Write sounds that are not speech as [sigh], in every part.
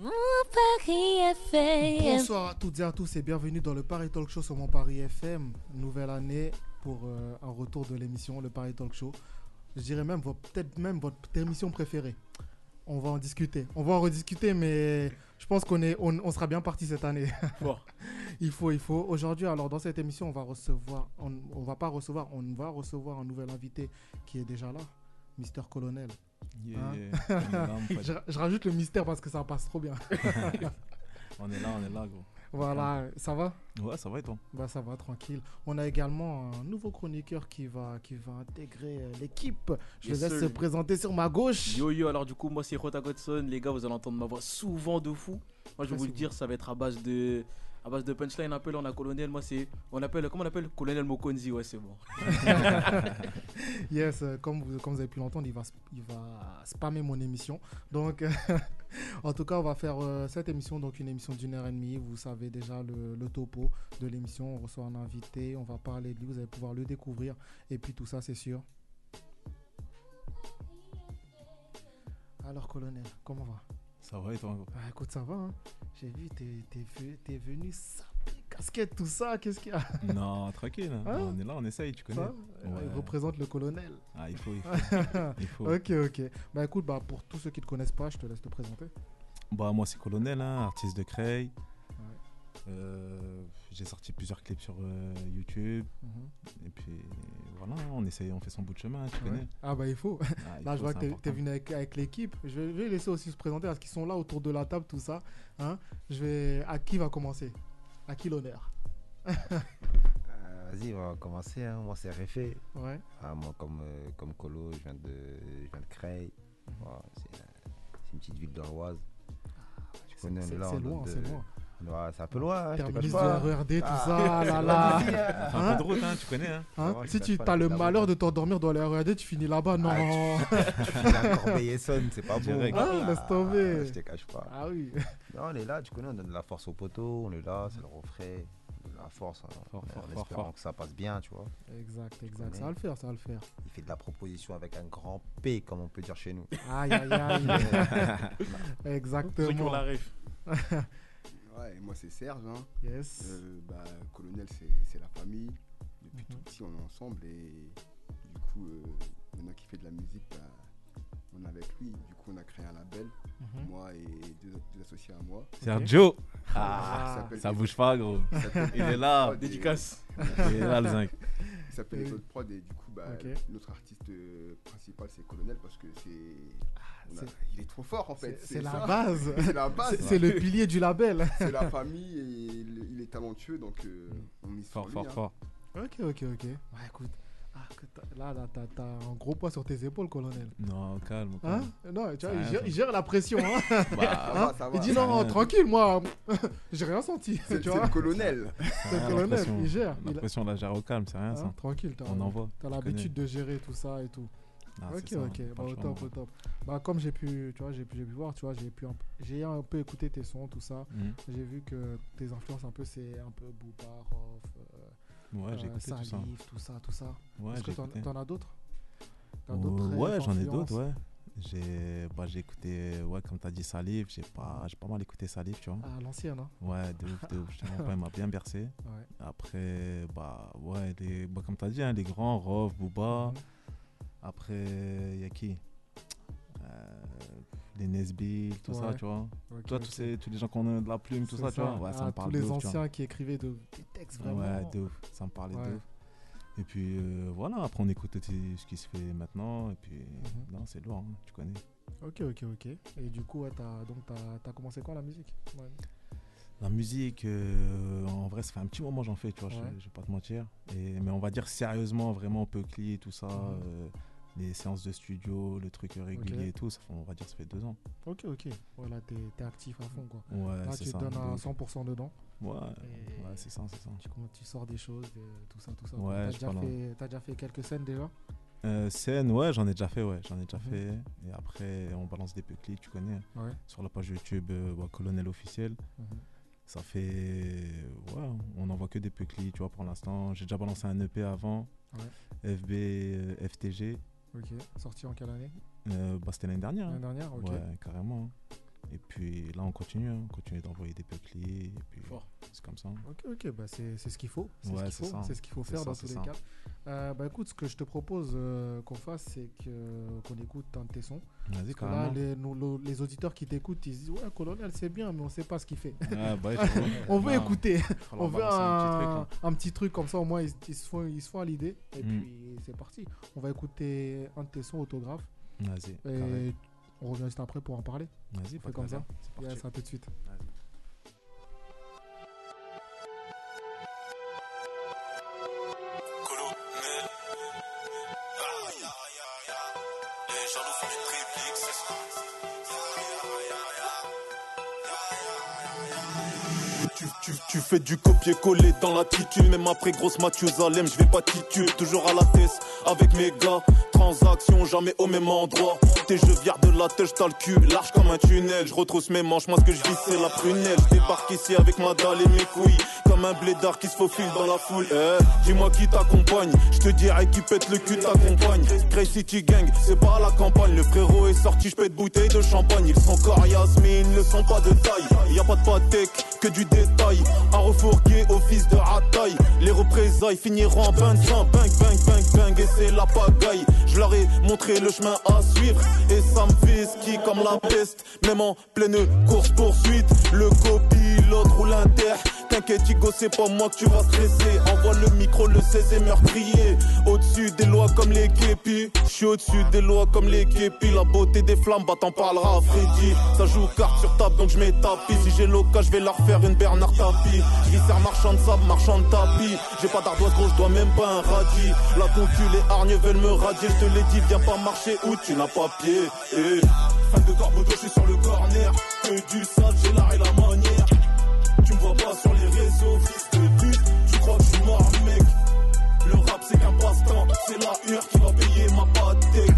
Mon Paris FM. Bonsoir à toutes et à tous et bienvenue dans le Paris Talk Show sur mon Paris FM. Nouvelle année pour euh, un retour de l'émission, le Paris Talk Show. Je dirais même vo- peut-être même votre émission préférée. On va en discuter. On va en rediscuter, mais je pense qu'on est, on, on sera bien parti cette année. Bon. [laughs] il faut, il faut. Aujourd'hui, alors dans cette émission, on va recevoir, on, on va pas recevoir, on va recevoir un nouvel invité qui est déjà là, Mister Colonel. Yeah, Hein yeah. on, est là, mon [laughs] pote. Je, je rajoute le mystère parce que ça passe trop bien. [laughs] on est là, on est là, gros. voilà, ça va. Ouais, ça va et toi Bah ça va tranquille. On a également un nouveau chroniqueur qui va, qui va intégrer euh, l'équipe. Je Yes, le laisse sir. se présenter sur ma gauche. [laughs] Yo yo, alors du coup, moi c'est Rota Godson, les gars, vous allez entendre ma voix souvent de fou. Moi je Très vais vous le souvent. dire, ça va être à base de à base de punchline un peu là, on a colonel, moi c'est on appelle comment on appelle colonel Mokonzi, ouais, c'est bon. Yes, euh, comme vous, comme vous avez pu l'entendre, il va, sp- il va spammer mon émission. Donc, [laughs] en tout cas, on va faire euh, cette émission, donc une émission d'une heure et demie. Vous savez déjà le, le topo de l'émission. On reçoit un invité, on va parler de lui, vous allez pouvoir le découvrir. Et puis tout ça, c'est sûr. Alors, colonel, comment va Ça va et toi, gros Bah écoute, ça va. hein. J'ai vu, t'es, t'es ve- t'es venu saper casquette, tout ça. Qu'est-ce qu'il y a [laughs] Non, tranquille. hein. Hein on est là, on essaye, tu connais. Ça, euh, Ouais. Il représente [laughs] le colonel. [laughs] Ah, il [laughs] faut, il faut. il faut. ok, ok. Bah écoute, bah, pour tous ceux qui ne te connaissent pas, je te laisse te présenter. Bah, moi, c'est Colonel, hein, artiste de Cray. Euh, J'ai sorti plusieurs clips sur euh, YouTube. Mhm. Et puis, voilà, on essaye, on fait son bout de chemin, tu Ouais. [laughs] connais. Ah bah il faut. Ah, il Là, je faut, vois c'est que t'es, important. t'es venu avec, avec l'équipe. Je vais, je vais les laisser aussi se présenter parce qu'ils sont là autour de la table, tout ça. Hein je vais... À qui va commencer À qui l'honneur Euh, Vas-y, on va commencer. hein. Moi, c'est Réfé. Ouais. Ah, moi, comme, euh, comme Colo, je viens de, je viens de Creil. Voilà, c'est euh, c'est une petite ville de l'Oise. Tu Ah, C'est, connais, c'est- là, c'est on donne loin, de- c'est loin. Ouais, c'est un peu loin. hein, je te cache Terminus de pas. RERD, tout Ah, [laughs] ça. Là, c'est là. loin d'ici, hein. Enfin, un peu de route, hein, tu connais. [laughs] Hein. Hein Ça va, je si te tu cache pas, Ah, as le la route, malheur hein. de t'endormir dans la RERD, tu finis là-bas. Non. La Corbeil-Essonne, c'est pas bon. Direct. Ah, laisse tomber. Je te cache pas. Ah oui. Non, on est là, tu connais, on donne de la force au poteau, on est là, c'est le refrain. on donne de La force, hein, Fort, en fort, fort, espérant fort. que ça passe bien, tu vois. Exact, exact. connais. Ça va le faire, ça va le faire. Il fait de la proposition avec un grand P, comme on peut dire chez nous. Aïe, aïe, aïe. Ceux qui ont Exactement. la ref. Ouais, et moi c'est Serge. hein. Yes. Euh, bah, colonel, c'est c'est la famille. Depuis tout Mhm. petit, on est ensemble. Et du coup, euh, maintenant qu'il fait de la musique, bah, on est avec lui. Du coup, on a créé un label, Mhm. moi et deux, deux associés à moi. [laughs] Sergio, Ça Ah, s'appelle ça les- bouge pas, gros. ça s'appelle [laughs] Il est les là, Prod et- Dédicace. il est là, le zinc. Il s'appelle Et- les autres prod. Et du coup, bah, Ok. notre artiste euh, principal, c'est Colonel parce que c'est. on a- Ah, c'est- Il est trop fort en fait. c'est c'est la ça. base. C'est la base. C'est c'est le pilier du label. [laughs] C'est la famille et il, il est talentueux. Donc, euh, on mise sur Fort, lui, fort, hein. fort. Ok, ok, ok. Bah écoute, ah, que t'as- là, là, t'as t'as un gros poids sur tes épaules, colonel. Non, calme. Hein calme. Non, tu vois, Ça il va, gère, ça il gère la pression. Hein Ça Bah, Hein va, Ah, ça va. il dit non, Ouais. tranquille, moi, [laughs] j'ai rien senti. C'est Tu c'est vois, le colonel. c'est le Ah, colonel, l'impression- il gère. il- L'impression, la gère au calme, c'est rien hein, ça. tranquille, t'as On envoie. t'as l'habitude de gérer tout ça et tout. Ah, ok, c'est ça, ok, pas bah, le au choix, hein. top, moi. au top. Bah, comme j'ai pu, tu vois, j'ai pu, j'ai pu voir, tu vois, j'ai pu, un- j'ai un peu écouté tes sons, tout ça. Mhm. J'ai vu que tes influences un peu, c'est un peu Booba, Rof, euh, Ouais, j'ai euh, écouté tout ça. Salif, tout ça, tout ça. Ouais, Est-ce que j'ai t'en, écouté. t'en as d'autres T'as d'autres Euh, Ouais, rêves, j'en ai influences d'autres, ouais. J'ai bah, j'ai écouté, ouais, comme t'as dit, Salif. J'ai pas, j'ai pas mal écouté Salif, tu vois. Ah, l'ancienne, hein Ouais, de ouf, de ouf. Je te [laughs] mens pas, il m'a bien bercé. Ouais. Après, bah, ouais, les, bah, comme t'as dit, hein, les grands, Rov, Mhm. Booba. Après, y a qui Euh, Les Nesbill, tout ça, Ouais. tu vois. Mhm. Ok, Toi, ok. tous, ces, tous les gens qui ont de la plume, tout C'est ça, tu vois. Ouais, ça Ah, me parle Tous de les ouf, tu vois. anciens qui écrivaient de- des textes vraiment. Ouais, de ouf. Ça me parlait Ouais. de ouf. Et puis euh, voilà, après on écoute aussi ce qui se fait maintenant. Et puis Mhm. non, c'est lourd, hein, tu connais. Ok, ok, ok. Et du coup, ouais, t'as, donc, t'as, t'as commencé quand la musique Ouais. La musique, euh, en vrai, ça fait un petit moment que j'en fais, tu vois, je- Ouais. je, vais pas te mentir. Et, mais on va dire sérieusement, vraiment, Peucli et tout ça, Mhm. euh, les séances de studio, le truc régulier et tout, ça fait- on va dire ça fait deux ans. Ok, ok. Voilà, t'es t'es actif à fond, quoi. Ouais, Là, Ah, tu c'est te ça. donnes à Donc, 100% dedans. Ouais, Et- ouais, c'est ça, c'est ça. Tu, comment tu sors des choses, des- tout ça, tout ça. Ouais, t'as, je déjà parle en- fait, t'as déjà fait quelques scènes déjà Euh, scène, ouais, j'en ai déjà fait, ouais, j'en ai déjà Mhm. fait. Et après, on balance des Peucli, tu connais, hein, Ouais. sur la page YouTube euh, bah, Colonel Officiel. Mhm. Ça fait. Ouais, on n'envoie que des Peucli, tu vois, pour l'instant. J'ai déjà balancé un EP avant, FB, euh, FTG. Ok. Sorti en quelle année Euh, bah, c'était l'année dernière. hein. L'année dernière Ah, Ok. Ouais, carrément. hein. Et puis là, on continue, hein, on continue d'envoyer des Peucli. Et puis, Fort. c'est comme ça. Ok, ok, bah c'est c'est ce qu'il faut. C'est Ouais, ce c'est qu'il faut, ça. c'est ce qu'il faut C'est faire ça, dans c'est tous les ça. cas. Euh, bah écoute, ce que je te propose euh, qu'on fasse, c'est que, qu'on écoute un de tes sons. Vas-y, Parce que là, carrément. les, nous- nos- les auditeurs qui t'écoutent, ils disent Ouais, colonel, c'est bien, mais on sait pas ce qu'il fait. Ouais, bah, [laughs] je vois. On veut Non, écouter, falloir [laughs] on veut un, balancer un petit truc, là. un petit truc comme ça, au moins ils, ils se, font, ils se font à l'idée. Et Mm. puis c'est parti. On va écouter un de tes sons autographes Vas-y, et carré. on revient juste après pour en parler. Vas-y, pas de comme ça. galère, C'est parti. Yes, à tout de suite. Tu, tu- tu fais du copier-coller dans l'attitude, même après grosse Mathusalem, je vais pas tituer, toujours à la tête avec mes gars. Transaction jamais au même endroit. Tes jeux viens de la tête, j't'as le cul large comme un tunnel. Je retrousse mes manches, moi ce que je vis c'est la prunelle. Je débarque ici avec ma dalle et mes couilles, comme un blédard qui se faufile dans la foule. Eh, dis-moi qui t'accompagne, je te dirai qui pète le cul t'accompagne. Grey City Gang, c'est pas la campagne. Le frérot est sorti, je pète bouteille de champagne. Ils sont coriaces, mais ils ne sont pas de taille. Y a pas de patek, que du détail. Un refourgué au fils de Hataï. Les représailles finiront en bain de sang. Bang, bang, bang, bang, et c'est la pagaille. Je leur ai montré le chemin à suivre. Et ça me fait ski comme la peste. Même en pleine course poursuite, le copilote roule un terre. T'inquiète, Hugo, c'est pas moi que tu vas stresser. Envoie le micro, le 16 est meurtrier. Au-dessus des lois comme les képis. Je suis au-dessus des lois comme les képis. La beauté des flammes, bah t'en parleras à Freddy. Ça joue carte sur table, donc je mets tapis. Si j'ai l'occasion, je vais leur faire une Bernard tapis. Je sers marchand de sable, marchand de tapis. J'ai pas d'ardoise gros, je dois même pas un radis. La concu, les hargnes veulent me radier. Je te l'ai dit, viens pas marcher où tu n'as pas pied. Eh. Fan de corbeau, je suis sur le corner. Que du sale, j'ai l'art et la manière. Tu me vois pas sur les réseaux, fils de pute. Tu crois que je suis mort, mec. Le rap, c'est qu'un passe-temps. C'est la hure qui va payer ma patek.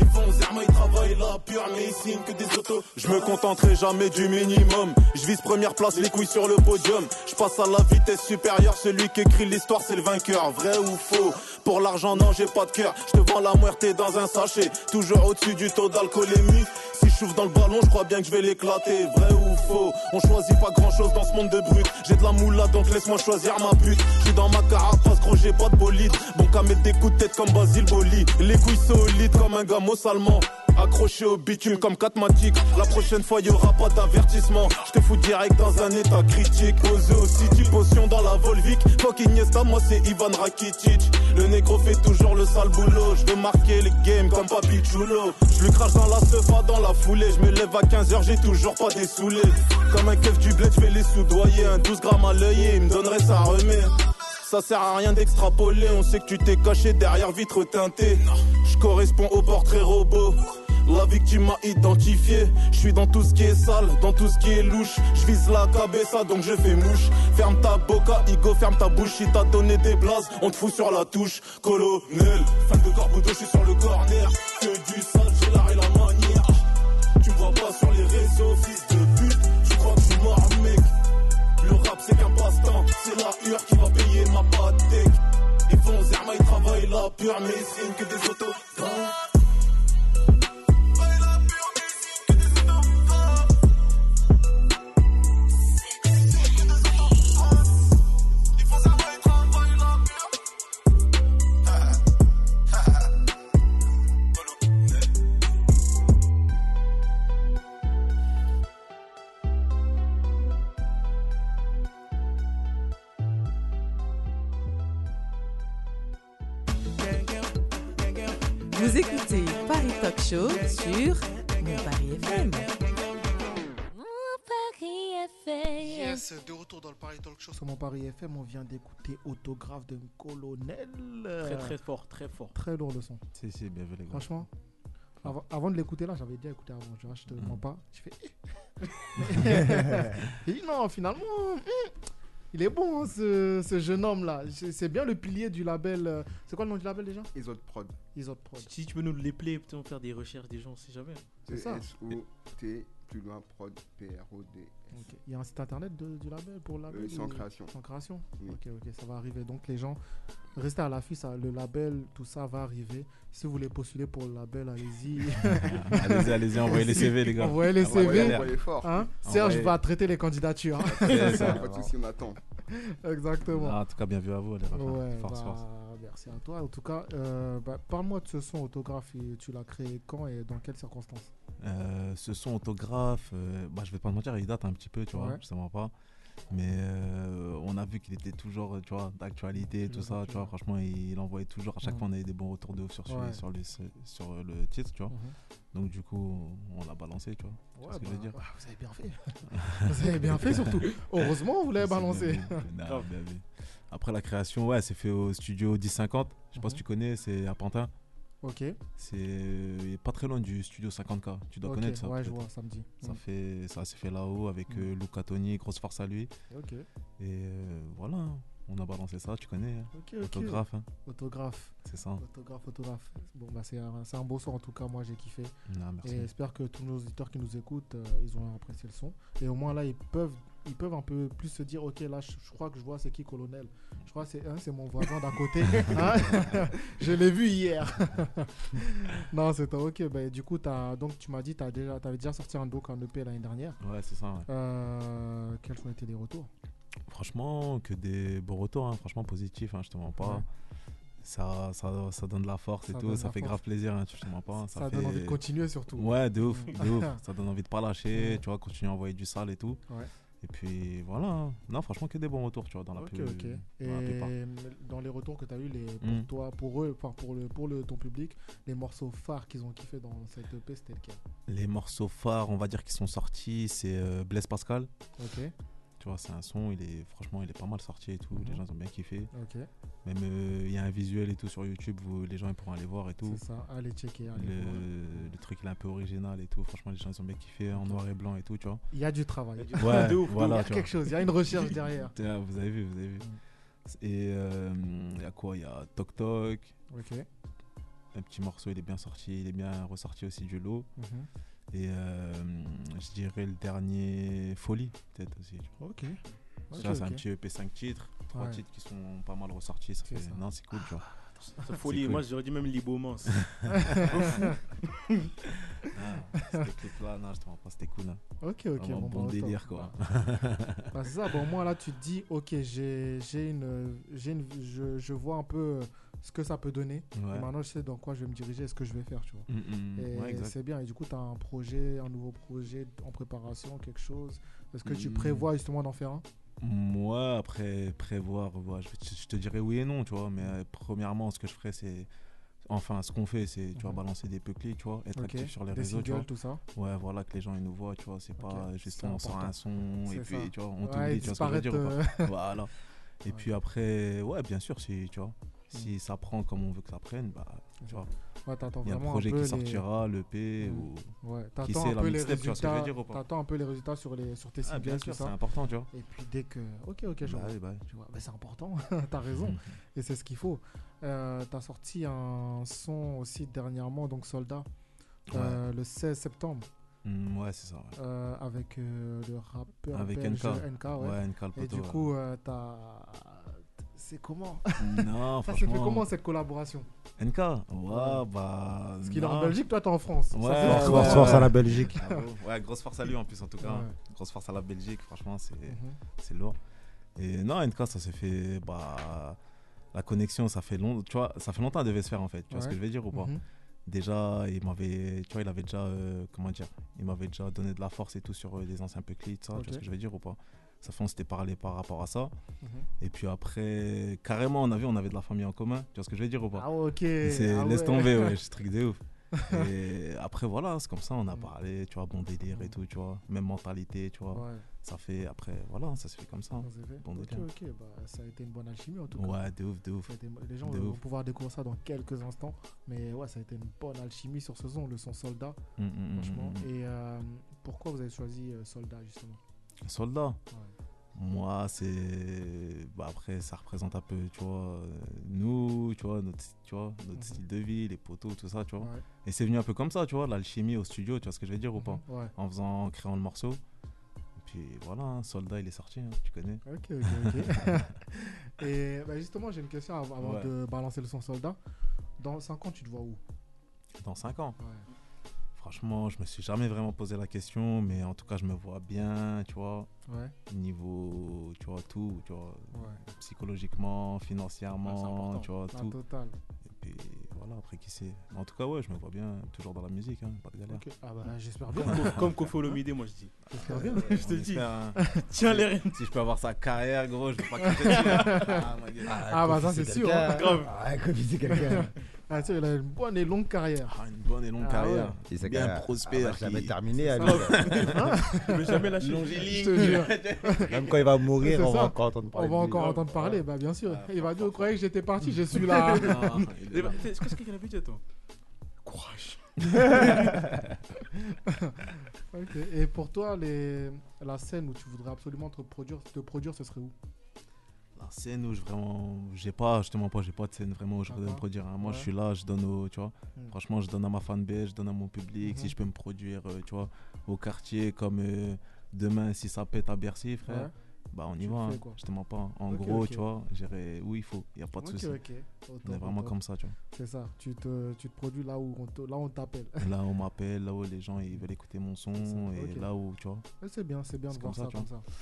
Ils font zerma, ils travaillent la pure, mais ils signent que des autos. Je me contenterai jamais du minimum. Je vise première place, les couilles sur le podium. Je passe à la vitesse supérieure. Celui qui écrit l'histoire, c'est le vainqueur. Vrai ou faux Pour l'argent, non, j'ai pas de cœur. Je te vends la muerte dans un sachet. Toujours au-dessus du taux d'alcoolémie. Si je chauffe dans le ballon, je crois bien que je vais l'éclater. Vrai ou faux On choisit pas grand chose dans ce monde de brut. J'ai de la moula, donc laisse-moi choisir ma pute. Je suis dans ma carapace, gros, j'ai pas de bolide. Bon qu'à mettre des coups de tête comme Basile Boli. Les couilles solides comme un gamo allemand. Accroché au bitume comme catmatique. La prochaine fois, y aura pas d'avertissement. Je te fous direct dans un état critique. Posé au City, potion dans la Volvic. Fuck Iniesta, moi c'est Ivan Rakitic. Le négro fait toujours le sale boulot. Je veux marquer les games comme Papi Chulo. Je lui crache dans la sefa, dans la foulée. Je me lève à 15h, j'ai toujours pas dessoulé. Comme un keuf du bled, je vais les soudoyer. Un 12 grammes à l'œillet, il me donnerait sa remet. Ça sert à rien d'extrapoler, on sait que tu t'es caché derrière vitre teintée. Je corresponds au portrait robot. La victime m'a identifié. Je suis dans tout ce qui est sale, dans tout ce qui est louche. Je vise la cabeça donc je fais mouche. Ferme ta boca, Igo, ferme ta bouche. Si t'as donné des blases, on te fout sur la touche. Colonel, fan de Corbudo, je suis sur le corner. Que du sale, j'ai l'art et la manière. Tu me vois pas sur les réseaux, fils de pute. Tu crois que je suis mort, mec. Le rap c'est qu'un passe-temps, c'est la hure qui va payer ma patek. Ils font zerma, ils travaillent la pure, mais ils signent que des autos. Vous écoutez Paris Talk Show sur Mon Paris FM. Mon Paris est fait. êtes de retour dans le Paris Talk Show sur mon Paris FM. On vient d'écouter Autographe d'un colonel. Très très fort, très fort. Très lourd le son. Si, si, bien vu les gars. Franchement, avant, avant de l'écouter là, j'avais déjà écouté avant, tu vois, je te Mm. mens pas. Je [laughs] fais. [laughs] J'ai dit, non, finalement, hmm, il est bon hein, ce, ce jeune homme là. C'est c'est bien le pilier du label. euh, C'est quoi le nom du label déjà Isode Prod. Isode Prod. Si tu peux nous l'épeler, peut-être on faire des recherches des gens, on sait jamais. C'est ça. S-O-T, plus loin, prod, P-R-O-D. Ok. Il y a un site internet de- du label pour le label Euh, c'est en ou- création. C'est en création Oui. Ok, ok, ça va arriver. Donc les gens, restez à l'affût, ça, le label, tout ça va arriver. Si vous voulez postuler pour le label, [laughs] allez-y. Allez-y, allez-y, envoyez les CV, [laughs] les gars. Envoyez les Envoyez, CV. envoyez fort. Hein Envoyez. Serge va traiter les [laughs] candidatures. [laughs] C'est Eh, ça. Pas de soucis, on attend. Exactement. Ah, en tout cas, bien vu à vous, les Rafa. Ouais, force, bah, force. Merci à toi. En tout cas, euh, bah, parle-moi de ce son autographe. et Tu l'as créé quand et dans quelles circonstances Euh, ce son autographe, euh, bah, je vais pas te mentir, il date un petit peu, tu vois, Ouais. je te mens pas. Mais euh, on a vu qu'il était toujours, euh, tu vois, d'actualité, tout Toujours ça, tu vois. Franchement, il, il envoyait toujours. À chaque Mhm. fois, on avait des bons retours de ouf sur, sur- Ouais. sur, le, sur le titre, tu vois. Mhm. Donc, du coup, on l'a balancé, tu vois. Tu vois ce que je veux dire. bah, Vous avez bien fait. [laughs] vous avez bien fait surtout. Heureusement, vous l'avez C'est bien balancé. vu. Non, bien vu. Après la création, ouais, c'est fait au studio 1050. Je Mhm. pense que tu connais, c'est à Pantin. Ok. C'est euh, pas très loin du studio 50K. Tu dois Ok, connaître ça. ouais, je peut-être. vois, ça me dit. Ça, Mm. fait, ça s'est fait là-haut avec Mm. euh, Luca Toni, grosse force à lui. Ok. Et euh, voilà, hein. on a balancé ça, tu connais. hein. Ok, ok. Autographe. hein. Autographe. C'est ça. Autographe, autographe. Bon, bah, c'est un, c'est un beau son en tout cas. Moi, j'ai kiffé. Non, Ah, merci. Et j'espère que tous nos auditeurs qui nous écoutent, euh, ils ont apprécié le son. Et au moins, là, ils peuvent, ils peuvent un peu plus se dire Ok, là, je, je crois que je vois c'est qui Colonel. Je crois que c'est hein, c'est mon voisin d'à [laughs] côté. Hein [laughs] je l'ai vu hier. [laughs] non, c'est ok. Bah, du coup, as, donc, tu m'as dit Tu déjà, avais déjà sorti un doc en EP l'année dernière. Ouais, c'est ça. ouais. Euh, quels ont été les retours Franchement, que des bons retours, hein. franchement positifs, hein, je te mens pas. Ouais. Ça, ça, ça donne de la force Ça et tout, donne ça la fait force. grave plaisir, hein, je te mens pas. Ça, Ça fait- donne envie de continuer, surtout. Ouais, de ouf, Mm. de ouf. [laughs] Ça donne envie de pas lâcher, tu vois, continuer à envoyer du sale et tout. Ouais. Et puis voilà, hein. non, franchement, que des bons retours, tu vois, dans la Ok, pub- ok. Et euh, mm, dans la plupart. dans les retours que tu as eu les, pour Mm. toi, pour eux, enfin pour, le, pour le, ton public, les morceaux phares qu'ils ont kiffé dans cette EP, c'était lequel Les morceaux phares, on va dire, qui sont sortis, c'est euh, Blaise Pascal. Ok. Tu vois, c'est un son, il est franchement, il est pas mal sorti et tout. Les Mhm. gens ont bien kiffé. Ok. Même euh, il y a un visuel et tout sur YouTube où les gens ils pourront aller voir et tout. C'est ça, allez checker. allez voir. le, le truc il est un peu original et tout. Franchement, les gens ils ont bien kiffé en noir et blanc et tout, tu vois. Il y a du travail. Il y a du Ouais, travail de ouf, de voilà, ouf. Il y a tu quelque vois. chose, il y a une recherche [laughs] derrière. Tiens, vous avez vu, vous avez vu. Et euh, il y a quoi Il y a Toc Toc. Ok. Un petit morceau, il est bien sorti, il est bien ressorti aussi du lot. Mhm. Et euh, je dirais le dernier Folie, peut-être aussi. tu vois. Ok. Parce que Ok, là, c'est ok. un petit EP 5 titres, trois Ouais. titres qui sont pas mal ressortis. Ça C'est fait... ça. Non, c'est cool, tu vois. C'est folie, cool. moi j'aurais dit même Libomans. Ah, ce clip-là, non, je te mens pas, c'était cool. hein. Ok, ok. Vraiment bon bah, attends. délire, quoi. [laughs] Bah, c'est ça, bon, moi là tu te dis, ok, j'ai j'ai une, j'ai une, je, je vois un peu euh, ce que ça peut donner. Ouais. Et maintenant je sais dans quoi je vais me diriger et ce que je vais faire, tu vois. Mm, mm, et ouais, exact. c'est bien. Et du coup, tu as un projet, un nouveau projet en préparation, quelque chose. Est-ce que tu Mm. prévois justement d'en faire un Moi, après prévoir, ouais, je, je te dirais oui et non, tu vois. Mais euh, premièrement, ce que je ferais, c'est. Enfin, ce qu'on fait, c'est, tu vois, balancer des peuclis, tu vois, être Ok. actif sur les Des réseaux, tu singles, vois. tout ça. Ouais, voilà, que les gens, ils nous voient, tu vois. C'est pas juste c'est on sort important. un son et C'est puis, ça. tu vois, on Ouais, t'oublie, tu vois ce que je veux dire ou disparaître, pas euh. Voilà. Et puis après, ouais, bien sûr, si, tu vois, si ça prend comme on veut que ça prenne, bah, [laughs] tu vois. Ouais, t'attends Il y a un vraiment un projet peu qui les- sortira, le P Mm. ou. Ouais, qui t'attends sait, un la peu les mixtape, tu vois ce que je veux résultats. dire ou pas T'attends un peu les résultats sur les sur tes Ah, singles, bien tout sûr, ça. c'est important, tu vois. Et puis dès que, ok, ok, je Bah vois. oui, Mm. bah oui. Tu vois, bah, c'est important. [laughs] T'as raison. Et c'est ce qu'il faut. Euh, T'as sorti un son aussi dernièrement, donc Soldat, euh, le 16 septembre. Mm, Mmh. ouais, c'est ça. ouais. euh, avec euh, le rappeur Avec belge, NK. Ah ouais. Ouais, NK, le Et du poteau, ouais. coup, euh, t'as. C'est comment [laughs] [laughs] Non, Ça s'est fait franchement. comment cette collaboration NK Ouais, bah. Parce qu'il est en non. [laughs] Belgique, toi t'es en France. Ouais, Ça, c'est- ouais, Grosse ouais, force ouais. à la Belgique. Bravo. Ouais, grosse force à lui en plus, en tout cas. hein. Ouais. Grosse force à la Belgique, franchement, c'est Mhm. c'est lourd. Et non, NK, ça s'est fait. Bah. La connexion, ça fait long, tu vois, ça fait longtemps qu'elle devait se faire en fait. Tu vois ce Ouais. que je veux dire ou pas Mhm. Déjà, il m'avait, tu vois, il avait déjà, euh, comment dire, il m'avait déjà donné de la force et tout sur euh, des anciens peu clics, ça, tu Ok. vois ce que je veux dire ou pas Ça fait, on s'était parlé par rapport à ça. Mhm. Et puis après, carrément, on avait, on avait de la famille en commun, tu vois ce que je veux dire ou pas Ah, ok. C'est- Ah laisse ouais. [laughs] tomber, ouais, ce truc de ouf. Et après, voilà, c'est comme ça, on a Mm. parlé, tu vois, bon délire et tout, tu vois, même mentalité, tu vois. Ouais. Ça fait, après, voilà, ça se fait comme ça. Ça s'est fait. Bon ok, délire. ok, bah, ça a été une bonne alchimie en tout cas. Ouais, de ouf, de ouf. Ça a été- Les gens De vont ouf. pouvoir découvrir ça dans quelques instants. Mais ouais, ça a été une bonne alchimie sur ce son, le son Soldat, Mm, mm, mm, franchement. mm, Et euh, pourquoi vous avez choisi euh, Soldat justement Soldat. Moi, c'est. bah, après, ça représente un peu, tu vois, euh, nous, tu vois, notre, tu vois, notre style de vie, les poteaux, tout ça, tu vois. Mhm. Ouais. Et c'est venu un peu comme ça, tu vois, l'alchimie au studio, tu vois ce que je veux dire ou pas Mhm, ouais. En faisant, en créant le morceau. Et puis voilà, hein, Soldat, il est sorti, hein, tu connais. Ok, ok, ok. [laughs] Et bah, justement, j'ai une question av- avant Ouais. de balancer le son Soldat. Dans 5 ans, tu te vois où Dans 5 ans. Franchement, je me suis jamais vraiment posé la question, mais en tout cas, je me vois bien, tu vois. Ouais. Niveau, tu vois, tout, tu vois. Ouais. Psychologiquement, financièrement, important. tu vois, La tout. totale. Et puis voilà, après, qui sait. En tout cas, ouais, je me vois bien, toujours dans la musique, hein, pas de galère. Ok. Ah bah, j'espère Comme, [laughs] [laughs] comme Kofi Olomide, moi je [laughs] dis. J'espère bien. Je te On dis. [laughs] espère, hein. Tiens les rênes. Si je peux avoir sa carrière, gros, je vais pas quitter [laughs] dessus. hein. ma gueule. Ah, bah ça, c'est sûr. hein. Grave. Ah, comme c'est quelqu'un. Ah, tu sais, il a une bonne et longue [laughs] carrière. Ah, une bonne et longue Ah carrière. Et sa Bien carrière, prospère. elle va jamais qui- terminé, Je vais jamais lâcher. Je te jure. Même quand il va C'est mourir, on ça. va encore entendre On parler. va de lui. encore entendre parler, bah bien sûr. il va dire, vous croyez que j'étais parti, je suis [laughs] là. Non, il est Eh là. ben, t'es- Qu'est-ce qu'il avait dit à toi Courage. Ok. Et pour toi, les... la scène où tu voudrais absolument te produire, te produire ce serait où La scène où je vraiment. J'ai pas, justement, pas, j'ai pas de scène vraiment où je T'as voudrais me pas produire. hein. Moi, je Ah Ouais. suis là, je donne au. Tu vois, Mm. franchement, je donne à ma fanbase, je donne à mon public. Si Mhm. je peux me produire, euh, tu vois, au quartier, comme euh, demain, si ça pète à Bercy, frère, Ouais. bah on y Tu le va. hein. fais, quoi. Je te mens pas. hein. En Ok, gros, ok. tu vois, j'irai où il faut. Il n'y a pas de Ok, souci. ok. Au On top, est au vraiment top. comme ça, tu vois. [laughs] C'est ça, tu te, tu te produis là où on te- là où on t'appelle. Là où on m'appelle, là où les gens ils veulent écouter mon son ça, et ok. là où tu vois. Mais c'est bien, c'est bien de C'est voir ça, comme ça, tu comme ça.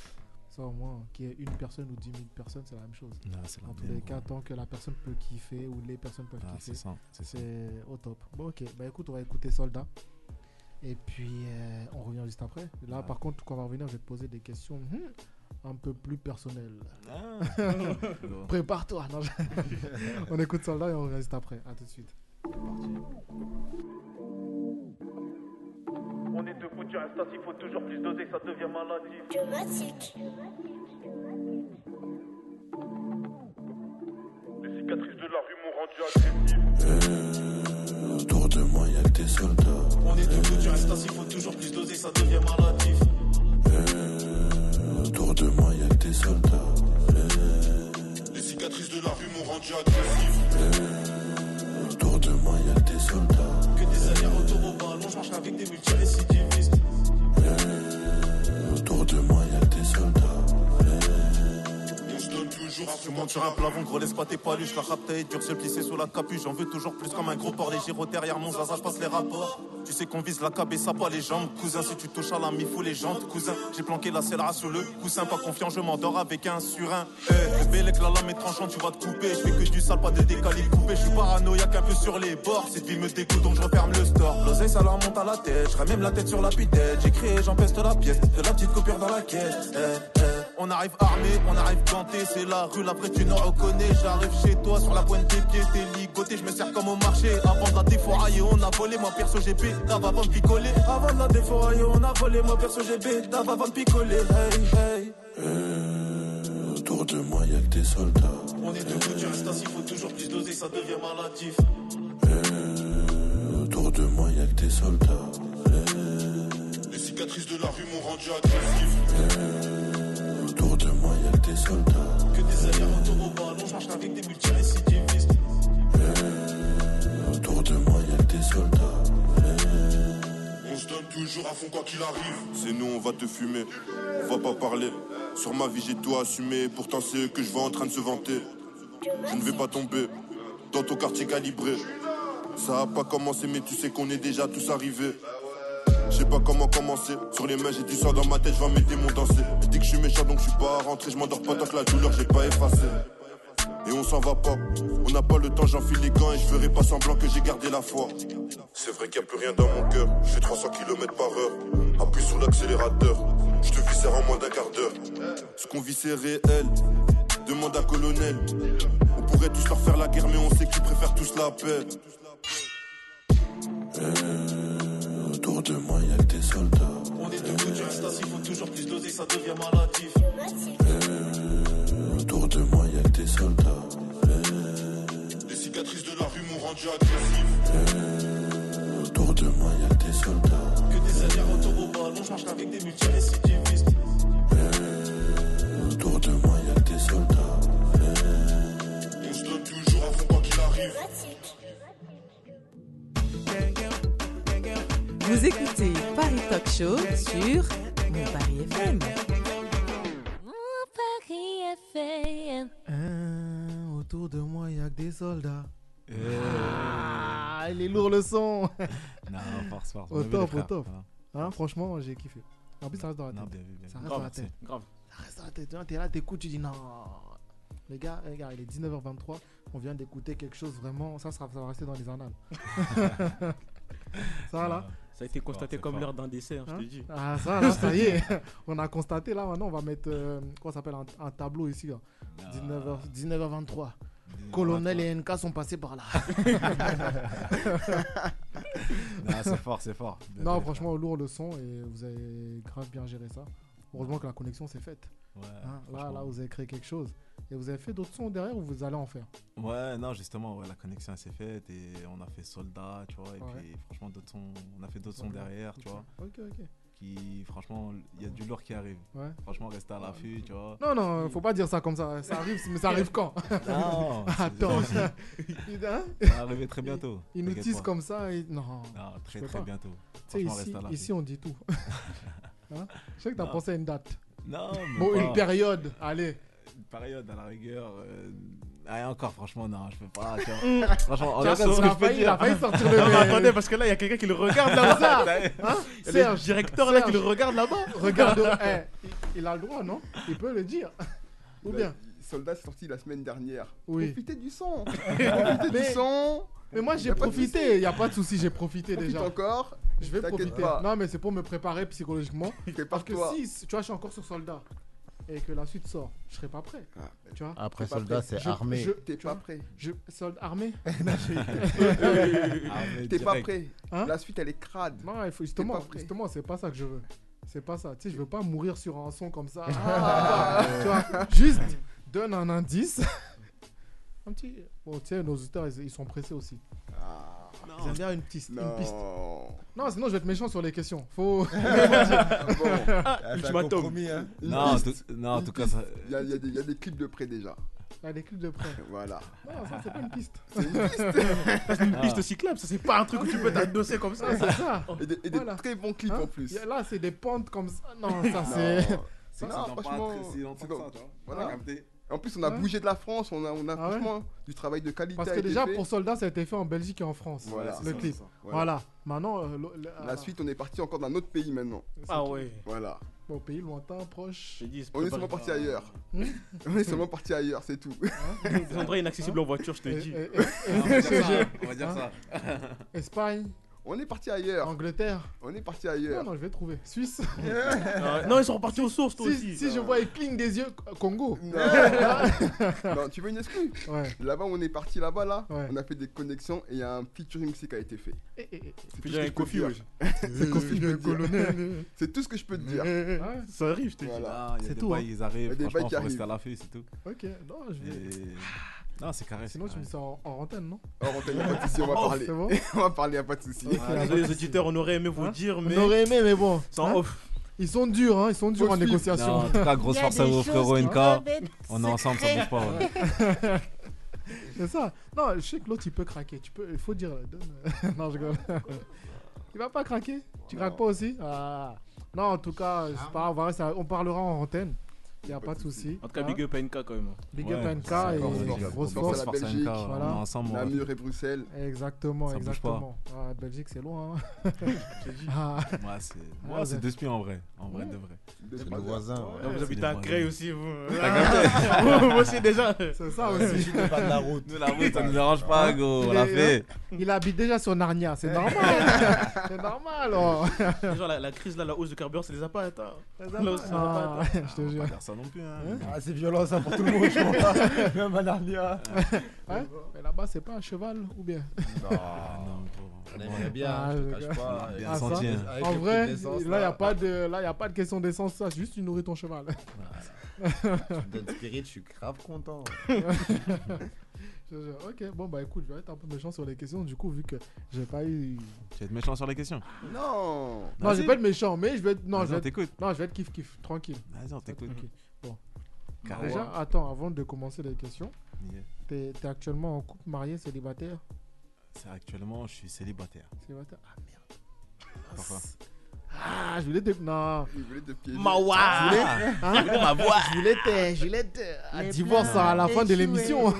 Ça au moins, qu'il y ait une personne ou dix mille personnes, c'est la même chose. Là, c'est la En tous même, les gros. cas, tant que la personne peut kiffer ou les personnes peuvent Ah, c'est kiffer, ça, c'est ça. c'est au top. Bon ok, bah écoute, on va écouter Soldat. Et puis euh, on revient juste après. Là Ah. par contre, quand on va revenir, je vais te poser des questions hum, un peu plus personnelles. Ah. Bon. [laughs] Prépare-toi. Non, je- [laughs] on écoute Soldat et on revient juste après. À tout de suite. On est debout du instant, il faut toujours plus doser, ça devient maladif. Les cicatrices de la rue m'ont rendu agressif. Autour de moi, y'a que des soldats. On est debout du instant, il faut toujours plus doser, ça devient maladif. Euh, Autour de moi, y'a que des soldats. Euh, Les cicatrices de la rue m'ont rendu agressif. Euh, Autour de moi, y'a que des soldats. Que des allers-retours au ballon, je marche avec des multirécidivistes. Euh, Autour de moi, y'a que des soldats. On se donne toujours à se mentir un plafond, gros laisse pas tes paluches, la rap est dure, seul plissé sous la capuche, j'en veux toujours plus comme un gros porc, les gyros derrière mon zaza, je passe les rapports. Tu sais qu'on vise la cabe et ça pas les jambes, cousin, si tu touches à la mi-fou les jantes, cousin, j'ai planqué la scellera sous le coussin, pas confiant, je m'endors avec un surin. Eh, Bélec, la lame est tranchante, tu vas te couper, je fais que du sale, pas de décalé coupé, je suis paranoïaque un peu sur les bords, cette vie me dégoûte donc je referme le store. L'oseille, ça leur monte à la tête, je même la tête sur la pitette, j'écris et j'empeste la pièce, de la petite coupure dans la caisse. Eh, eh. On arrive armé, on arrive ganté, c'est la rue, la vraie tu nous reconnais. J'arrive chez toi sur la pointe des pieds, t'es ligoté, je me sers comme au marché. Avant de la défourailler, on a volé, moi perso j'ai pétave avant de picoler. Avant de la défourailler, on a volé, moi perso j'ai pétave avant de picoler. Hey, hey. Euh, Autour de moi, y'a que des soldats. On est debout du instant, il faut toujours plus doser, ça devient maladif. Euh, Autour de moi, y'a que des soldats. Les cicatrices de la rue m'ont rendu agressif. Autour de moi, y'a que des soldats. Que des allers-retours au ballon, je marche avec des multirécidivistes. Eh, Autour de moi, y'a que des soldats. Eh. On se donne toujours à fond quoi qu'il arrive. C'est nous, on va te fumer. On va pas parler. Sur ma vie, j'ai tout assumé. Pourtant, c'est eux que je vois en train de se vanter. Je ne vais pas tomber dans ton quartier calibré. Ça a pas commencé, mais tu sais qu'on est déjà tous arrivés. Je sais pas comment commencer. Sur les mains, j'ai du sang dans ma tête, je vais mes démons danser. Je dis que je suis méchant, donc je suis pas rentré. Je m'endors pas tant que la douleur, j'ai pas effacé. Et on s'en va pas. On n'a pas le temps, j'enfile les gants et je ferai pas semblant que j'ai gardé la foi. C'est vrai qu'il n'y a plus rien dans mon cœur. Je fais 300 km par heure. Appuie sur l'accélérateur. Je te viscère en moins d'un quart d'heure. Ce qu'on vit, c'est réel. Demande à colonel. On pourrait tous leur faire la guerre, mais on sait qu'ils préfèrent tous la paix. Eh, autour de moi, y'a que des soldats. On est deux que du ecstasy, faut toujours plus doser, ça devient maladif. Eh, autour de moi, y'a que des soldats. Les cicatrices de la rue m'ont rendu agressif. Eh, autour de moi, y'a que des soldats. Que des salaires autour au ballon, je marche qu'avec des multirécidivistes. Eh, autour de moi, y'a que des soldats. On se donne toujours à fond quoi qu'il arrive. Vous écoutez Paris Talk Show sur Mon Paris FM. Paris FM. Hein, autour de moi, il n'y a que des soldats. Ah, il est lourd le son. Non, force, force. Au Bien vu, les top, au frères. top. Voilà. Hein, franchement, j'ai kiffé. En plus, ça reste dans la tête. Non, bien vu, bien ça vu. reste Grave, dans la tête. c'est grave. Ça reste dans la tête. Tu vois, T'es là, t'écoutes, tu dis non. Les gars, les gars, il est 19h23. On vient d'écouter quelque chose vraiment. Ça, sera, ça va rester dans les [laughs] annales. ça, là. Ça a été constaté comme l'heure d'un décès, hein, je te dis. Ah, ça, là, ça y est. [laughs] On a constaté, là, maintenant, on va mettre, euh, quoi ça s'appelle, un, un tableau ici. hein. Ah, 19h, 19h23. Colonel et NK sont passés [laughs] par là. Non, Ah, c'est fort, c'est fort. [laughs] Bien non, joué, franchement, lourd le son et vous avez grave bien géré ça. Heureusement que la connexion s'est faite. Ouais, Hein, là, franchement. là, vous avez créé quelque chose. Et vous avez fait d'autres sons derrière ou vous allez en faire Ouais, non, justement, ouais, la connexion elle s'est faite et on a fait soldat, tu vois, et Ouais. puis franchement, d'autres sons, on a fait d'autres sons Soldat, derrière, tu ok, vois. ok, ok. Qui, franchement, il y a du lourd qui arrive. Ouais. Ah, Franchement, rester à l'affût, tu vois. Non, non, euh, faut pas dire ça comme ça. Ça arrive, mais ça arrive quand Non, c'est bah, [laughs] Attends. déjà Il- hein Ça va arriver très [laughs] bientôt, Il, il nous t'inquiète tease pas. comme ça. et- Non, Non, je très, peux très pas. bientôt. Tu sais, Franchement, ici, reste à l'affût. ici, on dit tout. Hein je sais que t'as Non. pensé à une date. Non, mais Bon, pas. une période, allez. Une période à la rigueur. euh, Ah, et encore, franchement, non, je peux pas. tu vois. Mm. [laughs] franchement, Tu regarde vois, ce ça que a Oh, je peux failli- dire. il a failli sortir le- Non, mais attendez, parce que là, il y a quelqu'un qui le regarde là-bas. Ça, Hein hein Il y a Serge, le directeur là qui le Serge. regarde là-bas. Regarde, eh, il- il a le droit, non Il peut le dire. Ou Bah, bien Soldat, c'est sorti la semaine dernière. Oui. Profitez [laughs] du son. Profitez du Mais- son. Mais moi j'ai Y a pas de profité, il souci. n'y a pas de souci, j'ai [laughs] profité Profite déjà. encore. Je vais T'inquiète profiter. pas. Non mais c'est pour me préparer psychologiquement. Parce que Prépare-toi. si, si- tu vois, je suis encore sur soldat et que la suite sort, je serai pas prêt. Tu vois Après T'es pas soldat, prêt. c'est Je- armé. je- T'es tu pas vois, Ah prêt. Je soldat armé Ah, Armé T'es pas direct. prêt. La suite elle est crade. Non, il faut justement, justement, c'est pas ça que je veux. C'est pas ça. Tu sais, je veux pas mourir sur un son comme ça. Ah. [laughs] tu vois, juste donne un indice. [laughs] un petit Bon, tiens, nos auteurs, ils, ils sont pressés aussi. Ah, Ils aiment bien une piste, une piste. Non, sinon je vais être méchant sur les questions. Faut. [laughs] Ah, Ah, ultimatum. Une Non, en piste. tout- non, en Une tout cas, piste. ça- Il y a- il y, a des- il y a des clips de près déjà. Ah, les clips de près. Voilà. Non, ça c'est pas une piste. C'est [laughs] une piste. C'est une piste cyclable, ça c'est pas un truc où tu peux t'adosser comme ça. C'est ça. [laughs] Et des, et des très bons clips Hein en plus. Y a- Là, c'est des pentes comme ça. [laughs] Non, ça Non. c'est. C'est Ça, non, c'est dans franchement, pas un- c'est dans c'est pas dans- ça, tu vois. voilà. Ah. capté. En plus, on a Ouais. bougé de la France, on a, on a Ah ouais franchement du travail de qualité. Parce a que été déjà, fait. pour Soldat, ça a été fait en Belgique et en France. Voilà, c'est le ça, clip. c'est ça. Voilà. Voilà. Maintenant, euh, le- le- La suite, on est parti encore dans un autre pays maintenant. Ah ouais. [laughs] Voilà. Bon, pays lointain, proche. On est seulement parti ailleurs. Hmm on est seulement parti ailleurs, c'est tout. [laughs] [laughs] hein. Ils ont droit inaccessible en voiture, je te Eh, dis. eh, eh, Hein Espagne. On est parti ailleurs. Angleterre. On est parti ailleurs. Non, non, je vais trouver. Suisse. Ah Non, non, ils sont repartis aux sources, toi si, aussi. Si je euh. Non. vois, ils clignent des yeux. Congo. [laughs] non, tu veux une excuse Ouais. Là-bas, on est parti là-bas, là. Ouais. On a fait des connexions et il y a un featuring aussi qui a été fait. Eh, eh, eh. C'est tout Featuring ce que avec je peux Kofi, dire. wesh. C'est tout ce que je peux Le dire. [laughs] colonel. C'est tout ce que je peux te dire. Ouais. Ça arrive, je te dis. Voilà. Ah, il y a des hein. bails, ils arrivent, Il y a des franchement, bails qui faut rester à arrivent. l'affût, c'est tout. Ok, non, je vais. Et- Non, c'est carré. Sinon, tu me sors en, en antenne, non Hors antenne, y a pas de souci, on va [laughs] Oh, parler. c'est [laughs] bon on va parler, y a pas de souci. Ok, y a pas de Ah, les souci. auditeurs, on aurait aimé vous Hein dire, On mais. aurait aimé, mais bon. C'est en Hein off. Ils sont durs, hein, ils sont durs en négociation. Non, en tout cas, grosse force à vous, frérot NK. On est ensemble, ça bouge pas. ouais. C'est ça. Non, je sais que l'autre, il peut craquer. Tu peux... Il faut dire. euh, donne- [laughs] non, je rigole. Il va pas craquer Tu craques pas aussi Ah. Non, en tout cas, c'est pas grave, on va rester- On parlera en antenne. Il n'y a pas de souci. En tout cas, Hein big up à NK quand même. Big up à NK et grosse force. à la Belgique, Voilà. Namur et Bruxelles. Exactement, Ça bouge pas. exactement. Ah, Belgique, c'est loin. Hein. Moi, c'est moi, c'est deux spions en vrai. En vrai, de vrai. C'est nos voisins, [laughs] ouais. Ah, vous habitez à Creil aussi, vous. Ah. T'as [laughs] Vous vous aussi déjà. C'est ça aussi. Nous, la route, ça nous dérange pas, go. On l'a Il est- fait. Il habite déjà sur Narnia, c'est normal. c'est normal. oh. Genre, la, la crise, là, la hausse du carburant, ça les a pas atteints. a La hausse, ça les a pas- pas atteints. Ah, Je te jure. Ça non plus, hein. Ah, c'est violent ça pour tout le monde, je [laughs] crois. Même à Narnia. Hein Mais là-bas, c'est pas un cheval ou bien Ah, Non, non, Ah, bon. On aimerait bien, je te le cache gars. pas, et Ah, on ça, sent bien. hein. Avec En le prix vrai, de l'essence, là, il n'y a, là. pas de- là, y a pas de question d'essence, ça. Juste, tu nourris ton cheval. [laughs] Voilà. Tu me donnes spirit, je suis grave content. Je- je- ok, bon, bah écoute, je vais être un peu méchant sur les questions. Du coup, vu que j'ai pas eu. Tu vas être méchant sur les questions Non Non, je vais pas être méchant, mais je vais être. Non, je Vas-y, vais on être- t'écoute. Non, je vais être kiff-kiff, tranquille. Vas-y, on t'écoute. Tranquille. Bon. Carré. Déjà, attends, avant de commencer les questions, Yeah. t'es t'es actuellement en couple, marié, célibataire C'est Actuellement, je suis célibataire. Célibataire Ah merde. Pourquoi Ah, je voulais te. Non. Il voulait te piéger. Ma voix. Je Ah. voulais- hein Il voulait ma voix. Je voulais te. Je voulais te. Ah, Les divorce plans à la fin de échoués. [laughs] l'émission. hein.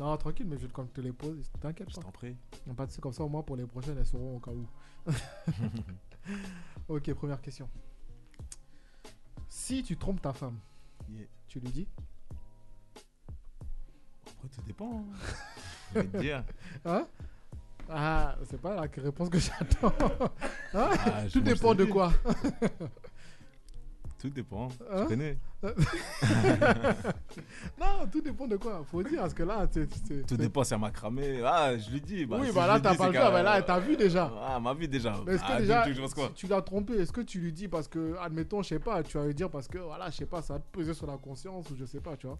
non, tranquille, mais je vais quand même te les pose. T'inquiète pas. Je t'en prie. Pas de soucis, comme ça, au moins pour les prochaines, elles seront au cas où. [laughs] ok, première question. Si tu trompes ta femme, Yeah. tu lui dis Après, tout dépend. [laughs] hein. Je vais te dire. Hein Ah, c'est pas la réponse que [laughs] j'attends. [laughs] Hein Ah, je- Tout moi, je dépend te le de dis. quoi Tout dépend. Hein Tu connais. Non, tout dépend de quoi. Faut dire, parce que là, c'est. c'est- Tout c'est- dépend si elle m'a cramé. Ah, je lui dis. Oui, si bah je là, lui t'as dis, pas c'est le choix, qu'à- bah là, t'as vu déjà. Ah, ma vie déjà. Mais est-ce que Ah, déjà, dis-le, je pense quoi si tu l'as trompé, est-ce que tu lui dis parce que, admettons, je sais pas, tu vas lui dire parce que, voilà, je sais pas, ça va te peser sur la conscience ou je sais pas, tu vois.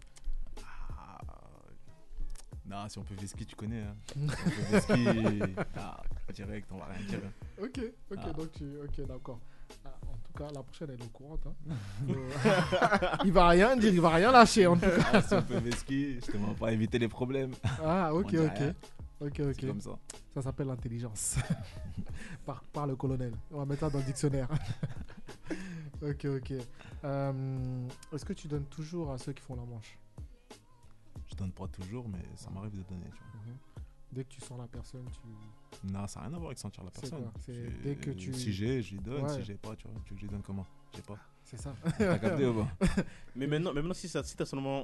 Non, si on peut Veski, tu connais. Hein. Si on peut [laughs] Veski, ah, direct, on va rien dire. Ok, ok, Ah. donc tu. Ok, d'accord. Ah, en tout cas, la prochaine, elle est au courant. [laughs] Hein. Euh, [laughs] il va rien dire, il va rien lâcher, en tout cas. Ah, si on peut Veski, je te mens pas éviter les problèmes. Ah, On ok, dit ok. hein. rien. Ok, ok. C'est comme ça. Ça s'appelle l'intelligence. [laughs] par, par le colonel. On va mettre ça dans le dictionnaire. [laughs] ok, ok. Euh, Est-ce que tu donnes toujours à ceux qui font la manche Je donne pas toujours, mais ça m'arrive de donner. Tu vois. Dès que tu sens la personne, tu. Non, ça n'a rien à voir avec sentir la C'est personne. quoi C'est C'est- dès que tu- Si j'ai, je lui donne. Ouais. Si j'ai pas, tu vois, tu veux que je lui donne comment [laughs] J'ai pas. C'est [laughs] ça. T'as capté ou pas Mais maintenant, mais maintenant si, ça- si t'as seulement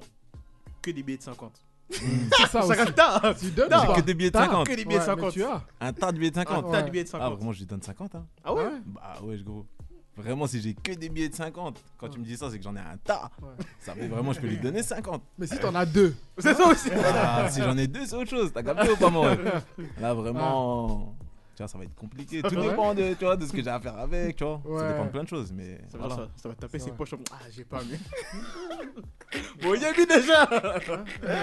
que des billets de 50. C'est Ah, ça aussi. t'as- Tu donnes t'as ou pas que des billets de T'as 50. que des billets de Ouais, mais 50. tu as. Un tas de billets de Un 50. tas de billets de 50. Ah, vraiment, je lui donne 50. Hein. Ah ouais Bah ouais, je- gros. Vraiment, si j'ai que des billets de 50, quand tu me dis ça, c'est que j'en ai un tas. Ça fait vraiment, je peux lui donner 50. Mais si t'en as deux. Ah C'est ça aussi. Ah, si j'en ai deux, c'est autre chose. T'as capté ou pas, moi Là, vraiment. Tu vois, ça va être compliqué. Tout Ouais. dépend de, tu vois, de ce que j'ai à faire avec, tu vois. Ça Ouais. dépend de plein de choses, mais. Ça va, voilà. ça, ça va taper C'est ses vrai. poches. comme, Ah, j'ai pas mis. [laughs] bon, il y a lui déjà.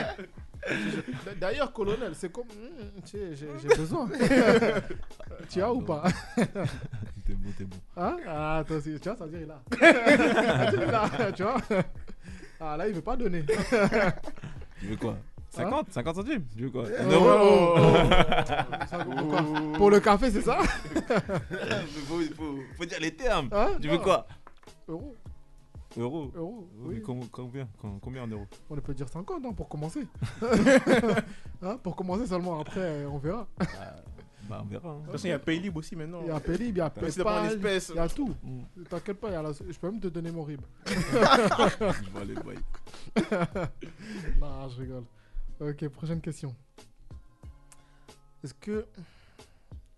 D'a- D'ailleurs, colonel, c'est comme. Hmm, tu sais, J'ai j'ai besoin. tu as ou pas T'es beau, t'es beau. Hein Ah, toi aussi, tu vois, ça veut dire il a. il a, tu vois Ah, là, il veut pas donner. Tu veux quoi Hein 50 50 centimes Tu veux quoi Oh, 1 euro oh, oh. Ça, pourquoi Pour le café, c'est ça Mais faut, faut- faut dire les termes. Hein tu veux Non. quoi Euro. Euro Euro, Mais oui. com- combien, com- combien en euros On peut dire 50 ans pour commencer. Hein, pour commencer seulement, après, euh, on verra. Bah, on verra. hein. De toute façon, il y a Paylib aussi maintenant. Il y a Pélib, il y a Même si t'as pas en PayPal, espèces. il y a tout. Mm. T'inquiète pas, il y a la- je peux même te donner mon RIB. Je vais aller bail. [laughs] non, je rigole. Ok, prochaine question. Est-ce que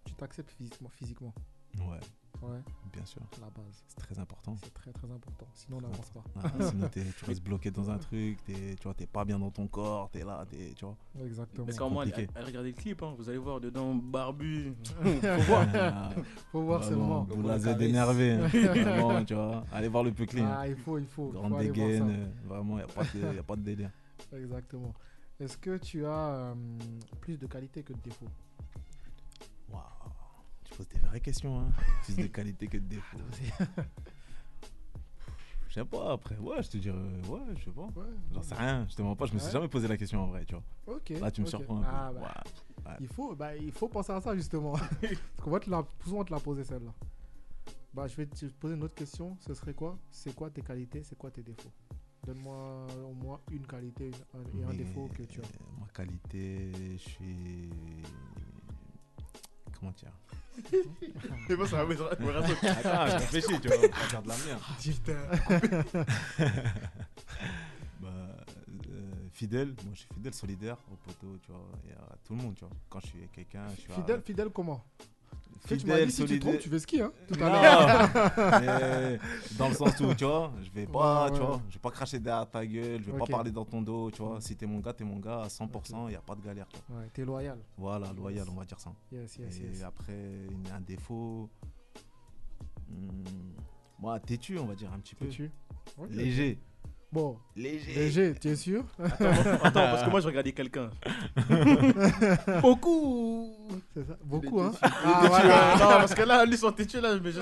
tu t'acceptes physiquement, physiquement Ouais. Ouais. Bien sûr. La base. C'est très important. C'est très très important. Sinon, on n'avance pas. Ah, sinon, t'es- tu restes bloqué dans un truc, t'es- tu vois, t'es pas bien dans ton corps, t'es là, t'es, tu vois. Exactement. [laughs] Parce C'est qu'en moi, elle, compliqué. elle regardait le clip, hein, vous allez voir dedans, barbu. Faut Faut voir. voir. Faut Ah voir seulement. Vous la êtes [laughs] énervé, hein. vraiment, tu vois. Allez voir le plus clean. Ah, il faut, il faut, il Grande faut aller voir dégaine, ça. euh, vraiment, y a pas de, y a pas de délire. Exactement. Est-ce que tu as euh, plus de qualité que de défaut Waouh, tu poses des vraies questions, hein. Plus de qualité que de défaut. [laughs] Je sais pas, après, ouais, je te dirais, euh, ouais, je sais pas. J'en sais rien, je te mens pas, je me suis Ouais. jamais posé la question en vrai, tu vois. Ok. Là, tu me ok. surprends un peu. Ah, bah, Waouh, ouais. il, faut, bah, il faut penser à ça [laughs] justement. Parce qu'on va te la, souvent te la poser celle-là. Bah, je vais te poser une autre question. Ce serait quoi C'est quoi tes qualités C'est quoi tes défauts Donne-moi au moins une qualité une- un- et un Mais, défaut que tu as. euh, Ma qualité, je suis. [laughs] Comment dire Mais bon, ça va me me [laughs] rassurer. Attends, je réfléchis, tu vois. on va faire de la merde. Ah, putain. bah, euh, fidèle, moi je suis fidèle, solidaire au poteau, tu vois, et à tout le monde, tu vois. Quand je suis avec quelqu'un, je suis à- Fidèle, fidèle comment Tu sais, tu m'as dit, Fidèle, si tu te solidaire. trompes, tu fais ski, hein, tout à Non, l'heure. mais dans le sens où, tu vois, je vais pas, Ouais, tu ouais. vois, je vais pas cracher derrière ta gueule, je vais Ok. Mm. pas parler dans ton dos, tu vois. Si t'es mon gars, t'es mon gars à 100%, il y a pas de galère. tu vois. Ouais, t'es loyal. Voilà, loyal, Yes. on va dire ça. Yes, yes, Et yes. après, une- un défaut. hmm, moi, têtu, on va dire un petit peu. Têtu. Ok. Léger. Bon. Léger. Léger, tu es sûr Attends, attends, parce que moi je [laughs] regardais quelqu'un. Beaucoup C'est ça, Il beaucoup, est hein têtu. Ah, Il est têtu, voilà. hein. Non, parce que là, lui, son têtu, là, mais je.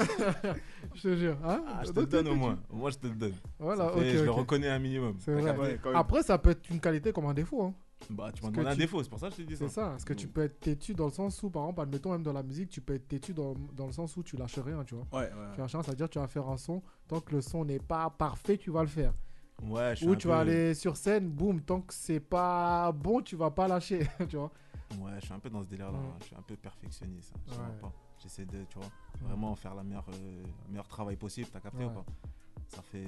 Je te jure, hein Ah, je te D'autres, le donne t'es au têtu. moins. Moi, je te le donne. Voilà, Ça fait- ok, Je le ok. reconnais un minimum. C'est T'as vrai. capté Après, ça peut être une qualité comme un défaut. hein. Bah, tu m'as Parce que demandé un défaut, c'est pour ça que je t'ai dit C'est ça. ça, parce que tu peux être têtu dans le sens où, par exemple, admettons même dans la musique, tu peux être têtu dans, dans le sens où tu lâches rien, tu vois. Ouais, ouais. Tu lâches rien, c'est-à-dire tu vas faire un son, tant que le son n'est pas parfait, tu vas le faire. Ouais, je suis Ou un tu vas peu- aller sur scène, boum, tant que c'est pas bon, tu vas pas lâcher, [laughs] tu vois. Ouais, je suis un peu dans ce Ouais. délire-là. hein. Je suis un peu perfectionniste. hein. Je sais Mm. Ouais. Mm. pas. J'essaie de, tu vois, vraiment faire la meilleure, euh, meilleur travail possible. T'as capté ou Ouais. pas Ça fait.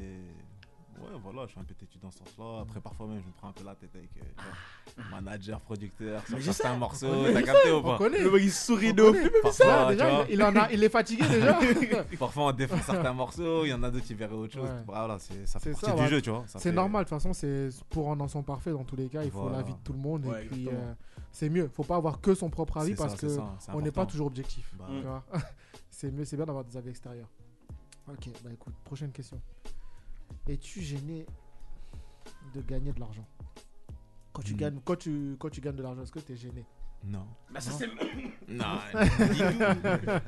Ouais, voilà, je suis un peu têtu dans ce Mm. sens-là. Après, parfois même, je me prends un peu la tête avec euh, tu vois, manager, [laughs] producteur, Mais sur je certains sais, morceaux. on connaît, T'as je capté sais, ou on pas connaît. Le mec, il sourit de On ouf. connaît. Mais mais Parfois, ça, tu déjà, vois. il, il en a, il est fatigué déjà. [laughs] Parfois, [laughs] on défend certains morceaux. Il y en a d'autres qui verraient autre chose. Ouais. Voilà, c'est- ça C'est fait partie ça, du voilà. jeu, tu vois. Ça C'est fait- normal, de toute façon, c'est pour un ensemble parfait dans tous les cas, il faut Voilà. l'avis de tout le monde Ouais, et puis exactement. euh, c'est mieux. Faut pas avoir que son propre avis C'est ça, parce c'est que ça, c'est on n'est pas important. toujours objectif. Bah tu ouais. vois. [laughs] c'est mieux, c'est bien d'avoir des avis extérieurs. Ok, bah écoute, prochaine question. Es-tu gêné de gagner de l'argent quand tu, Hmm. gagnes, quand, tu, quand tu gagnes de l'argent, est-ce que tu es [laughs] gêné Non. Bah, ça, Non c'est- Non, Hein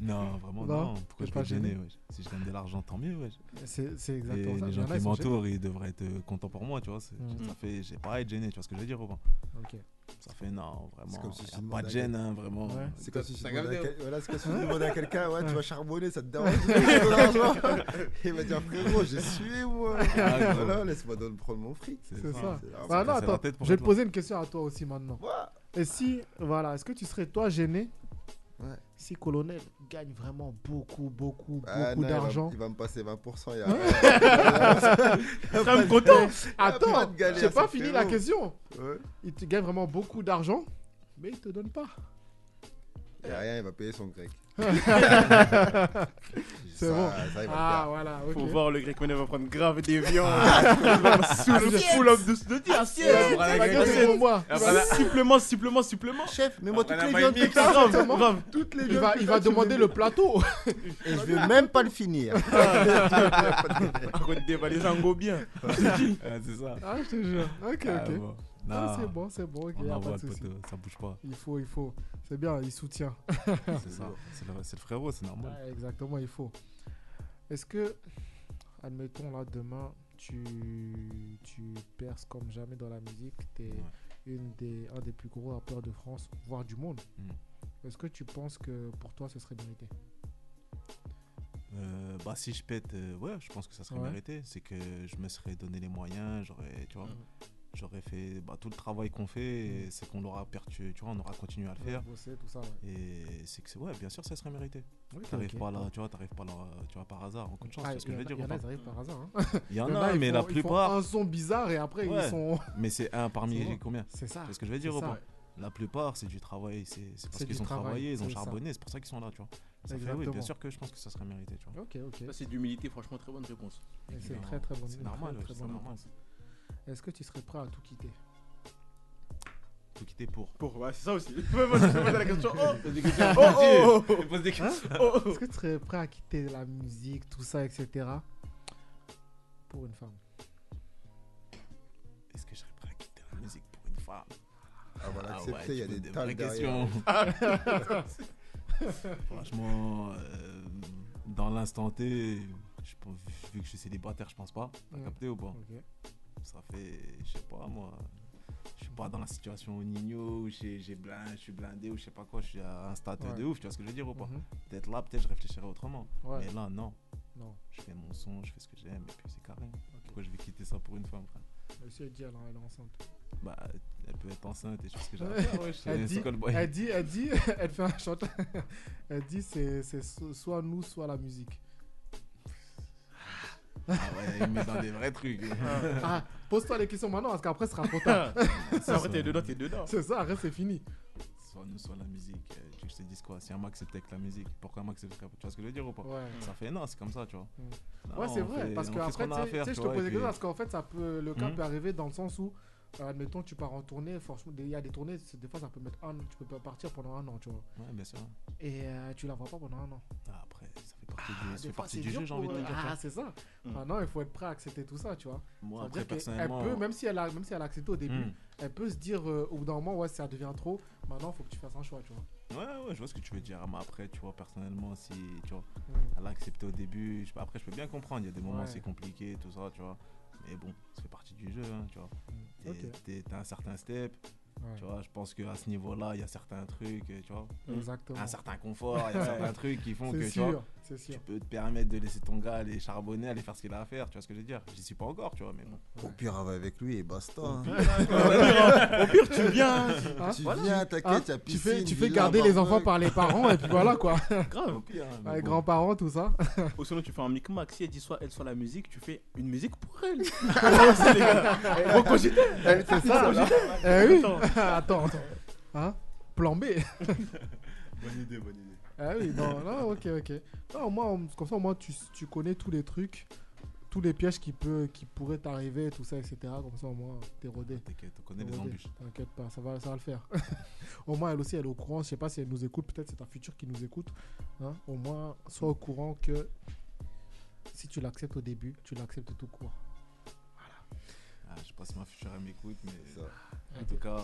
non, Non, vraiment non. t'es Pourquoi je pas vais te gêner gêné. wesh Si je gagne de l'argent, tant mieux. Wesh. C'est- c'est exactement Et ça. Les Il y en gens a, ils qui sont m'entourent, ils devraient être euh, contents pour moi, tu vois. c'est- Mhm. Ça fait, j'ai pas à être gêné, tu vois ce que je veux dire, Robin Ok. Ça fait non, C'est vraiment. comme si y tu a pas demandais de à gêne, quel- hein, vraiment. Ouais. C'est comme si tu Ça demandais à capte. quel- voilà, c'est comme si tu demandais à quelqu'un, ouais, tu vas charbonner, ça te [laughs] dérange. Ouais. tu veux ton argent Il va dire, frérot, j'ai sué, moi. Ah, grave. Voilà, laisse-moi donner- prendre mon fric. C'est ça. C'est Bah c'est non, la attends, tête pour je vais être te là. poser une question à toi aussi maintenant. Et si, voilà, est-ce que tu serais toi gêné si Colonel gagne vraiment beaucoup, beaucoup, Ah, beaucoup non, il va- d'argent Il va me passer 20%. Il y a... Hein Il y a [laughs] pas [laughs] de- il y a Attends, pas de galère, j'ai pas c'est fini la frérot. question. Ouais. Il te gagne vraiment beaucoup d'argent, mais il te donne pas. Il y a rien, il va payer son grec. C'est bon. Ah, voilà, ok. Faut voir le grec, on va prendre grave des viandes. Ah. Il va [laughs] sous le Assiette. full up de de dire assiette. Il va prendre la grec, c'est pour moi. Ah, Il va- Ah, Supplément, supplément, supplément. Chef, mets-moi toutes les viandes que t'as. Grave, Exactement. grave. Toutes les Il va, il va demander le plateau. Et je vais même pas le finir. Ah. Par contre, dévaler ça en go bien. [laughs] Ah, c'est ça. Ah, je te jure. Ok, Ah, ok. bon. Ah, Non. c'est bon, c'est bon. ok, On y a en pas voit de le souci. poteau, ça bouge [laughs] pas. Il faut, il faut. C'est bien, il soutient. C'est ça. C'est le, c'est le frérot, c'est normal. Ouais, exactement, il faut. Est-ce que, admettons là, demain, tu, tu perces comme jamais dans la musique, tu es une des, un des plus gros rappeurs de France, voire du monde. Mm. Est-ce que tu penses que pour toi, ce serait mérité Euh, bah si je pète euh, ouais je pense que ça serait Ouais. mérité c'est que je me serais donné les moyens j'aurais tu vois j'aurais fait bah, tout le travail qu'on fait et c'est qu'on l'aura perdu tu vois on aura continué à le Ouais, faire bosser, tout ça, et c'est que c'est ouais bien sûr ça serait mérité Ok, t'arrives ok. pas là tu vois t'arrives pas là tu vois par hasard encore de chance Ah, tu vois ce que je veux dire Il y en a, enfin. ils arrivent par hasard. hein. Il y en a, ils mais la font- ils font plupart- un son bizarre et après, Ouais, ils sont. mais c'est un parmi sont bons. combien C'est ça, [laughs] c'est ce que je veux dire c'est ou ça. pas la plupart c'est du travail c'est c'est parce C'est qu'ils du ont travail, travaillé ils ont c'est ça. charbonné c'est pour ça qu'ils sont là tu vois ça fait, oui, bien Exactement. sûr que je pense que ça serait mérité tu vois Ok, ok. Ça, c'est d'humilité, franchement, très bonne réponse. Et C'est très très bon. c'est normal, ouais, c'est normal. Est-ce que tu serais prêt à tout quitter tout quitter pour Pour, ouais, c'est ça aussi. [laughs] Ouais, moi, je me suis posé la question. Oh, Pose des questions. Oh, oh, oh, Dieu, pose des questions. Hein Oh, oh. Est-ce que tu serais prêt à quitter la musique, tout ça, etc. pour une femme Est-ce que je serais prêt à quitter la musique pour une femme Ah, voilà, ouais, accepter, il y a tu poses des vraies tales questions. derrière. [laughs] Franchement, euh, dans l'instant T, je pense- vu que je suis célibataire, je pense pas. T'as Ouais. capté ou pas Mm. Ok. Ça fait, je sais pas moi, je suis pas dans la situation au Nino où j'ai j'ai blind, je suis blindé ou je sais pas quoi, je suis à un stade Ouais. de ouf, tu vois ce que je veux dire ou pas Mhm. Peut-être là, peut-être je réfléchirais autrement. Ouais. Mais là, Mm-hmm. non. Non. Je fais mon son, je fais ce que j'aime et puis c'est carré. Pourquoi je vais quitter ça pour une femme, frère Monsieur dit, elle, elle est enceinte. Bah, elle peut être enceinte et je sais ce que j'ai à faire, wesh, c'est- elle, c'est dit, quoi le bail elle dit, elle dit, [laughs] elle fait un chanteur. Elle dit, c'est c'est so- soit nous, soit la [laughs] musique. Ah ouais, il me met dans des vrais trucs. [laughs] Ah, Ah. pose-toi les questions maintenant, parce qu'après, ce sera trop tard. Ça, Après, t'es ouais. dedans, t'es dedans. C'est ça, après, c'est fini. soit nous, soit la musique. euh, tu veux que je te dise quoi Si un m'acceptait avec la musique, pourquoi un m'accepterait pas Tu vois ce que je veux dire ou pas Ouais. Ça fait non, c'est comme ça, tu vois. Non, ouais, c'est on vrai, fait- parce on que fait ce après, qu'on a tu à sais- faire, tu sais, je te tu vois, et posais question puis- parce qu'en fait, ça peut, le cas Mhm. peut arriver dans le sens où, euh, admettons, tu pars en tournée, franchement, il y a des tournées, c'est- des fois, ça peut mettre un, tu peux pas partir pendant un an, tu vois. Ouais, bien sûr. Et euh, tu la vois pas pendant un an. après, ça fait Ah, partie du, ça des fait fois, partie c'est du dur jeu, j'ai envie de pour- te dire. tu Ah, vois. c'est ça. Mm. Maintenant, il faut être prêt à accepter tout ça, tu vois. Ça Moi, veut après, dire qu'elle- personnellement, elle peut, même si elle, a, même si elle a accepté au début, Mm. elle peut se dire euh, au bout d'un moment, ouais, ça devient trop. Maintenant, faut que tu fasses un choix, tu vois. Ouais, ouais, je vois ce que tu veux dire. Mais après, tu vois, personnellement, si tu vois, elle a accepté au début, je sais pas, après, je peux bien comprendre. Il y a des moments, Hmm. Ouais. c'est compliqué, tout ça, tu vois. Mais bon, ça fait partie du jeu, hein, tu vois. T'es Ok. t'es- t'as un certain step. Ouais. Tu vois, je pense qu'à ce niveau-là, il y a certains trucs, euh, tu vois. Exactement. Un certain confort, il y a certains trucs qui font C'est que sûr, tu vois, c'est sûr. tu peux te permettre de laisser ton gars aller charbonner, aller faire ce qu'il a à faire, tu vois ce que je veux dire. J'y suis pas encore, tu vois, mais bon. Au pire, on va avec lui et basta. hein. pire, hein. Au pire, tu viens. Hein Tu Voilà. viens, Hein t'inquiète, il y a Tu fais, piscine, tu fais villa, garder les barbecue. enfants par les parents et puis voilà quoi. Grave. hein, Ah Les grands-parents, tout ça. Ou sinon, tu fais un micmac. Si elle dit soit elle, soit la musique, tu fais une musique [laughs] pour elle. [laughs] Recogiter. Eh, C'est ça. Recogiter. Eh oui. Ah, Attends. [laughs] Attends, attends. Hein Plan B. Bonne idée, bonne idée. Ah oui, non, non, ok, ok. Non, moi, on- comme ça, au moins, tu, tu connais tous les trucs, tous les pièges qui, peut, qui pourraient t'arriver, tout ça, etc. Comme ça, au moins, t'es rodé. T'inquiète, on connaît T'es les rodé. embûches. T'inquiète pas, ça va, ça va le faire. [laughs] au moins, elle aussi, elle est au courant. Je sais pas si elle nous écoute, peut-être c'est un futur qui nous écoute. hein. Au moins, sois au courant que si tu l'acceptes au début, tu l'acceptes tout court. Ah, je sais pas si ma future elle m'écoute, mais. En Ok. tout cas,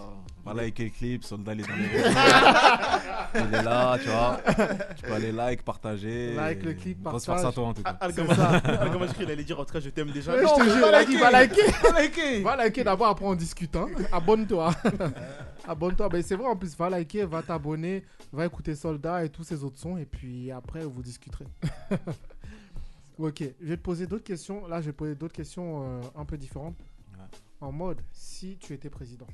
voilà avec quel clip, soldat [laughs] les dans les rues. Il est là, tu vois. Tu peux aller like, partager. Like le et clip, grosse force à toi en tout cas. Ah, Algama, [laughs] Algama, je croyais qu'il allait dire en tout cas, je t'aime déjà. Mais je te jure, la vas-y, va liker. Va liker d'abord, après on discute. hein. [laughs] Abonne-toi. Abonne-toi. Mais c'est vrai, en plus, va liker, va t'abonner, va écouter Soldat et tous ces autres sons. Et puis après, vous [laughs] discuterez. ok, je vais te poser d'autres questions. Là, je vais te poser d'autres questions euh, un peu différentes. Ouais. En mode, si tu étais président.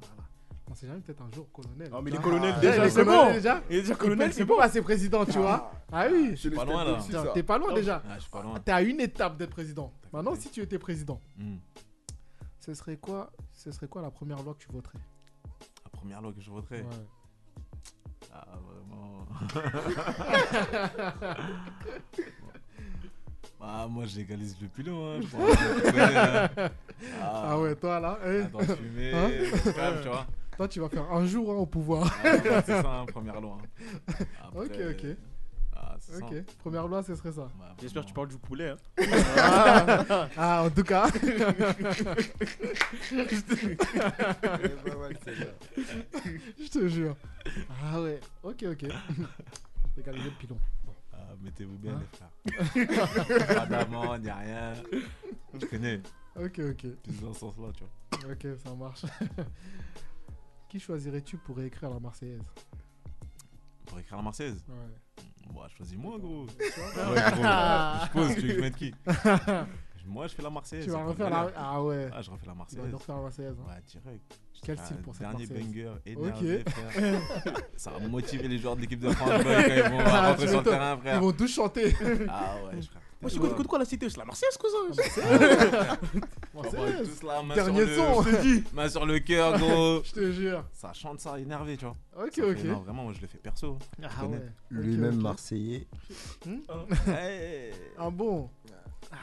Voilà. On sait jamais, peut-être un jour, colonel. Ah, mais Tu les vois. colonels, Ah, déjà, il est c'est colonel, bon. déjà. Il est déjà Il peut- colonel, Il c'est peut bon. passer président, tu Ah. vois. Ah oui. suis pas loin, là. Tiens, T'es pas loin déjà. Ah, je suis pas loin. T'es à une étape d'être président. Maintenant, si tu étais président, Hmm. ce serait quoi Ce serait quoi la première loi que tu voterais La première loi que je voterais. Ouais. Ah, vraiment. ah, moi, je légalise le pilon. Hein, je pense. [laughs] Ah ouais, toi, là, eh. Attends, de fumer, Hein au calme, tu vois. Toi, tu vas faire un jour hein, au pouvoir. Ah, ouais, c'est ça, hein, première loi. hein. Après, ok, ok. Ah, c'est ça. ok, première loi, ce serait ça. [laughs] J'espère que tu parles du poulet. hein. Ah, ah, en tout cas. [laughs] Je te jure. Ah ouais, ok, ok. [laughs] Légaliser le pilon. Bon. Ah, mettez-vous bien, Hein les frères. pas d'amende, y'a rien. Je connais. Ok, ok. Plus dans ce sens-là, tu vois. Ok, ça marche. [laughs] Qui choisirais-tu pour réécrire la Marseillaise Pour écrire la Marseillaise Ouais. Bah, choisis-moi, gros. [laughs] vois. Ouais, gros. Je pose, tu veux que je [laughs] mette qui Moi, je fais la Marseillaise. Tu vas c'est refaire pas le la. galère. Ah ouais. Ah, je refais la Marseillaise. Tu vas refaire la Marseillaise. hein. Ouais, direct. Quel Ah, style pour cette Dernier Marseillaise banger, [laughs] énervé, Ok. frère. Ça va motiver les joueurs de [laughs] l'équipe de France, boy, quand ils vont Ah, tu rentrer sur le m'étonnes. terrain, frère. Ils vont tous chanter. [laughs] Ah ouais, frère. Moi, je suis contre quoi la cité Je suis la Marseillaise, cousin. [laughs] On va tous là, main Dernier sur [laughs] son. le... Main sur le cœur, gros. Je te jure. Ça chante, ça énervé, tu vois. Ok, Ça fait- ok. Non, vraiment, moi, je le fais perso. hein. Je Ah connais. ouais. Lui-même Ok, ok. marseillais. Hmm [laughs] ah bon Ah,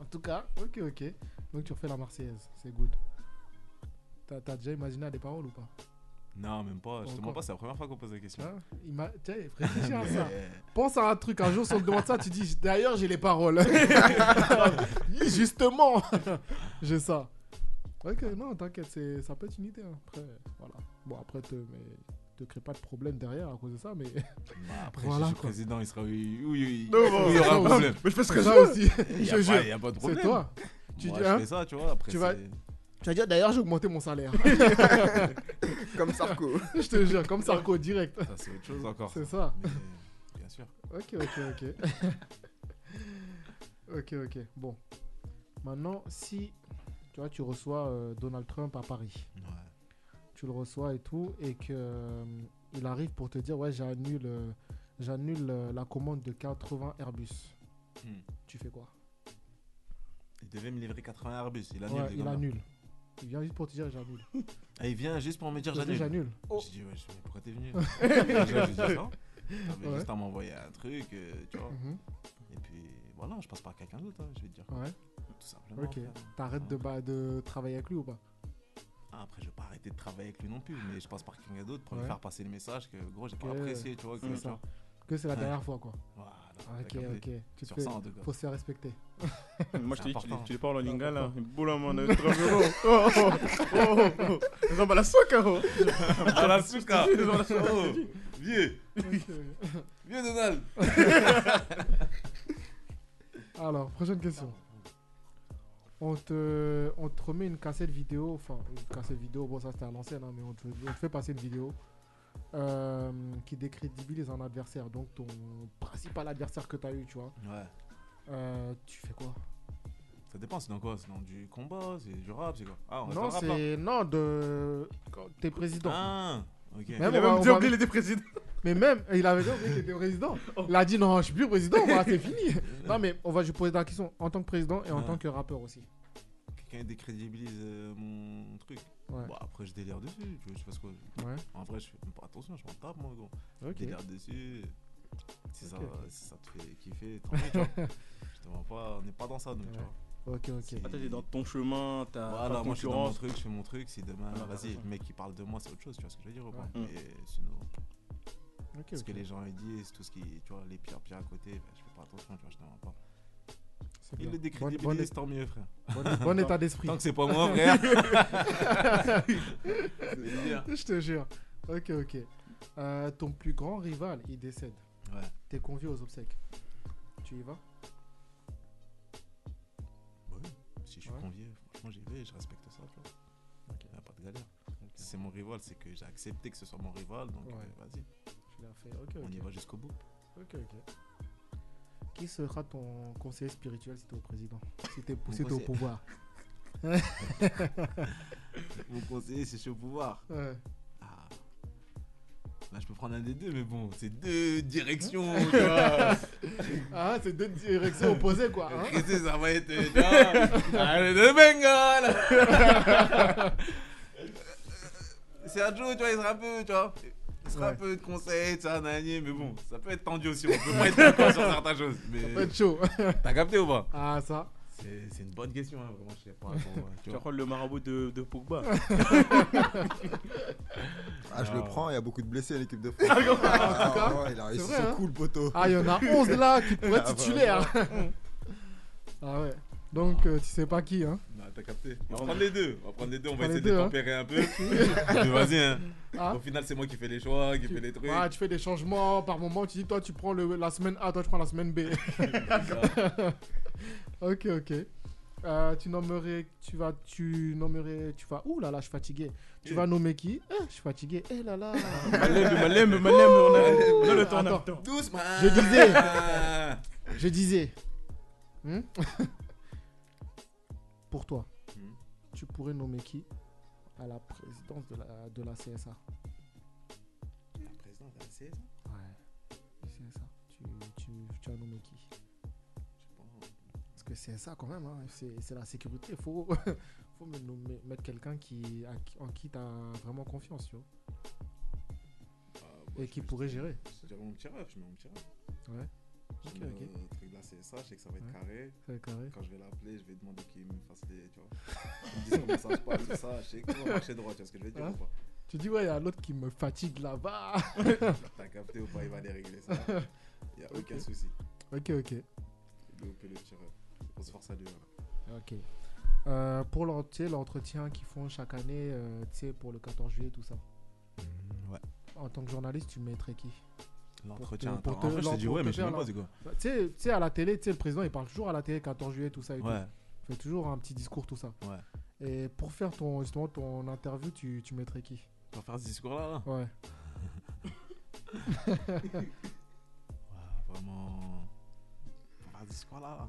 En tout cas, ok, ok. Donc tu refais la Marseillaise, c'est good. T'as t'as déjà imaginé des paroles ou pas Non, même pas. Je te mens Encore. pas, c'est la première fois qu'on pose la question. Hein Ima- Tiens, réfléchis à Mais- [laughs] ça. Pense à un truc, un jour si on te demande ça, tu dis d'ailleurs j'ai les paroles. [laughs] Justement, [laughs] j'ai ça. Ok, non, t'inquiète, c'est- ça peut être une idée. hein. Après, voilà. Bon, après, te, mais, te crée pas de problème derrière à cause de ça, mais. Après, voilà. si je suis président, il sera. Oui, oui, [laughs] oui. Non, bon, il y aura non, un problème. mais je fais [laughs] ce que Ça je veux. Il Je y a pas- jure. il y a pas de C'est problème. toi. Tu Tu Moi, dis, je hein fais ça, tu vois. Après, Tu vas- c'est- Tu vas dire d'ailleurs j'ai augmenté mon salaire. [laughs] Comme Sarko. je te jure, comme Sarko direct. Ça, c'est autre chose encore, C'est ça. ça. Mais, Euh, bien sûr. Ok, ok, [laughs] ok. ok, ok. Bon. Maintenant, si tu vois, tu reçois euh, Donald Trump à Paris. Tu le reçois et tout, et que euh, il arrive pour te dire ouais j'annule, euh, j'annule euh, la commande de 80 Airbus. Hmm. Tu fais quoi Il devait me livrer 80 Airbus. Il annule. Ouais, les Il gamins. annule. Il vient juste pour te dire j'annule. Ah, il vient juste pour me dire Il te j'annule. dit j'annule. Je dis, ouais, je- mais pourquoi [laughs] t'es venu Déjà, je lui dis ça. Ah, mais Ouais. Juste à m'envoyer un truc, euh, tu vois. Mhm. Et puis voilà, je passe par quelqu'un d'autre, hein, je vais te dire. Ouais. Tout simplement. Ok. frère. Hein. T'arrêtes de, bah, de travailler avec lui ou pas Ah, Après, je vais pas arrêter de travailler avec lui non plus, mais je passe par quelqu'un d'autre pour lui Ouais. faire passer le message que gros, j'ai pas Que- apprécié, tu vois. Que, c'est tu ça. vois. Que c'est la Ouais. dernière fois quoi. Voilà, Ah, Ok, t'as ok. capté. Tu te Sur fais- ça, en tout cas. Faut se faire [laughs] respecter. Moi, je te dis, tu, les- tu les parles en lingala. là. Important. Boule à mon [laughs] 30 euros. Oh, oh, oh, oh. Ils ont balasuka, oh. [laughs] À [laughs] la souka. Ils ont balasuka. Oh, vieux. Vieux Donald. Alors, prochaine question. On te, on te remet une cassette vidéo, enfin une cassette vidéo, bon ça c'était à l'ancienne, hein, mais on te, on te fait passer une vidéo euh, qui décrédibilise un adversaire, donc ton principal adversaire que tu as eu, tu vois. Ouais. Euh, tu fais quoi Ça dépend, c'est dans quoi C'est dans du combat, c'est du rap, c'est quoi Ah, on reste dans Non, le rap, là. c'est. Non, de. T'es président. Ah, ok. Même Il a on même va- dit bah, on va- oublier, il était président. Mais même, il avait dit oublier qu'il était [laughs] président. Oh. Il a dit non, je suis plus président, voilà, c'est fini. Non, mais on va je vais poser la question en tant que président et en Ouais. tant que rappeur aussi. Quelqu'un décrédibilise euh, mon truc. Ouais. Bon, après, je délire dessus. Tu vois, je fasse quoi Ouais. En vrai, je fais même pas attention, je m'en tape, moi, gros. Ok. Je délire dessus. Si, ça, Ok, ok. si ça te fait kiffer, tant mieux, [laughs] tu vois. Je te vois pas, on n'est pas dans ça, donc, tu vois. Ok, ok. Ah, toi, t'es dans ton chemin, t'as Ah, pas Voilà, de moi je suis dans mon concurrence. truc, je fais mon truc. Si demain, Ah, t'as vas-y, raison. le mec qui parle de moi, c'est autre chose, tu vois ce que je veux dire ou pas Ouais. Mais sinon, ce ok. que les gens ils disent, tout ce qui, tu vois, les pires pires à côté, ben, je fais pas attention, tu vois, je t'en rends pas. C'est Il bien. le Bonne- décrédibilise, bonne- tant mieux, frère. Bon, bon état d'esprit. Tant que [laughs] c'est pas moi, frère. [laughs] Je te jure. Ok, ok. Euh, ton plus grand rival, il décède. Ouais. T'es convié aux obsèques. Tu y vas Ouais, si je suis convié, franchement, j'y vais, je respecte ça, tu vois. Y a pas de galère. Si c'est mon rival, c'est que j'ai accepté que ce soit mon rival, donc Ouais. euh, vas-y. Tu l'as fait. Ok, On y ok. va jusqu'au bout. [laughs] Ok, ok. Qui sera ton conseiller spirituel si t'es au président Si t'es Mon si t'es au conseiller- [laughs] pouvoir Mon conseiller, c'est je suis au pouvoir. Ouais. Ah. Là, je peux prendre un des deux, mais bon, c'est deux directions. tu [laughs] vois. Ah, c'est deux directions opposées, quoi, hein. [laughs] Qu'est-ce que ça va être euh, tu vois, Allez, de [laughs] Bengale Sergio, tu vois, il sera un peu, tu vois. Il sera un Ouais. peu de conseil, ça, nani, mais bon, ça peut être tendu aussi. On peut pas être d'accord sur certaines choses. Mais... Ça peut être chaud. T'as capté ou pas Ah, ça. C'est c'est une bonne question, hein, vraiment, je sais pas. Tu vas prendre le marabout de, de Pogba. Ah, je le Non. prends, il y a beaucoup de blessés à l'équipe [laughs] de Ah, France. en tout Ah, cas, ouais, il a c'est réussi vrai, son hein. coup, le poteau. Ah, il y en a 11 là qui pourraient Ah, être titulaires. vraiment. Ah ouais. Donc, euh, tu sais pas qui, hein Non, t'as capté. On va prendre les deux. On va prendre les deux. On va prends les essayer de deux, hein. tempérer un peu. [laughs] Mais vas-y. Hein. Ah. Au final, c'est moi qui fais les choix, qui fais les trucs. Ah, tu fais des changements par moment. Tu dis, toi, tu prends le- la semaine A, toi, tu prends la semaine B. [laughs] ok, ok. Euh, tu nommerais, tu vas, tu nommerais, tu vas. Ouh là là, je suis fatigué. Tu vas nommer qui Eh, Je suis fatigué. Eh là là. Malem, Malem, Malem, on a- on a le temps, on a le Attends. temps. Doucement. Je disais. je disais. Hmm [laughs] Pour toi, tu pourrais nommer qui à la présidence de la, de la CSA Président de la CSA. Ouais. C'est ça. Tu, tu, tu as nommé qui Parce que c'est ça quand même, hein. c'est c'est la sécurité. Il faut, [laughs] faut me nommer- mettre quelqu'un qui, à qui- en qui tu as vraiment confiance, tu vois. Bah, Et qui pourrait gérer. C'est déjà mon petit rêve. Je mets mon petit rêve. Ouais. Je Ok, ok. mets un truc de la CSA, je sais que ça va être Ouais. carré. Ça va être carré. Quand je vais l'appeler, je vais demander qu'il me fasse les. Tu vois. Il me dit comment ça se passe, tout ça. Je sais que tout va marcher droit, tu vois ce que je veux dire Hein ou pas Tu dis, ouais, il y a l'autre qui me fatigue là-bas. [laughs] T'as capté ou pas, il va aller régler ça. Il n'y a aucun souci. ok, ok. Le OP, le petit rêve. On se force à hein. lui. voilà. Ok. Euh, pour l'en- tu sais, l'entretien qu'ils font chaque année, euh, tu sais, pour le 14 juillet, tout ça. ouais. En tant que journaliste, tu mettrais qui L'entretien, Pour te- attends, en vrai, je t'ai dit pour ouais, te mais je sais faire même pas, l'en- c'est quoi. Bah, Tu sais- tu sais, à la télé, tu sais, le président, il parle toujours à la télé 14 juillet, tout ça et Ouais. tout. Il fait toujours un petit discours, tout ça. Et pour faire ton, justement ton interview, tu, tu mettrais qui Pour faire ce discours-là, là Ouais. Ah, Vraiment. Pour faire ce discours-là, là.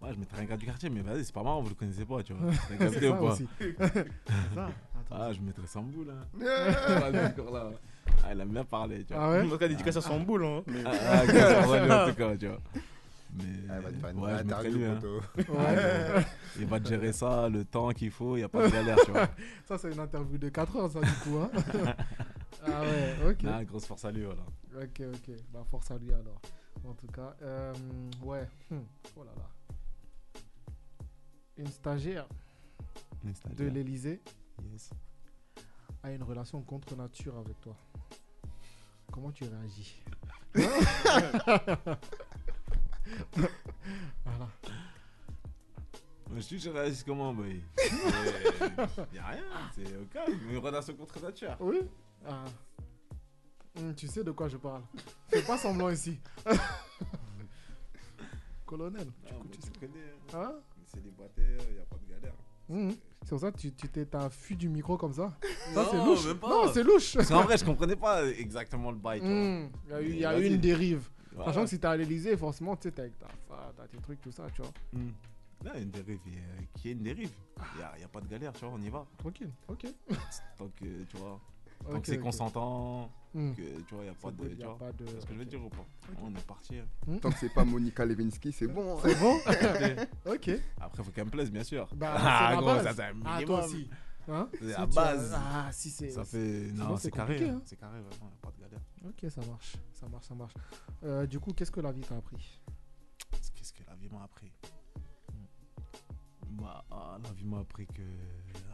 Ouais, je mettrais un gars du quartier, mais vas-y, c'est pas marrant, vous le connaissez pas, [laughs] tu vois. T'as C'est capté ou ça pas [laughs] aussi. [laughs] C'est ça. Ah, je mettrais Samboul, [laughs] hein. Pour faire ce discours-là. Ah, il aime bien parler, tu vois. Ah ouais En tout cas, dédicace à Samboul, hein. [laughs] Ah, ah, grâce à Samboul, en tout cas, tu vois. Mais Ah, bah, il va te faire une ouais, vraie je mettrais interview, lui, hein. poteau. Ah, mais [laughs] Ouais. Il va te gérer ça le temps qu'il faut, il [laughs] n'y a pas de galère, tu vois. ça, c'est une interview de 4 heures, ça, du coup. hein. [laughs] ah ouais, ok. Non, grosse force à lui, voilà. Ok, ok. Bah, force à lui alors. En tout cas, euh, ouais. Hmm. Oh là là. Une stagiaire Une de stagiaire. l'Elysée Yes. a une relation contre nature avec toi. Comment tu réagis Voilà. Moi, Je suis je réagis comment, [laughs] boy Il n'y a rien, c'est au calme. Une relation contre nature. Oui Ah. Hmm, Tu sais de quoi je parle. Fais pas semblant [laughs] ici. Colonel, tu, moi, tu tu sais. connais, Hein Célibataire, il n'y a pas de galère. Mhm. C'est pour ça que tu tu t'es t'as fui du micro comme ça. ça Hmm. Non, c'est louche. même pas. Non, c'est louche. Parce qu'en vrai, je comprenais pas exactement le bail. tu vois. Mmh, Il y a eu, il y a Mais eu une vas-y. dérive. Voilà. Sachant que si t'es à l'Elysée, forcément, tu sais, t'as avec ta femme, t'as tes trucs, tout ça, tu vois. Hmm. Non, une dérive, il y a- qui est une dérive. Il n'y a, il y a pas de galère, tu vois, on y va. Tranquille, ok. Tant que, tu vois, tant Ok, que c'est ok. consentant, Hmm. que, tu vois, il n'y a pas C'est de... good, tu y a vois, pas de- c'est ce que je veux dire ou pas On est parti. [laughs] hein. Tant que c'est pas Monica Lewinsky, c'est bon. C'est bon hein. [laughs] Ok. Après, faut qu'elle me plaise, bien sûr. [laughs] Bah, ah, c'est la gros, base. ça, c'est un Ah, minimum. toi aussi. Hein C'est Si la tu as- base. Ah, si, c'est- Ça c'est- fait. sinon, Non, c'est c'est carré. compliqué, hein. hein. C'est carré, vraiment, y a pas de galère. Ok, ça marche, ça marche, ça marche. Euh, du coup, qu'est-ce que la vie t'a appris Qu'est-ce que la vie m'a appris Bah, ah, la vie m'a appris que.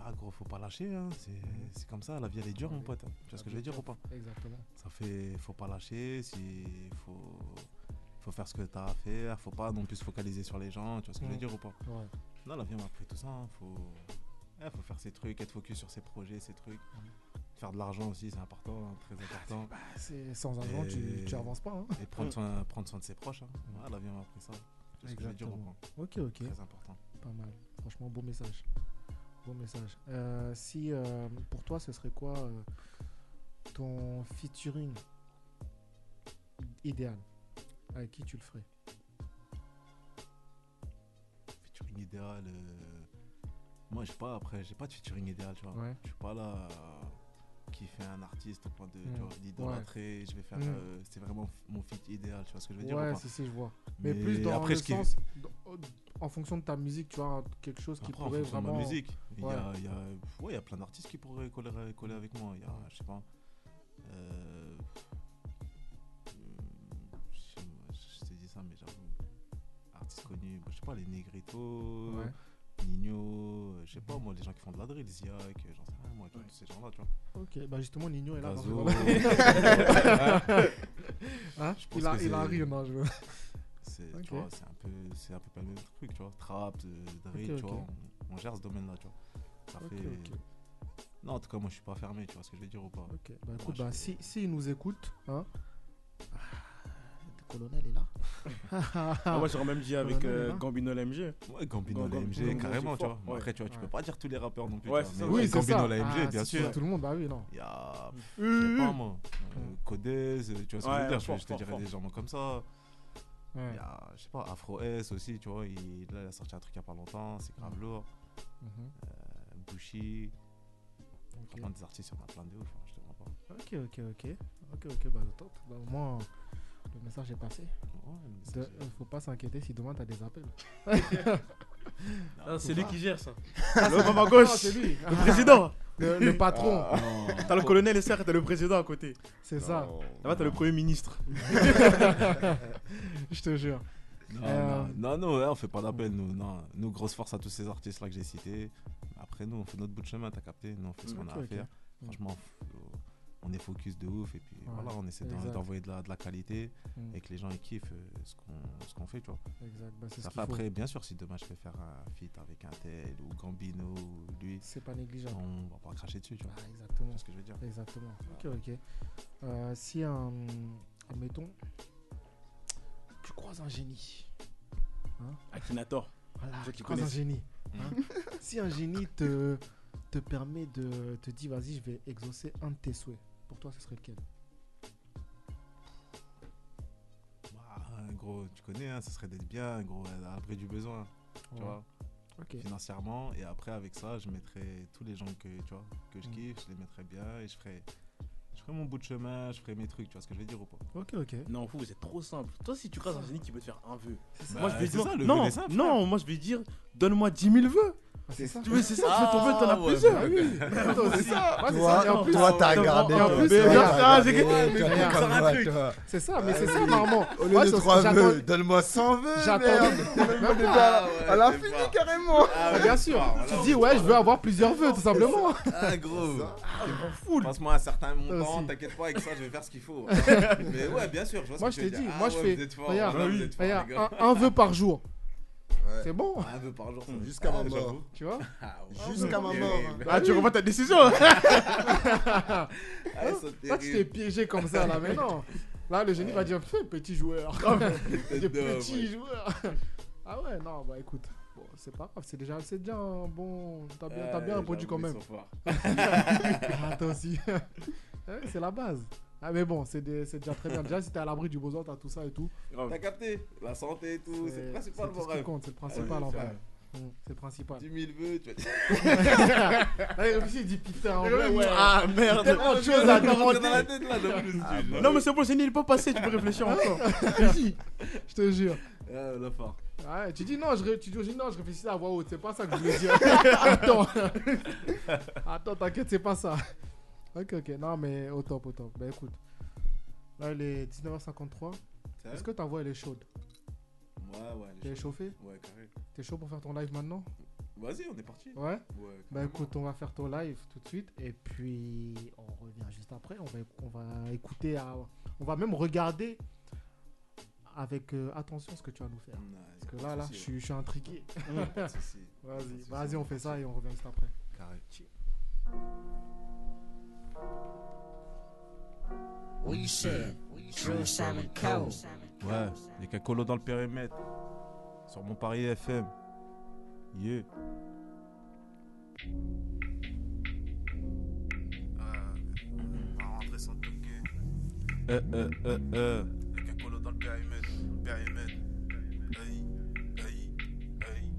Ah, gros, faut pas lâcher, hein. c'est Mhm. c'est comme ça, la vie elle est dure, mon pote. hein. Tu vois ce que je veux dire ou pas Exactement. Ça fait. Faut pas lâcher, si. Faut. Faut faire ce que t'as à faire, faut pas non plus se focaliser sur les gens, tu vois ce que je veux Mm. dire ou pas Ouais. Non, la vie m'a appris tout ça, hein. faut. eh, faut faire ses trucs, être focus sur ses projets, ses trucs. Faire de l'argent aussi, c'est important, hein, très important. c'est- sans argent, tu- tu avances Ah, pas, hein. Et prendre soin, prendre soin de ses proches. hein. Ouais, la vie m'a appris ça. Tu vois ce que je veux dire ou Exactement. pas Ok, ok. Très important. Pas mal. Franchement, beau message. Beau message. Euh, si, euh, pour toi, ce serait quoi euh, ton featuring idéal Avec qui tu le ferais featuring idéal. euh, Moi, je sais pas, après, j'ai pas de featuring idéal, tu vois. Ouais. Je suis pas là euh, qui fait un artiste au point de tu Mm. vois, d'idolâtrer. Je vais faire. Mm. euh, c'est vraiment f- mon fit idéal, tu vois ce que je veux dire Ouais, ou pas si, si, je vois. Mais, plus dans après, le ce qui- sens, dans- en fonction de ta musique, tu vois, quelque chose qui après, en pourrait fonction de ma vraiment... musique, il y Ouais. a- il y, a, pff, ouais, il y a plein d'artistes qui pourraient coller, euh, coller avec moi. Il y a, je sais pas. euh, je, je t'ai dit ça, mais j'avoue. Artistes connus, bah, je sais pas, les Negrito, Nino, euh, je sais pas, moi, les gens qui font de la drill, Ziak, euh, j'en sais rien, moi, tu vois, tous ces gens-là, tu vois. Ok, bah justement, Nino est là. dans Gazo. [laughs] ce moment. hein Je pense il, a, que il a c'est- ri, non, je veux. C'est Ok. tu [laughs] vois, c'est un peu c'est un peu pas le même truc, tu vois. Trap, euh, drill, Ok, tu ok. vois, on, on gère ce domaine-là, tu vois. Ça Ok, fait ok. Non, en tout cas, moi je suis pas fermé, tu vois ce que je veux dire ou pas. Ok, Bah écoute, bah, si, si il nous écoute, hein, le colonel est là. Ah, moi j'aurais même dit avec Colonel est euh, là. Gambino l'AMG. Ouais, Gambino Gam- l'AMG, Gambino, carrément, c'est tu vois. fort, Bon, ouais. Après, tu vois, tu peux pas dire tous les rappeurs non plus. Ouais, tu vois, mais c'est ça. Oui, ouais, c'est Gambino ça. l'AMG, Ah, bien si, sûr. c'est tout le monde, bah oui, non. Il y a. Mm. Je sais pas, Mm. moi. euh, Codez, euh, tu vois ce que je Ouais, veux dire. fort, je, je te fort, dirais fort. des gens comme ça. Il y a, je sais pas, Afro S aussi, tu vois. Il, là, il a sorti un truc il y a pas longtemps, c'est Mm. grave lourd. Mhm. Euh, Bushi. Franchement, des artistes, il y en a plein de ouf, hein, je te comprends pas. Ok, ok, ok. Ok, ok, bah top. Bah, au moins, le message est passé. De- euh, faut pas s'inquiéter si demain t'as des appels. Ah, c'est lui qui gère ça. c'est- L'homme à gauche. Ah, c'est lui. Le président. Le- le patron. Ah. T'as le colonel et serre, t'as le président à côté. C'est ça. Non. Là-bas, t'as le premier ministre. [laughs] Je te jure. Non, Euh, non, non, non, ouais, on fait pas d'appel, nous. Non. Nous, grosse force à tous ces artistes-là que j'ai cités. Après, nous, on fait notre bout de chemin, t'as capté. Nous, on fait ce Mm. qu'on a Ok, à ok. faire. Mm. Franchement, faut- on est focus de ouf. Et puis Ouais, voilà, on essaie d'en- exact. d'envoyer de la, de la qualité Mm. et que les gens ils kiffent euh, ce qu'on ce qu'on fait, tu vois. Exact, bah, c'est Ça ce fait qu'il faut. après, bien sûr, si demain je vais faire un feat avec un tel ou Gambino ou lui. C'est pas négligeable. Bah, On va pas cracher dessus, tu vois. exactement. C'est ce que je veux dire. Exactement. Ok, ok. Euh, si un. Admettons, tu croises un génie. Hein Akinator. Voilà, Ceux qui tu croises un connaissent. génie. hein. si un génie te, te permet de te dire, vas-y, je vais exaucer un de tes souhaits, pour toi, ce serait lequel Ah, gros, tu connais, hein, ça serait d'être bien, gros, à l'abri du besoin. Tu Ouais. vois Ok. Financièrement, et Mm. après, avec ça, je mettrais tous les gens que, tu vois, que je kiffe, je les mettrais bien et je ferais, je ferais ferai mon bout de chemin, je ferai mes trucs, tu vois ce que je veux dire ou pas Ok, ok. Non, vous, vous êtes trop simple. Toi, si tu crases un génie qui peut te faire un vœu, ça. moi je Bah, vais c'est dire. ça, le vœu non, des simples, non, frère. moi je vais dire, donne-moi 10 000 vœux. C'est ça. Tu veux, c'est ça, tu fais ton vœu, t'en as Ah ouais, plusieurs. bah oui. Attends, Moi c'est aussi. ça. Ouais, Ah, c'est Toi- ça. Et en plus- toi, t'as Et en- gardé, et en euh, plus, mais regarde, bien sûr, regarde, j'ai- regarde, t'es regarde, comme regarde, moi, regarde. toi. C'est ça, mais c'est ça, normalement. Au Moi, lieu de sur- 3 j'attends- vœux, donne-moi 100 vœux. J'attendais. Ah, Ah, Même déjà à la- à la fin carrément. Bien [laughs] sûr. Tu dis, ouais, je veux avoir plusieurs vœux, tout simplement. Ah gros, fou. Bah, Pense-moi à certains montants, t'inquiète pas, avec ça je vais faire ce qu'il [laughs] faut. Mais ouais, bien sûr, je vois Moi, ce je que tu t'ai veux dit, dire. Ah moi, je ouais, fais. vous êtes forts, Regarde, ouais, bah, vous êtes forts, regarde, les gars. un- un vœu par jour. Ouais. C'est bon. Un vœu par jour, c'est Ah, [laughs] jusqu'à ma bah, mort. Tu vois Ah, Jusqu'à ma mort. hein. Ah, tu revois ta [laughs] décision. Ah, elles sont Toi, tu t'es terribles. piégé comme ça, là, mais non. Là, le génie va dire, fais petit joueur. Ah, [laughs] Il mais dit, t'es dingue, petit ouais. joueur. Ah ouais, non, bah écoute. Bon, c'est pas grave, c'est déjà, c'est déjà un bon. T'as bien, t'as Ouais, bien répondu quand même. Ah, [laughs] j'avoue, ils sont forts. Ah, Toi aussi. [laughs] Ouais, c'est la base. Ah, mais bon, c'est des- c'est déjà très bien. Déjà, si t'es à l'abri du besoin, t'as tout ça et tout. T'as capté La santé et tout, c'est le C'est principal tout mon ce qui rêve. compte, c'est le principal Ouais, en c'est vrai. ça. Mm, C'est le [laughs] principal. [laughs] 10 000 vœux, tu Là, il réfléchit, il dit putain, en vrai, ouais. Ah Il merde. Ah. y a tellement de choses à demander. Non, mais c'est bon, le génie il est pas passé, tu peux [laughs] réfléchir encore. Ah, Vas-y, je te jure. Ah, Euh, la fort. Ouais, tu dis non, je, ré- tu dis au génie, non, je réfléchissais à voix haute, c'est pas ça que je voulais dire. Attends. Attends, t'inquiète, c'est pas ça. Ok, ok, non, mais au top, au top. Bah écoute, là il est 19h53. Ça Est-ce que ta voix elle est chaude Ouais, ouais. T'es les choses. chauffé Ouais, carré. T'es chaud pour faire ton live maintenant Vas-y, on est parti. Ouais Ouais, Bah carrément. écoute, on va faire ton live tout de suite et puis on revient juste après. On va, on va écouter, à- on va même regarder avec euh, attention ce que tu vas nous faire. Parce que là, là, je suis, je suis intrigué. Mmh, pas de souci. Pas de Vas-y, souci, vas-y, on pas fait de ça souci. et on revient juste après. Carré. We said, true Simon Cowell. Ouais, il y a qu'un colo dans le périmètre. Sur mon pari FM. Yeah. Ah, On va rentrer sans toquer. Euh, euh, euh, euh. Les cacolos dans le périmètre. Périmètre. Aïe, aïe, aïe,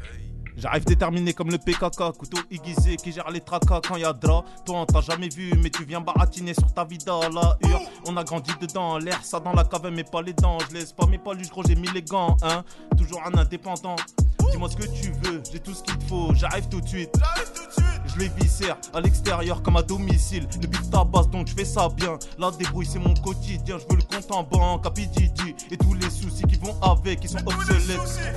aïe. J'arrive déterminé comme le PKK, couteau aiguisé qui gère les tracas quand y a drap. Toi on t'a jamais vu, mais tu viens baratiner sur ta vie dans la hure. On a grandi dedans, l'air ça dans la cave, mais pas les dents. Je laisse pas mes paluches, gros, j'ai mis les gants, hein. Toujours un indépendant. Dis-moi ce que tu veux, j'ai tout ce qu'il te faut, j'arrive tout de suite. J'arrive tout de suite. Je les viscère à l'extérieur comme à domicile. Depuis ta base, donc je fais ça bien. La débrouille, c'est mon quotidien. Je veux le compte en banque, à PDD. Et tous les soucis qui vont avec, ils sont obsolètes.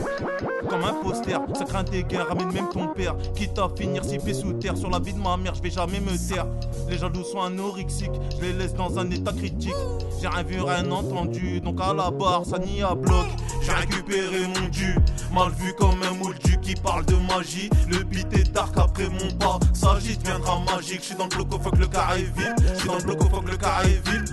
Comme un poster, ça craint tes gains, ramène même ton père. Quitte à finir sipé sous terre, sur la vie de ma mère, je vais jamais me taire. Les jaloux sont anorexiques, je les laisse dans un état critique. J'ai rien vu, rien entendu, donc à la barre, ça n'y a bloc. J'ai récupéré mon dû, mal vu comme un moldu qui parle de magie. Le beat est dark après mon pas, s'agit, deviendra magique. Je suis dans le bloc au fuck, le carré est vide. Je suis dans le bloc au fuck, le carré est vide.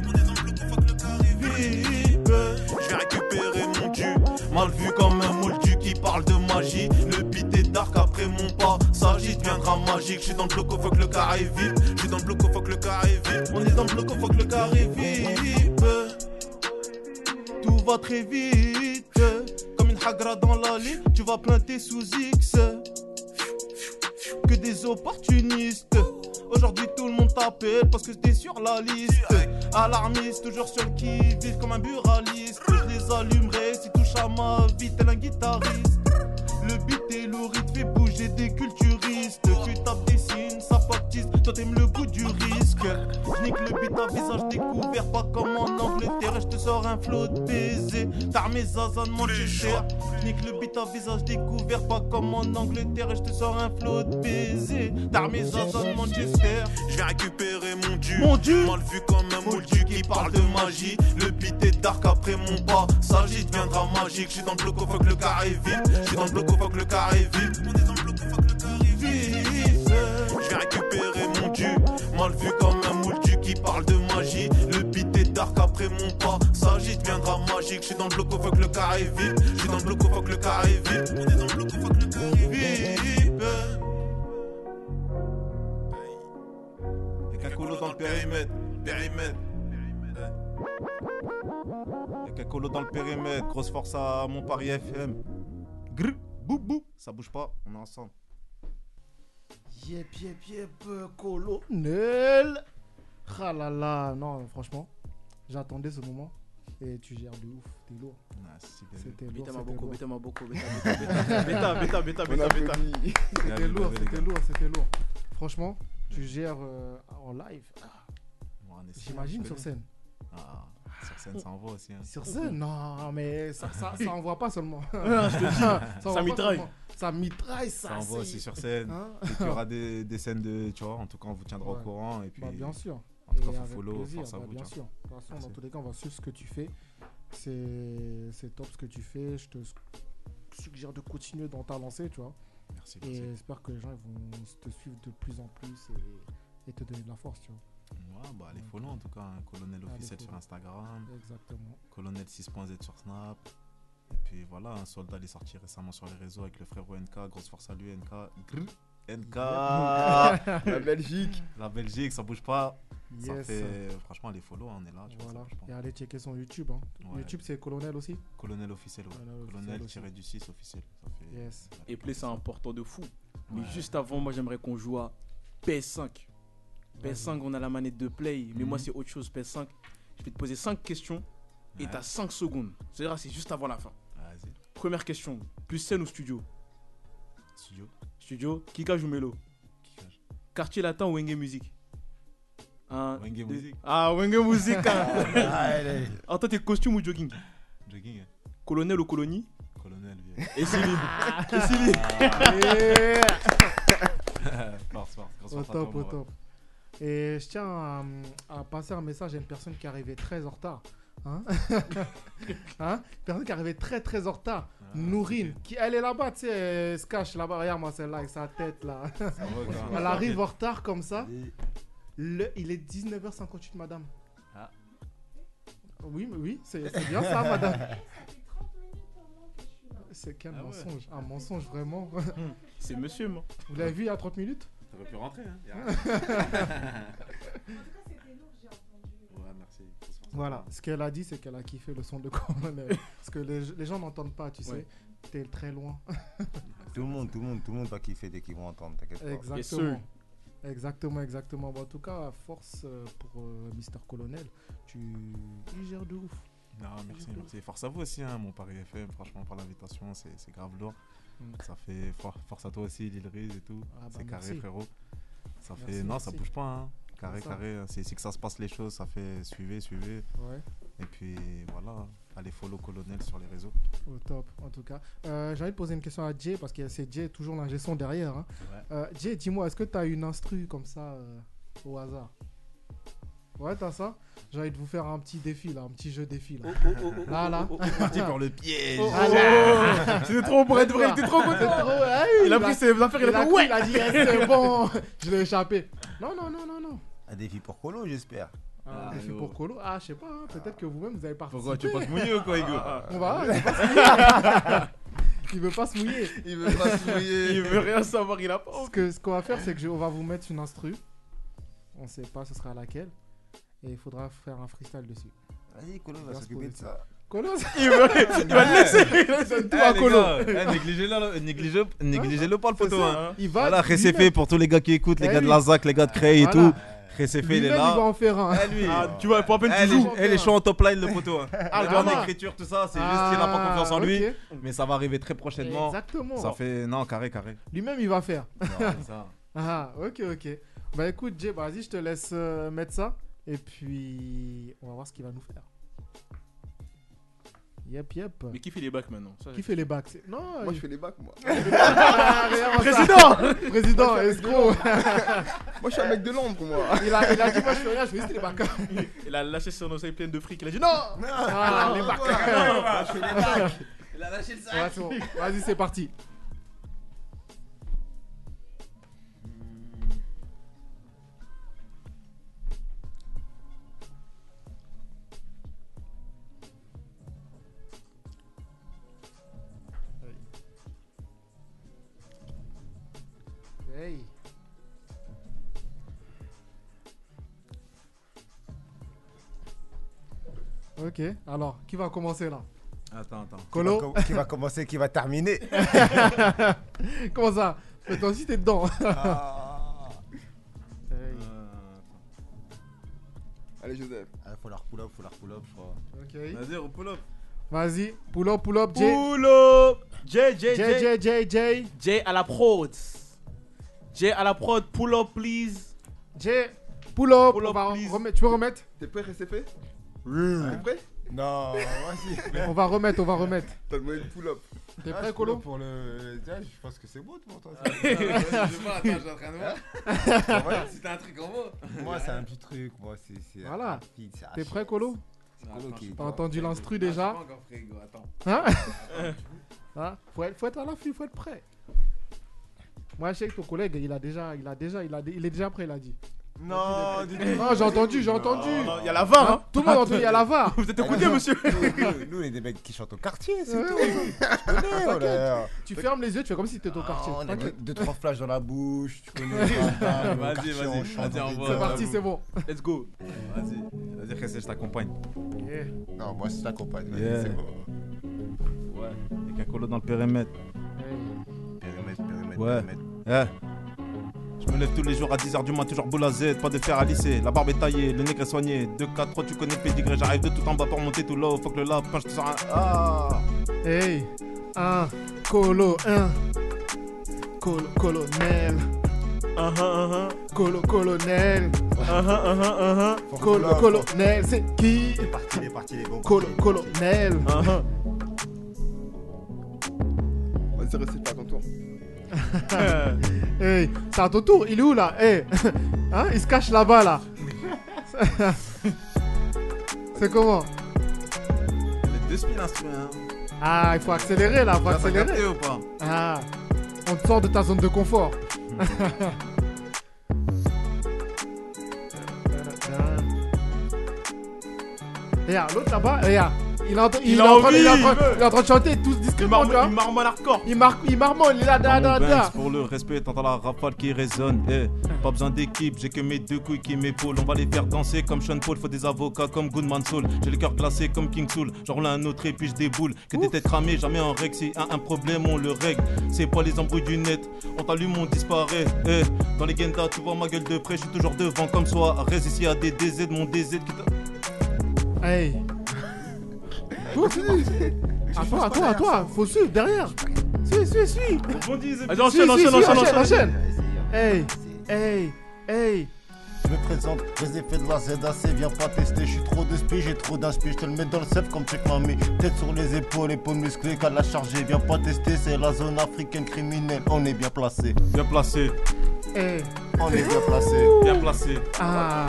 Je vais récupérer mon dû Mal vu comme un moldu qui parle de magie Le beat est dark après mon pas S'agit deviendra magique Je suis dans le bloc au fuck le carré est vide Je suis dans le bloc au fuck le carré est vide On est dans le bloc au fuck le carré est vide Tout va très vite Comme une hagra dans l'allée Tu vas planter sous X que des opportunistes. Aujourd'hui tout le monde t'appelle parce que t'es sur la liste. Alarmiste, toujours sur le qui vivent comme un buraliste. Je les allumerai si touche à ma vie tel un guitariste. Le beat est lourd, il te fait bouger des culturistes. Tu tapes des signes, ça factice, toi t'aimes le goût du risque. Je nique le beat à visage découvert, pas comme en Angleterre. Et je te sors un flot de baisers. T'as mes zazans de Manchester. Je nique le beat à visage découvert, pas comme en Angleterre. Et je te sors un flot de baisers. T'as mes zazans de Manchester. Je vais récupérer mon dû. Mon dû. Mal vu comme un moldu qui parle de magie. Le beat est dark après mon pas. S'agit deviendra magique. Je suis dans le bloc au fuck, le carré est vide. Je suis dans le bloc au fuck, le carré est vide. Je vais récupérer mon dû. Mal vu comme un moldu qui parle de magie. Le beat est dark après mon pas. S'agit deviendra magique. Je suis dans le bloc au fuck, le carré est vide. Je suis dans le bloc au fuck, le carré est vide. On est dans le bloc au fuck, le carré est vide. Y'a qu'un colo dans le périmètre, périmètre. Y'a qu'un colo dans le périmètre, grosse force à mon Paris FM. Grr, bou bou, ça bouge pas, on est ensemble. Yep, yep, yep, euh, colo. Nul Ah là là, non, franchement, j'attendais ce moment. Et tu gères de ouf, t'es lourd. Ah, Euh, C'était lourd. Beta c'était Maboko, lourd. Beta Maboko, Beta, Beta, Beta, Beta, Beta, On Beta, applaudit. Beta. Bien C'était joué, lourd, bravo, les c'était gars. lourd, c'était lourd. Franchement, tu gères euh, en live. Ah. on essaie, J'imagine je sur connais. scène. Ah, sur scène, ça en va aussi. hein. Sur scène, non, mais ça, ça, [laughs] ça envoie pas seulement. Ouais, [laughs] je te dis, ça envoie pas mitraille. seulement. Ça mitraille, ça. Ça en va c'est- aussi sur scène. Hein Et puis il y aura des, des scènes de. Tu vois, en tout cas, on vous tiendra au Ouais. courant. Et puis, Bah, bien sûr. En tout Et cas, faut avec follow, plaisir, force à bah, vous. Bien tiens. sûr. De toute façon, Merci. dans tous les cas, on va suivre ce que tu fais. C'est c'est top ce que tu fais. Je te s- suggère de continuer dans ta lancée, tu vois. Merci, Et j'espère que les gens ils vont s- te suivre de plus en plus et, et te donner de la force, tu vois. Ouais, bah, les follow en tout cas. hein. Colonel Allez, officiel sur follow. Instagram. Exactement. Colonel 6.z sur Snap. Et puis voilà, un soldat il est sorti récemment sur les réseaux avec le frérot NK. Grosse force à lui, NK. Grrr. NK La Belgique La Belgique, ça bouge pas. Ça Yes. fait... Franchement, les follow, hein, on est là. Tu vois, ça Voilà. bouge Et allez checker son YouTube. hein. Ouais. YouTube, c'est Colonel aussi Colonel officiel, ouais. Colonel tiré du 6 officiel. Ça fait... Yes. Et Play, c'est important de fou. Mais Ouais. juste avant, moi, j'aimerais qu'on joue à PS5. PS5, on a la manette de Play, mais moi, Mhm. c'est autre chose. PS5, je vais te poser 5 questions et Ouais. t'as 5 secondes. C'est-à-dire, c'est juste avant la fin. ah, Vas-y. Première question plus scène ou studio Studio. Studio, Kikage ou Melo Quartier latin ou Wenge Music Un, Wenge deux- Music. Ah, Wenge Music [laughs] hein. Ah, allez. En toi, t'es costume ou jogging Jogging, hein. Colonel ou colonie Colonel, [laughs] vieux. Et [laughs] Silly Et Silly Force, force. Grosse Au force à toi, top, au mon ref. top. Et je tiens à, à passer un message à une personne qui arrivait très en retard. [laughs] Hein Hein Une Personne qui arrivait très très en retard. Ah, Nourine, qui elle est là-bas, tu sais, elle se cache là-bas. Regarde moi celle-là avec sa tête là. quand même. elle arrive en retard comme ça. Le, il est 19h58, madame. Ah. Oui, mais oui, c'est c'est bien ça, [laughs] madame. C'est quel Ah ouais. mensonge, un mensonge vraiment. C'est monsieur, moi. Vous l'avez vu il y a 30 minutes T'aurais pu rentrer, [laughs] hein. Y a rien. Ouais, merci. Grosse force à Voilà, toi. ce qu'elle a dit, c'est qu'elle a kiffé le son de [laughs] Cornel. Parce que les, les gens n'entendent pas, tu sais. Ouais. T'es très loin. Tout le monde, tout le monde, tout le monde va kiffer dès qu'ils vont entendre, t'inquiète pas. exactement. Exactement, exactement. Bon, en tout cas, force euh, pour Mister Colonel. Tu il gère de ouf. Non, merci, merci. Force à vous aussi, hein, mon Paris FM, franchement, pour l'invitation, c'est c'est grave lourd. Mm. Ça fait for- force à toi aussi, Lil Riz et tout. Ah bah c'est carré, merci. frérot. Ça fait. Merci, non, ça merci. bouge pas, hein. Carré, C'est ça. carré. hein. C'est ici que ça se passe les choses, ça fait suivez, suivez. Ouais. Et puis voilà, allez follow Colonel sur les réseaux. Au top, en tout cas. Euh, J'ai envie de poser une question à Jay, parce que c'est Jay, toujours l'ingé son derrière. hein. Ouais. Euh, Jay, dis-moi, est-ce que t'as une instru comme ça, euh, au hasard Ouais, t'as ça J'ai envie de vous faire un petit défi, là, un petit jeu défi, là. oh, oh, oh, là, là. oh, oh, oh. Parti pour le piège. Oh, oh, Ah, oh, là. oh, oh. C'était trop pour être vrai, il était trop [laughs] content. Trop, ouais, Il a pris ses affaires, il a fait, cru, ouais. Il a dit, yes, c'est bon, [laughs] je l'ai échappé. Non, non, non, non, non. Un défi Ah, pour Colo, j'espère. Un défi pour Colo. Ah, je sais pas, hein, peut-être que vous-même vous avez participé. Pourquoi, tu veux pas te mouiller ou quoi, Hugo Ah. On va, il veut pas se [laughs] mouiller. Il veut Il veut pas pas se mouiller. se mouiller. Il veut rien savoir, il a pas Oh. Ce que- ce qu'on va faire, c'est que je- on va vous mettre une instru. On sait pas ce sera laquelle. Et il faudra faire un freestyle dessus. Vas-y, Colo On va s'occuper de se ça. Colo, [laughs] Il va- il va le laisser, il Il laisse donne tout Eh, à les Colo. gars, eh, Négligez-le, négligez- négligez-le pas le photo. ça, Hein. il va voilà, lui-même. fait pour tous les gars qui écoutent, les Eh gars de oui. la ZAC, les gars de Cray et Voilà. tout. fait il est Lui-même, il va là. en faire un. Eh, lui. Ah, tu vois, pas à peine tu joues. Elle est chaud en top line, le photo. Hein. Ah, il est en vraiment. écriture, tout ça. C'est juste Ah, qu'il n'a pas confiance en lui. ok. Mais ça va arriver très prochainement. Exactement. Ça fait. Non, [laughs] carré, carré. Lui-même, il va faire. c'est ça. ah, ok, ok. Bah écoute, Jay, bah, vas-y, je te laisse euh, mettre ça. Et puis, on va voir ce qu'il va nous faire. Yep, yep. Mais qui fait les bacs maintenant Ça, Qui fait les bacs c'est- Non, Moi, il- je fais les bacs, moi. Ah, regarde ça. Président Président, Moi, je suis un mec de escroc l'ombre. Moi, je suis un mec de l'ombre, moi. Il a, il a dit, moi, je fais rien, je fais juste les bacs. Il a lâché son oseille pleine de fric. Il a dit non Ah, les bacs Ah, Voilà. Ah, Il a lâché le sac Vas-y, c'est parti Hey Ok, alors, qui va commencer là Attends, attends. Colo Qui va, com- qui va commencer, qui [laughs] va terminer Comment ça hein? Mais toi aussi t'es dedans. Ah. Hey. Euh, attends. Allez, Joseph. Ah, faut la pull up, faut la pull up, je crois. Ok. Vas-y, pull up. Vas-y, pull up, pull up, Jay. Pull up J, J, J, J, J, J. J à la prod. J à la prod, pull up, please. J, pull up, on va remettre- tu peux remettre T'es prêt, RCP T'es prêt Non, vas-y. On va remettre, on va remettre. T'as demandé une pull-up. T'es Ah, prêt, je Colo peux pour le. Tiens, je pense que c'est beau pour toi. ça. Je sais pas, attends, je suis en train de voir. Ça va Si t'as un truc en mot. Moi, c'est un petit truc. Moi, c'est. c'est Voilà. rapide, Ah, c'est T'es archi- prêt, Colo C'est Colo qui. T'as entendu l'instru Ah, je suis déjà pas encore prêt, gros, attends. Hein [laughs] Attends. Hein faut, être, faut être à l'affût, faut être prêt. Moi, je sais que ton collègue, il a déjà, il a déjà, il, a, il est déjà prêt, il a dit. Non, Non, du tout. j'ai entendu, j'ai Non, entendu. non, il y a la VAR, hein. Tout le [laughs] monde a entendu, il y a la VAR. Vous êtes écoutés, monsieur Nous, on est des mecs qui chantent au quartier, c'est tout. Eh, connais, oh là là. Tu fermes les yeux, tu fais comme si t'étais au quartier. On a deux, T'inquiète. deux, trois flashs dans la bouche, tu connais. [laughs] Vas-y, Vas-y, vas-y, vas-y, envoie. C'est parti, c'est bon. Let's go. Vas-y, vas-y, Kessel, je t'accompagne. Non, moi, c'est ta compagne. vas-y, Yeah. c'est bon. Ouais, y'a qu'un colo dans le périmètre. Périmètre, périmètre, Ouais. périmètre. Ouais. Eh. Je me lève tous les jours à 10h du matin, toujours boule à Z, pas de fer à lisser. La barbe est taillée, le nez est soigné. 2, 4, 3, tu connais le pédigré. J'arrive de tout en bas pour monter tout là. Faut que le lapin, je te sors un. Ah Hey, un colo, un colo, colonel. Uh -huh, Colo, colonel. Colo, Love. colonel, c'est qui parti, il est parti, il est bon. Colo, colonel. Vas-y, RCP, à ton tour. Euh, hey, c'est à ton tour, il est où là hey. [laughs] hein, Il se cache là-bas là. [laughs] c'est comment Les deux spins instruits, hein. Ah, il faut accélérer là, faut Là, t'as accélérer. capté ou pas Ah, on te sort de ta zone de confort. [laughs] Regarde, l'autre là-bas, regarde. Il est en train- il Il est a en train- envie, il est en il train veut. il est en train de chanter tous discrètement, tu vois. Il marmonne hardcore. Il, mar il marmonne, il est là, là, là, Mon là. Benz pour le respect, t'entends la rafale qui résonne. eh. Pas besoin d'équipe, j'ai que mes deux couilles qui m'épaulent. On va les faire danser comme Sean Paul, faut des avocats comme Goodman Soul. J'ai le cœur glacé comme King Soul, j'enroule un autre et puis je déboule. Que des têtes cramées, jamais en règle. Si un, un problème, on le règle. C'est pas les embrouilles du net, on t'allume, on disparaît. eh. Dans les gendas, tu vois ma gueule de près, je suis toujours devant comme soirée. Ici y a des DZ, mon DZ qui te- Hey. Toi, À toi, à toi, à toi. Faut suivre derrière. Suis, suis, suis. Vas-y, enchaîne, enchaîne, enchaîne, enchaîne. Hey, hey, hey. Je me présente, les effets de la ZAC, viens pas tester, je suis trop de spi, j'ai trop d'inspi, je te le mets dans le self comme check mamie. Tête sur les épaules, épaules musclées, qu'à la charger, viens pas tester, c'est la zone africaine criminelle, on est bien placé. Bien placé. Hey. On est bien placé. Bien placé. Ah.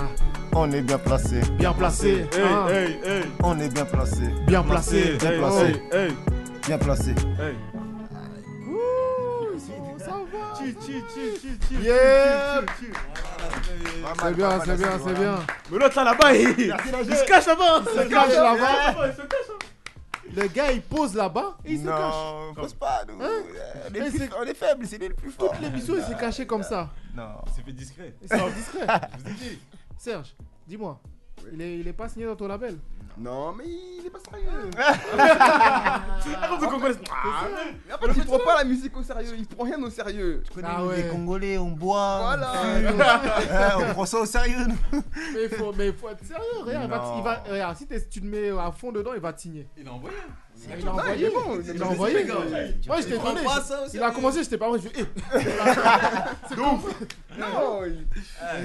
On est bien placé. Bien placé. Hey, Ah. hey, hey. On est bien placé. Bien placé. Bien Hey, placé. hey, Bien placé. Ouh, ça va. Chill, chill, chill, chill, chill. Yeah. C'est bien, c'est bien, c'est bien. Mais l'autre là, là-bas, il, Merci, la il G. se cache là-bas. Il se cache hein. là-bas. Le gars, il pose là-bas et il se Non, cache. Hein? on pose pas, nous. Euh, On est plus- on est faible, c'est lui le plus fort. Toute l'émission, il s'est caché comme ça. Non. C'est fait discret. Et C'est [laughs] discret. Serge, dis-moi, il, est, il est pas signé dans ton label Non, mais il est pas sérieux. Arrête de connaisse. Ah, Après, il prend pas la musique au sérieux, il prend rien au sérieux. Tu connais, Ah nous, les ouais. Congolais, on Ah, boit. Eh, Voilà. on prend ça au sérieux, nous. [laughs] Mais il faut, mais il faut être sérieux, regarde, il va, Non. il va- regarde, si t'es- tu le mets à fond dedans, il va te signer. Il a envoyé. Il l'a Ah, envoyé, il l'a envoyé. Moi j'étais étonné. Il a commencé, j'étais pas vrai, je fais eh. C'est con. Non, il-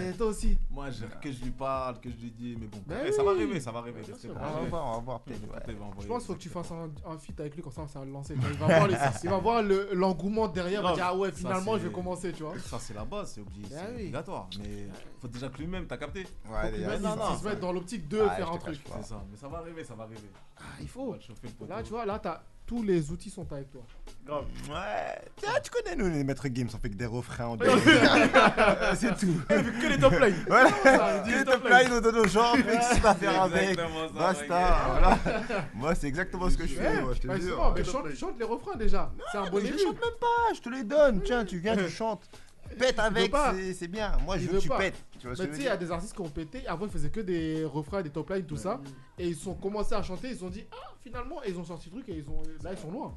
Eh, Toi aussi. Moi, je- que je lui parle, que je lui dis, mais bon, Ben eh, ça va oui. arriver, ça va arriver. Bien laissez sûr. On pas va arriver. voir, on va voir, Peut-être, peut-être, il va envoyer. Je pense qu'il faut que tu fasses un, un feat avec lui, comme ça, ça va le lancer. Il va voir, les- il va voir le- l'engouement derrière, il va Grave. dire ah ouais, Ça, finalement je vais c'est- commencer, tu vois. Ça, c'est la base, c'est obligé, Ben c'est oui. obligatoire. Mais faut déjà que lui-même, t'as capté Faut qu'il mette- il se mette dans l'optique de faire un truc. Ah, C'est ça, mais ça va arriver, ça va arriver. il faut. On va le chauffer le poteau. Oh. Là, tu vois, là, t'as tous les outils sont avec toi. Grave. Ouais. Ah, Tiens, tu connais, nous, les maîtres games, on fait que des refrains en deux. [laughs] [laughs] c'est tout. Que les top lines. Voilà. Ça, Que il dit les les top top lines, lines. on donne aux gens, fixe, pas faire avec. Exactement ça, Basta. regarde. Voilà. Moi, c'est exactement ce que je Eh, fais, moi, je bah, te justement, jure. mais chante, chante les refrains déjà. C'est un bon Je début. chante même pas, je te les donne. Tiens, tu viens, tu chantes. Pète Il veut avec, pas. c'est- c'est bien. Moi, je Il veux que tu pas. pètes. Tu vois ce que je Mais tu veux sais, il y a dire Mm. des artistes qui ont pété. Avant, ils faisaient que des refrains, des top lines, tout ça. Et ils ont commencé à chanter. Ils ont dit, ah, finalement, et ils ont sorti le truc. Et ils ont... là, ils sont loin.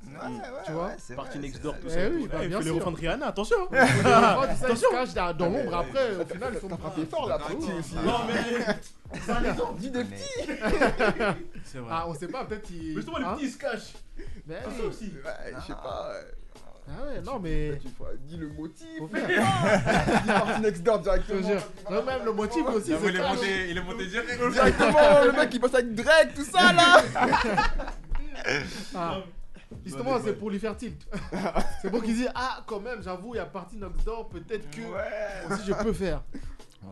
tu vois Party Next Door, tout Eh ça. et oui, tout. bah, Eh, bien fais sûr. les refrains de Rihanna, attention. Les refrains, tout ça, ils se Attention. cachent dans- Ah, dans l'ombre. Après, au final, ils sont. T'as frappé fort, là, Party, aussi. Non, mais- Ça, les gens disent des petits. C'est vrai. Ah, on sait pas, peut-être. Ils... Mais justement, les petits, ils se cachent. Mais Ah, ça oui. aussi. Ouais, je sais pas. euh, Ah ouais, non, mais. Tu vois, dis le motif. Faut mais faire. non. Dis Party Next Door Je te directement. jure. Non, même le motif aussi. Ah, c'est mais il est clair. monté- il est monté direct. Directement, le mec, il passe avec Drake, tout ça, là. Ah. Justement, c'est pour lui faire tilt. c'est pour qu'il dise Ah, quand même, j'avoue, il y a partie Nox d'or, peut-être que. Aussi, je peux faire.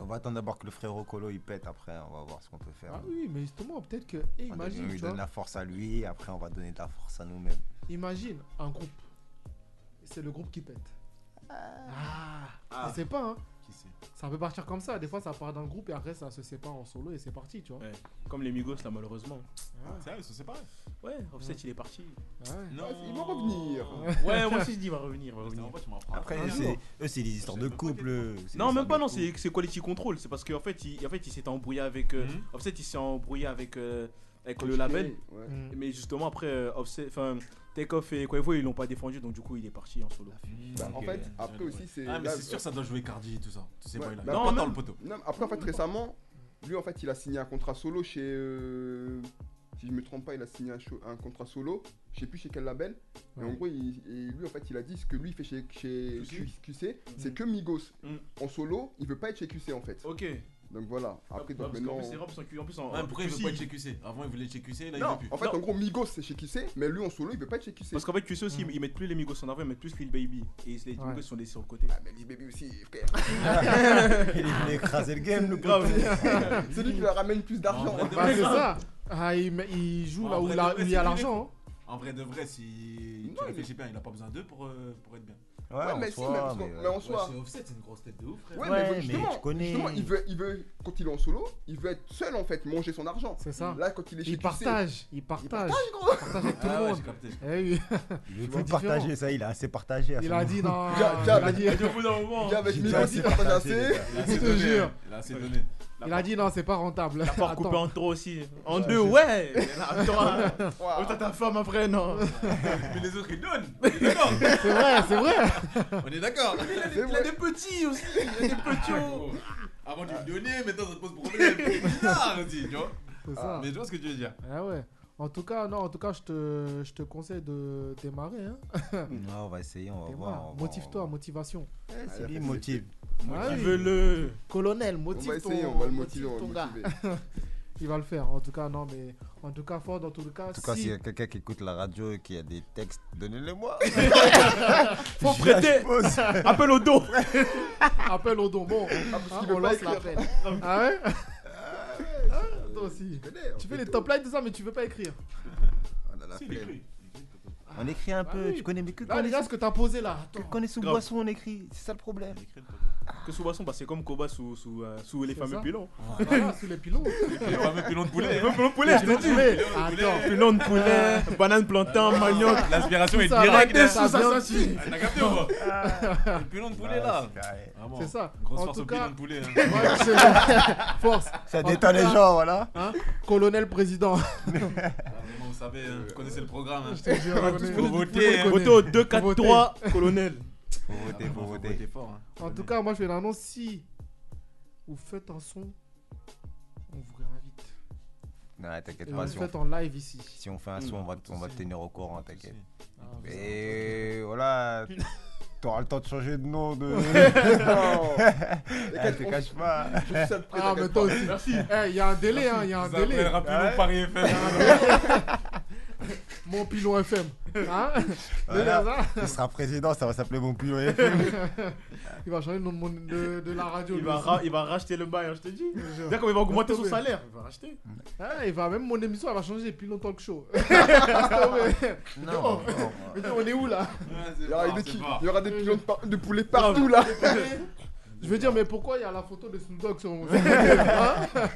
On va attendre d'abord que le frérot Colo il pète, après on va voir ce qu'on peut faire. Ah oui, mais justement, peut-être que. eh, On donne- on imagine, lui tu vois. donne la force à lui, et après on va donner de la force à nous-mêmes. Imagine un groupe. C'est le groupe qui pète. Ah, Ah. on sait pas, hein. Qui sait Ça peut partir comme ça. Des fois, ça part d'un groupe et après, ça se sépare en solo et c'est parti, tu vois. Ouais. Comme les Migos là, malheureusement. Ah. Sérieux, ils sont séparés Ouais, Offset il est parti. Non. Ah, Ils vont revenir. Ouais, moi aussi je dis il va revenir. il Va revenir. Après, Ah, Un c'est- jour. eux, c'est des histoires de couple. c'est Non, des même histoires pas, de non, couple. c'est c'est Quality Control. C'est parce qu'en fait, il, en fait, il s'était embrouillé avec. euh, Offset, il s'est embrouillé avec, euh, avec le Coach label. K, ouais. Hmm. [laughs] Mm. Mais justement, après, euh, Offset. Enfin, Takeoff et Quavo, ils l'ont pas défendu, donc du coup, il est parti en solo. Ah, Bah, en fait, après aussi, c'est. Ah, mais là- c'est sûr, ça doit jouer Cardi et tout ça. Tous ces boys-là. mais Bah, Non, après- même- Non, mais après, en fait, récemment, lui, en fait, il a signé un contrat solo chez. euh, si je me trompe pas, il a signé un, cho- un contrat solo, je sais plus chez quel label. Mais Ouais. en gros, il, et lui, en fait, il a dit ce que lui fait chez, chez Q- QC, c'est que Migos. En solo, il veut pas être chez QC, en fait. Ok. Donc voilà, après, donc parce qu'en maintenant. plus, c'est Rob sans Q- en plus, en- Ouais, pourquoi il veut Q- pas être chez QC Avant, il voulait être chez QC, là, il Non, veut plus. en fait, Non. en gros, Migos, c'est chez QC, mais lui, en solo, il veut pas être chez QC. Parce qu'en fait, QC Mm. aussi, ils mettent plus les Migos en avant, ils mettent plus Lil Baby. Et les Ouais. Migos sont laissés sur le côté. Ah, mais Lil Baby aussi, frère. Il est venu écraser le game, le Grave. pauvre. C'est lui qui leur ramène plus d'argent. [laughs] Bah, c'est ça. Ah, il, met- il joue En là où vrai, la- de vrai, où il y c'est a lui, l'argent. hein. En vrai de vrai, si tu réfléchis bien, il a pas besoin d'eux pour, euh, pour être bien. Ouais, Ouais, en mais si, soi, mais parce qu'on- mais- mais en soi. c'est Offset, c'est une grosse tête de ouf, frère. Ouais, mais justement, justement, il veut, il veut, quand il est en solo, il veut être seul en fait, manger son argent. C'est ça. Là, quand il est chez Il partage, il partage. gros. Il partage avec tout Ah le ouais, monde. j'ai capté, j'ai Eh oui. Il veut Tu vois, plus partager, différent. ça, il a assez partagé. à Il son a dit moment. non. Déjà- il déjà a avec- dit- Déjà avec J'ai Migos, assez il partage partagé, assez. déjà. Il a Je assez te donné, jure. il a assez donné. Il a dit non, c'est pas rentable. La part coupée en trois aussi. En deux, c'est- ouais. Mais là, attends, [laughs] hein. Oh, t'as ta femme après, non. [laughs] Mais les autres, ils donnent. Ils donnent. C'est vrai, c'est vrai. On est d'accord. Il, a des- il a des petits aussi. Il a des petits. Avant, tu me donnais, maintenant, ça te [laughs] pose problème. C'est bizarre aussi, tu vois. C'est ça. Mais je vois ce que tu veux dire. Ah ouais. En tout cas, non, en tout cas, je te, je te conseille de démarrer. Hein. Non, on va essayer, on va Démarre. voir. on va- Motive-toi, motivation. c'est lui, motive. Ah oui. Motive-le. Colonel, motive va essayer, ton- on va le motiver, motive on ton va le gars. Il va le faire, en tout cas, non, mais en tout cas, fort, dans tout le cas, En tout cas, s'il si. y a quelqu'un qui écoute la radio et qui a des textes, donnez-les-moi. [laughs] Faut Je prêter. lâche pause. [laughs] Appel au don. Appel au don, bon. hein, qu'il veut on pas lance écrire. l'appel. Ah ouais Ah, Toi aussi. Tu fais les top lines, tout ça, mais tu veux pas écrire. Si, il écrit. On écrit un Bah peu, tu connais, mais que Là, déjà, ce que t'as posé là. [laughs] Attends. connais sous Grave. boisson, on écrit. C'est ça le problème. Que sous boisson, bah, c'est comme Koba sous, sous, euh, sous les C'est fameux ça. pilons. Voilà, sous les pilons. Les fameux pilons de poulet. Les Les hein. fameux pilons de poulet, je Pilons te de dis. poulet. Pilons de Attends. poulet, Pilons de [laughs] poulet, banane plantain, manioc. L'aspiration Tout est ça, directe. là, hein. ça, ça, Bien ça, sûr. si. Ah, T'as capté ou pas Ah. Le pilon de poulet là. [laughs] Vraiment. C'est ça. Grosse En force tout au pilon cas- de poulet. hein. Ouais, c'est- Force. Ça En détend tout les cas, gens, voilà. hein, Colonel président. Ah, vraiment, vous savez, hein, vous connaissez le programme. hein. Je te jure, On va on tous est- pour on est- voter. on est- hein. Votez au 2, 4, Faut voter. 3, colonel. Faut voter, faut voter. hein. En tout cas, moi je fais l'annonce si vous faites un son, on vous réinvite. Non, t'inquiète Et pas. vous si on- faites en live ici. Ah, Si on fait un son, on Mm. va, on va te tenir au courant, t'inquiète. vous Et [laughs] voilà, t'auras le temps de changer de nom de. Ah, je te cache pas. [laughs] Ah, mais toi aussi. Merci. Il y a un délai, hein. Il y a un Vous délai. appellerez Pilon Ouais. Paris [laughs] hein. FM. Y a un délai. Mon pilon FM. Hein Voilà, Délai, [laughs] hein. Il sera président, ça va s'appeler mon pilon FM. Il va changer le nom de, mon- de- de la radio. Il lui va, aussi. ra- il va racheter le bail, hein, je te dis. jure. Dès qu'on il va augmenter son Laisse tomber. salaire, il va racheter. Ah, il va même mon émission, elle va changer depuis longtemps que show. Laisse tomber. Non, Oh, non, [laughs] mais dis, on est où là Il y aura des, qui- il y aura des pilons de, par- de poulet partout là. Je veux dire, mais pourquoi il y a la photo de Snoop Dogg sur [laughs] mon sur mon téléphone, hein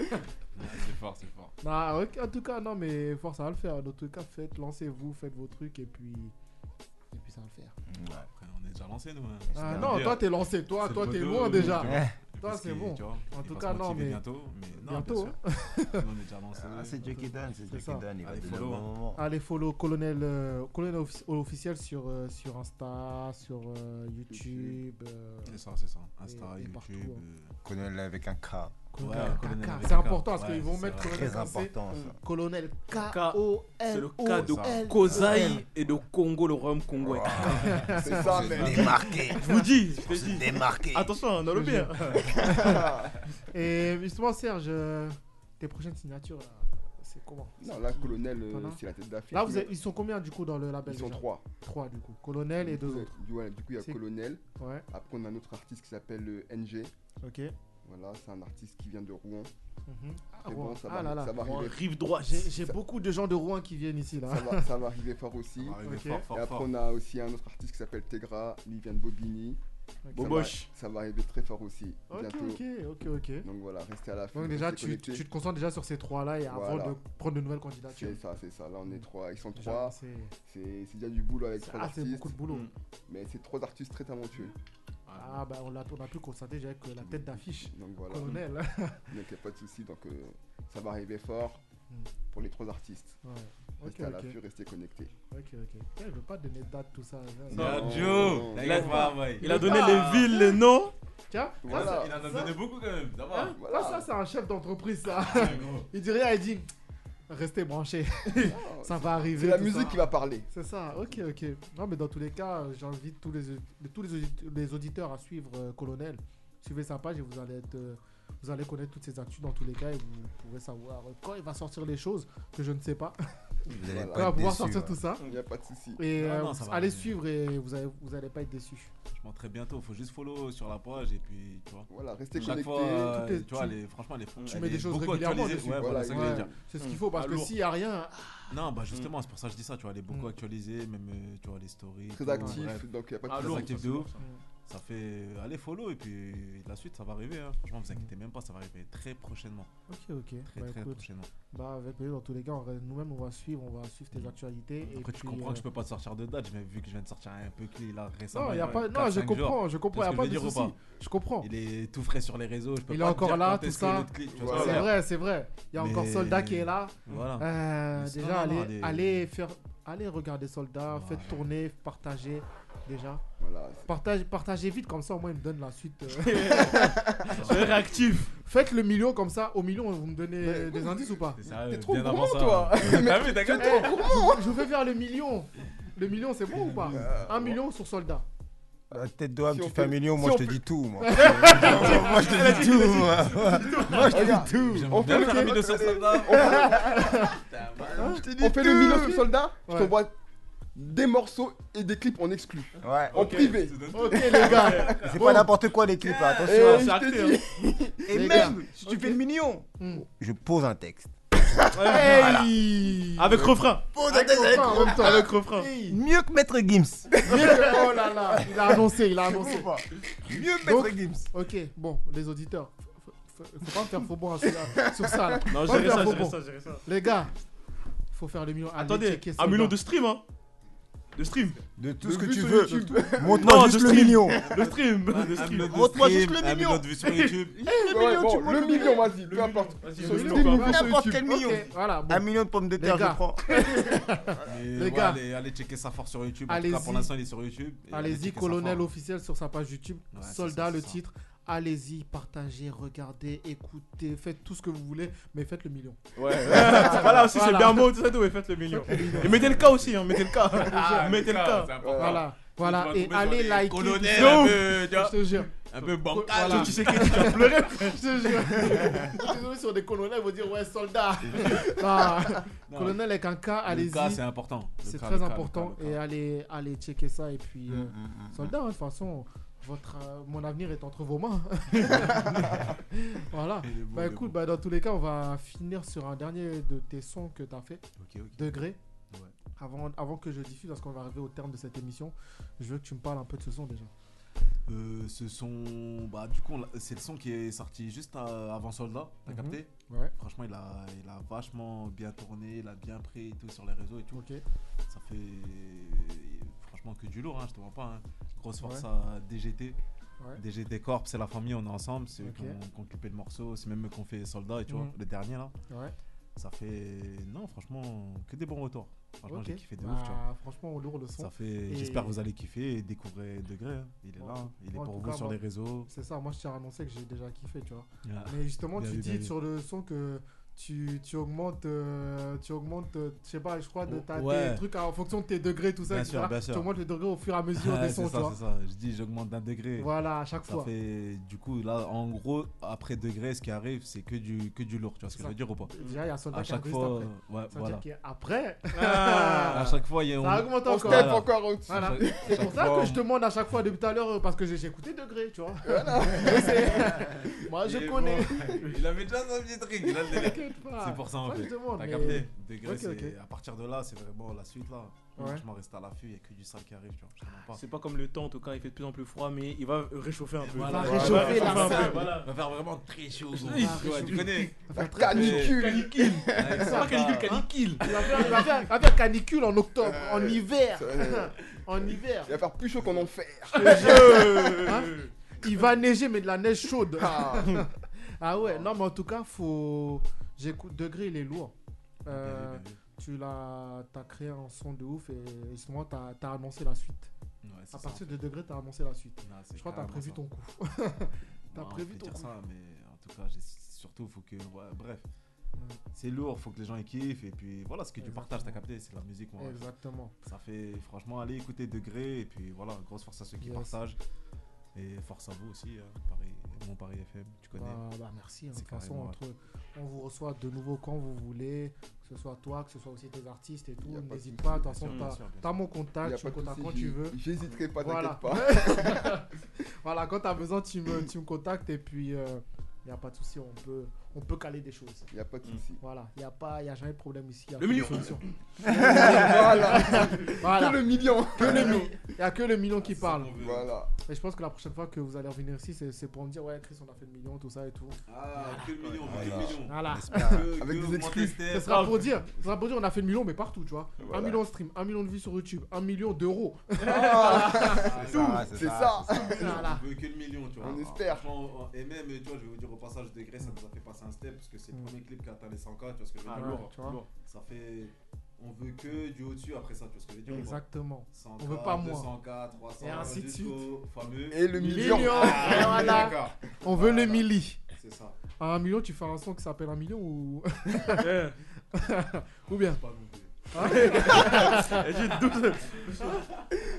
C'est fort, c'est fort. Nah, ok, en tout cas, non, mais force, ça va le faire. Dans tous les cas, faites, lancez-vous, faites vos trucs et puis. Et puis ça va le faire. Après, on est déjà lancé, nous. hein. Ah non, toi t'es lancé, toi, C'est toi le t'es poteau, loin tu déjà. vois. Toi Parce c'est que, bon. tu vois, En il tout va cas, se non, motiver mais. Bientôt, mais non, bientôt. bien hein. sûr. Nous, on est déjà lancé. Ah, c'est Dieu qui donne, c'est Dieu qui ça. donne. Il va Allez, donner au follow, bon hein. moment. Allez Ah. follow Colonel, euh, Colonel offic- officiel sur, euh, sur Insta, sur euh, YouTube. euh, C'est ça, c'est ça. Insta, et- et YouTube. partout, hein. euh, Colonel avec un K. Colonel Ouais, K, colonel K, avec C'est un important parce K, qu'ils vont c'est mettre vrai. colonel Très K, c'est- important, ça. Colonel K. K.O. C'est le cas L de O Kozai N. et de Congo, le royaume congolais. C'est ça, mais- [laughs] Démarqué. Je vous dis, je te dis. Démarqué. Attention, on a le Je bien. jure. [laughs] Et justement, Serge, euh, tes prochaines signatures, là, c'est comment Non, là, Colonel, euh, T'en as c'est la tête d'affiche. Là, vous mais- êtes- ils sont combien du coup dans le label Ils sont déjà trois. Trois du coup. Colonel et deux Ouais, autres. ouais, du coup, il y a C'est- Colonel. Ouais. Après, on a un autre artiste qui s'appelle euh, NG. Ok. Voilà, c'est un artiste qui vient de Rouen. Mhm. Ah, C'est Rouen. bon, ça va, Ah là là. ça va Rouen, arriver. rive droite. J'ai- j'ai beaucoup de gens de Rouen qui viennent ici, là. Ça va, ça va arriver fort aussi. Ça va arriver Ok. fort, fort, Et après, fort. on a aussi un autre artiste qui s'appelle Tegra. Lui, il vient de Bobigny. Ok. Ça va- Boboche. Ça va arriver très fort aussi. Ok, bientôt. ok, ok, ok. Donc voilà, restez à la Donc déjà, tu, tu te concentres déjà sur ces trois-là et avant Voilà. de prendre de nouvelles candidatures. C'est ça, c'est ça. Là, on est trois. Ils sont Déjà, trois. c'est- C'est c'est déjà du boulot avec trois ah, c'est artistes. beaucoup de boulot. Mm. Mais c'est trois artistes très talentueux. Ah bah on l'a on a pu constater déjà que la tête d'affiche. Donc voilà. Colonel. Donc y a pas de souci. Donc euh, ça va arriver fort pour les trois artistes. Ouais. Restez Hmm. Ok, à ok. l'affût, restez connectés. Ok, ok. Putain, il veut pas donner de date, tout ça. Non, Joe, Il il a- il a donné les villes, les noms. Tiens, Voilà. ça, Ah, Il en a ça- donné beaucoup quand même, ça Ah, va. Hein, Voilà. Ça, ça, c'est un chef d'entreprise, ça. il dit rien, il dit restez branchés. ça va arriver. Ah, c'est la tout musique ça. qui va parler. C'est ça, ok, ok. Non, mais dans tous les cas, euh, j'invite tous les, tous les, audit- les auditeurs à suivre euh, Colonel. Suivez sa page et vous allez être. euh, Vous allez connaître toutes ses actus dans tous les cas et vous pourrez savoir euh, quand il va sortir les choses que je ne sais pas. Vous allez Quand pas il va être pouvoir déçus, sortir hein. tout ça. Il y a pas de souci. Et Non, euh, non, ça va allez arriver. suivre et vous allez, vous allez pas être déçus. Franchement, très bientôt. Faut juste follow sur la page et puis, tu vois. Voilà, restez Chaque fois, connectés. euh, Toutes les- tu vois, tu- les, franchement, les tu mets des choses beaucoup régulièrement actualisées. dessus. Ouais, Voilà, voilà, c'est ce que j'allais ouais. dire. C'est ce qu'il faut, parce Ah, que lourd. s'il y a rien, Non, bah justement, c'est pour ça que je dis ça. Tu vois, Mm. les beaucoup actualisés, même euh, tu vois, les stories. Très tout, actifs, bref. donc y a pas de Ah, soucis. lourd, actifs de Mm. ouf. Ça fait. euh, Allez, follow et puis la suite, ça va arriver. hein. Franchement, vous inquiétez même pas, ça va arriver très prochainement. Ok, ok. Très, Bah, très écoute, prochainement. Bah, avec plaisir, dans tous les cas, on reste- nous-mêmes, on va suivre, on va suivre tes actualités. et Mm. Après, tu puis, comprends que je euh, peux pas te sortir de date, mais vu que je viens de sortir un peu clé là récemment. Non, il y a ouais, pas- non, quatre, je cinq comprends, jours. je comprends, Tu y a vois pas ce que de je veux dire ou souci. pas Je comprends. Il est tout frais sur les réseaux. Je peux Il est pas te encore dire là, quand tout est-ce que ça. l'autre clip, tu vois ce que je C'est veux dire. vrai, c'est vrai. Il y a encore Mais- Soldat qui est là. Voilà. Euh, Mais Ah. c'est- déjà, non, non, allez, non, les- allez faire, allez regarder Soldat, faites tourner, partagez. Déjà, Voilà, Partage, partagez vite comme ça, au moins il me donne la suite. euh. Soyez réactifs. [laughs] Faites le million comme ça, au million vous me donnez des indices ou pas sérieux, T'es trop bien au avant courant, ça. [laughs] hein. Ah toi. [laughs] Mais T'as vu, t'as Tu es capté trop au courant. Je vais vers le million. Le million c'est bon ou pas Un million sur [laughs] Soldat. La Ah, tête de Ham, Si tu on fais un peut- million, si moi on je te peut- dis tout. Moi, [laughs] Elle Moi, je te dis Elle a dit- tout. moi. [laughs] Moi je Regarde, te dis tout. On fait le J'aimerais bien faire un million sur On fait- on fait le million sur soldat. Je Ouais. t'envoie des morceaux et des clips en exclu. Ouais. En Ok. privé. Ok, les [laughs] gars. C'est pas n'importe quoi, les clips, hein, Eh, attention. Et C'est je acté, te dis- Et Les même, gars. si tu fais le million, je pose un texte. Hey Avec refrain. Pose un Avec texte refrain, en même temps. Avec refrain. Mieux que Maître Gims. oh là là, il a annoncé, il a Je annoncé. comprends pas. Mieux que Donc, Maître Gims. Ok, bon, les auditeurs, faut, faut- faut pas me faire faux bon sur, sur ça. Là. Non, Faut pas gérer me faire ça, faux gérer bon. ça, gérer ça. Les gars, faut faire le million. Allez, Attendez, checker un Soldat. million de stream, hein. De stream. De tout ce que tu veux. Montre-moi Non, juste de le stream. million. De stream. Un Ah, De million stream. de Montre-moi stream, juste le un million. million de vues sur YouTube. [laughs] Ouais, bon, le million, vas-y, peu importe. Sur Le le million, million sur n'importe quel YouTube. million. Ok, voilà, Un million de pommes de terre, Les gars. je prends. Mais Les ouais, gars. allez, allez checker ça fort sur YouTube. En tout cas, Allez-y. pour l'instant, il est sur YouTube. Et allez Allez-y, checker ça colonel fort. officiel sur sa page YouTube. Ouais, c'est Soldat, ça, c'est le ça. titre. Allez-y, partagez, regardez, écoutez, faites tout ce que vous voulez, mais faites le million. Ouais, [laughs] voilà aussi, c'est bien beau, tout ça, tout, mais faites le million. Et mettez le cas aussi, hein, mettez le cas. Ah, mettez le le cas. cas, c'est important. Voilà, voilà, Tu vas et tomber allez sur les liker. colonels De un ouf. peu, tu vois, Je te jure. Un peu bancal. Voilà. Tu sais que tu vas [laughs] pleurer. Je te jure. Je suis désolé, sur des colonels, ils vont dire ouais, soldat. [laughs] Ah, Non. Colonel avec un K, allez-y. cas, c'est important. Le C'est cas, très le cas, le important. cas, Et allez, allez checker ça. Et puis, Mm, euh, mm, mm, soldat, hein, de toute façon, votre, euh, mon avenir est entre vos [laughs] mains. voilà. Il est beau, bah il est écoute, bah, dans tous les cas, on va finir sur un dernier de tes sons que tu as fait. Ok, ok. Degré. Ouais. Avant, avant que je diffuse, parce qu'on va arriver au terme de cette émission, je veux que tu me parles un peu de ce son déjà. Euh, ce son, bah du coup, on l'a- c'est le son qui est sorti juste euh, avant Soldat, t'as Mhm. capté Ouais. Franchement, il a, il a vachement bien tourné, il a bien pris et tout sur les réseaux et tout. Ok. Ça fait franchement que du lourd, hein, je te mens pas. hein. Grosse force Ouais. à DGT. Ouais. DGT Corp, c'est la famille, on est ensemble. C'est eux qui Ok. ont- qui ont occupé le morceau. C'est même eux qui ont fait Soldat, et tu vois, Mhm. le dernier là. Ouais. Ça fait. Non, franchement, que des bons retours. Franchement, Ok. j'ai kiffé de Bah, ouf, tu vois. franchement, lourd le son. Ça fait. Et- J'espère que vous allez kiffer et découvrir Degré. hein. Il est Ouais. là, hein. il est Moi, en pour tout vous cas, sur moi- les réseaux. C'est ça, moi je tiens à annoncer que j'ai déjà kiffé, tu vois. [laughs] Ah. Mais justement, Bien tu vu, bien dis vu. sur le son que tu, tu augmentes, euh, tu augmentes, euh, je sais pas, je crois, de ta, Oh, Ouais. tes trucs en fonction de tes degrés, tout ça, Bien etc. sûr, bien sûr. Tu augmentes les degrés au fur et à mesure [laughs] Ouais, des sons, c'est tu ça, vois. c'est ça. Je dis, j'augmente d'un degré. Voilà, à chaque Ça fois. Fait, du coup, là, en gros, après degré, ce qui arrive, c'est que du, que du lourd. Tu vois ce C'est que je ça. veux dire ou pas Déjà, il y a Soldat À qui arrive chaque juste fois, après. euh, ouais, Ça veut voilà. dire qu'après- Ah, à chaque fois, il y a Ça augmente on- encore. Voilà. Voilà. Chaque- C'est chaque pour ça fois, que on- je demande à chaque fois depuis tout à l'heure, euh, parce que j'ai j'ai écouté degré, [laughs] tu vois. Moi, Il je est connais. bon. Il avait déjà son petit truc. il a le délire. [laughs] T'inquiète pas. C'est pour ça en Ah, Ça, fait. je demande, T'as mais- capté Degré, Ok, c'est- ok. à partir de là, c'est vraiment la suite là. Ouais. Franchement, reste à l'affût, il n'y a que du sale qui arrive. Tu vois. Je te mens pas. Ah. C'est pas comme le temps en tout cas, il fait de plus en plus froid, mais il va réchauffer un peu. Voilà, Il voilà, va réchauffer voilà, un peu, voilà. voilà. Va faire vraiment très chaud. gros. Oui, Tu vois, tu connais. Ah, La canicule. Canicule. Avec C'est pas ça, canicule, là. canicule. Il va faire- il va faire- il va faire canicule en octobre, Euh, en hiver. ça- euh, En hiver. Il va faire plus chaud qu'en enfer. Euh. Hein Il va neiger, mais de la neige chaude. Ah. Ah ouais, non, mais en tout cas, faut. J'écoute, Degré, il est lourd. Euh, Bien vu, bien tu l'as, t'as créé un son de ouf et justement, t'as as annoncé la suite. Ouais, c'est à ça, partir de Degré, t'as annoncé la suite. Non, c'est Je crois que t'as carrément prévu ça. ton coup. [laughs] t'as Non, on prévu peut ton dire coup. ça, mais en tout cas, j'ai- surtout, faut que. ouais, bref. C'est lourd, faut que les gens y kiffent. Et puis voilà, ce que tu Exactement. partages, t'as capté, c'est la musique. moi. Exactement. Ça fait franchement aller écouter Degré. Et puis voilà, grosse force à ceux qui Yes. partagent. Et force à vous aussi, hein, Paris, mon Paris FM, tu connais. Bah, bah, merci. hein. De C'est toute façon, carrément, ouais. entre- on vous reçoit de nouveau quand vous voulez, que ce soit toi, que ce soit aussi tes artistes et tout. N'hésite pas, de toute façon, Bien sûr, bien t'as- sûr, bien t'as sûr. mon Y a contact, tu pas me de contactes quand souci, tu j'y- veux. j'hésiterai pas, Voilà. t'inquiète [laughs] voilà, quand t'as besoin, tu me, tu me contactes et puis il n'y a pas de souci, on peut, on peut caler des choses. Il n'y a pas de souci. Voilà, il n'y a, pas- y a jamais de problème ici. y a que Le des million. solutions. [laughs] Voilà. Que le million. Que le million. Il n'y a que le million qui parle. Voilà. Et je pense que la prochaine fois que vous allez revenir ici, c'est c'est pour me dire Ouais, Chris, on a fait le million, tout ça et tout. Ah, que le million, Voilà. que le million. Voilà. J'espère que- Avec que des vous excuses. montez Ce sera pour dire, ce sera pour dire, on a fait le million, mais partout, tu vois. Un Voilà. million de stream, un million de vues sur YouTube, un million [laughs] d'euros. Ah, Tout, Voilà. On veut que le million, tu vois. On Ah, espère. franchement, Et même, tu vois, je vais vous dire au passage, Degré, ça nous a fait passer un step parce que c'est le premier clip qui a atteint les 100K, tu vois ce que je veux Mm. Ah, dire. lourd, tu vois. Lourd. Ça fait. On veut que du au-dessus après ça, tu vois ce que je veux dire. ou pas Exactement. 100K, On veut pas moins. 200K, 300K, Et ainsi de jusqu'au fameux. Et le million. [laughs] Ah, Et [laughs] voilà. d'accord. On veut Voilà. le milli. C'est ça. À un million, tu fais un son qui s'appelle un million ou. [laughs] ou bien. Hein Elle dit douze.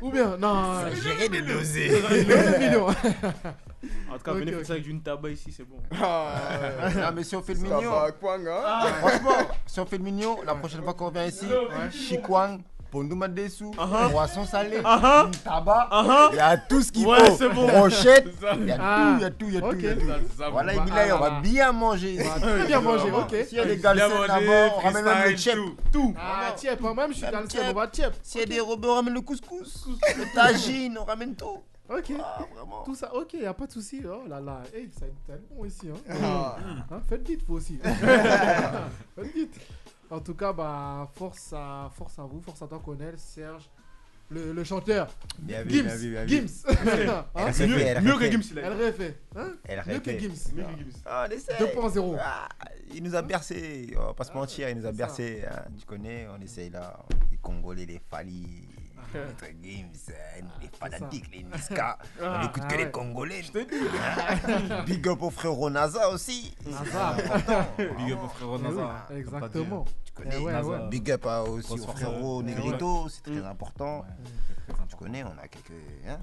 ou bien, non. Ça euh, gérait des nausées. ça gérait des millions. En tout cas, Ok, venez ok. faire ça avec une tabac ici, c'est bon. Ah, mais si on fait le mignon. hein? Franchement, si on fait le mignon, la prochaine fois qu'on vient ici, Chikwang, Pondouma Dessou, Uh-huh. Poisson salé, Ah Tabac, Ah il y a tout ce qu'il Ouais, faut. c'est bon. Brochette, C'est ça. il y a Ah. tout, il y a tout, il y a tout, il y a Ok. tout. Ça, ça, Voilà, bon. Emilay, on va Ah. bien manger ici. On va [laughs] très bien manger, ok. S'il y a des Bien galsènes manger, là-bas, on ramène même le freestyle, chep. Tout. Ah, tiens, moi-même, je suis dans le ciel, on va tiens. S'il y a des robots, on ramène le couscous, le tagine, on ramène tout. Ah, Ok. Tout ça, ok, y a pas de souci. Oh là là, hey, ça va être bon ici. Hein. Ah. Hein, faites vite, vous [laughs] aussi. faites vite. En tout cas, bah, force à, force à vous, force à toi, Connell, Serge, le, le chanteur. Bien vu, Gims. bien vu, bien vu. Gims. [laughs] Hein RFP, mieux, RFP. mieux que Gims, il a. RFP. Hein RFP. mieux que Gims. Non. Ah, on essaie. 2.0. Ah, il nous a bercé, on va pas se mentir, il nous a c'est bercé. hein, tu connais, on essaye là. Les Congolais, les [laughs] Fali, notre Gims, euh, les fanatiques, les Niska. [laughs] Ah, on écoute ah que ouais. les Congolais. [laughs] Ah, Big up au frère Ronaza aussi. Naza. [laughs] C'est important, Big up vraiment. au frérot Ah, Naza, hein, comme t'as dit, Eh exactement. hein. Tu connais, Eh ouais, Naza. ouais. Big up à- aussi au Grosse force, Eh frérot ouais. Negrito, Ouais. c'est très Mm. important. Tu connais, on a quelques. hein.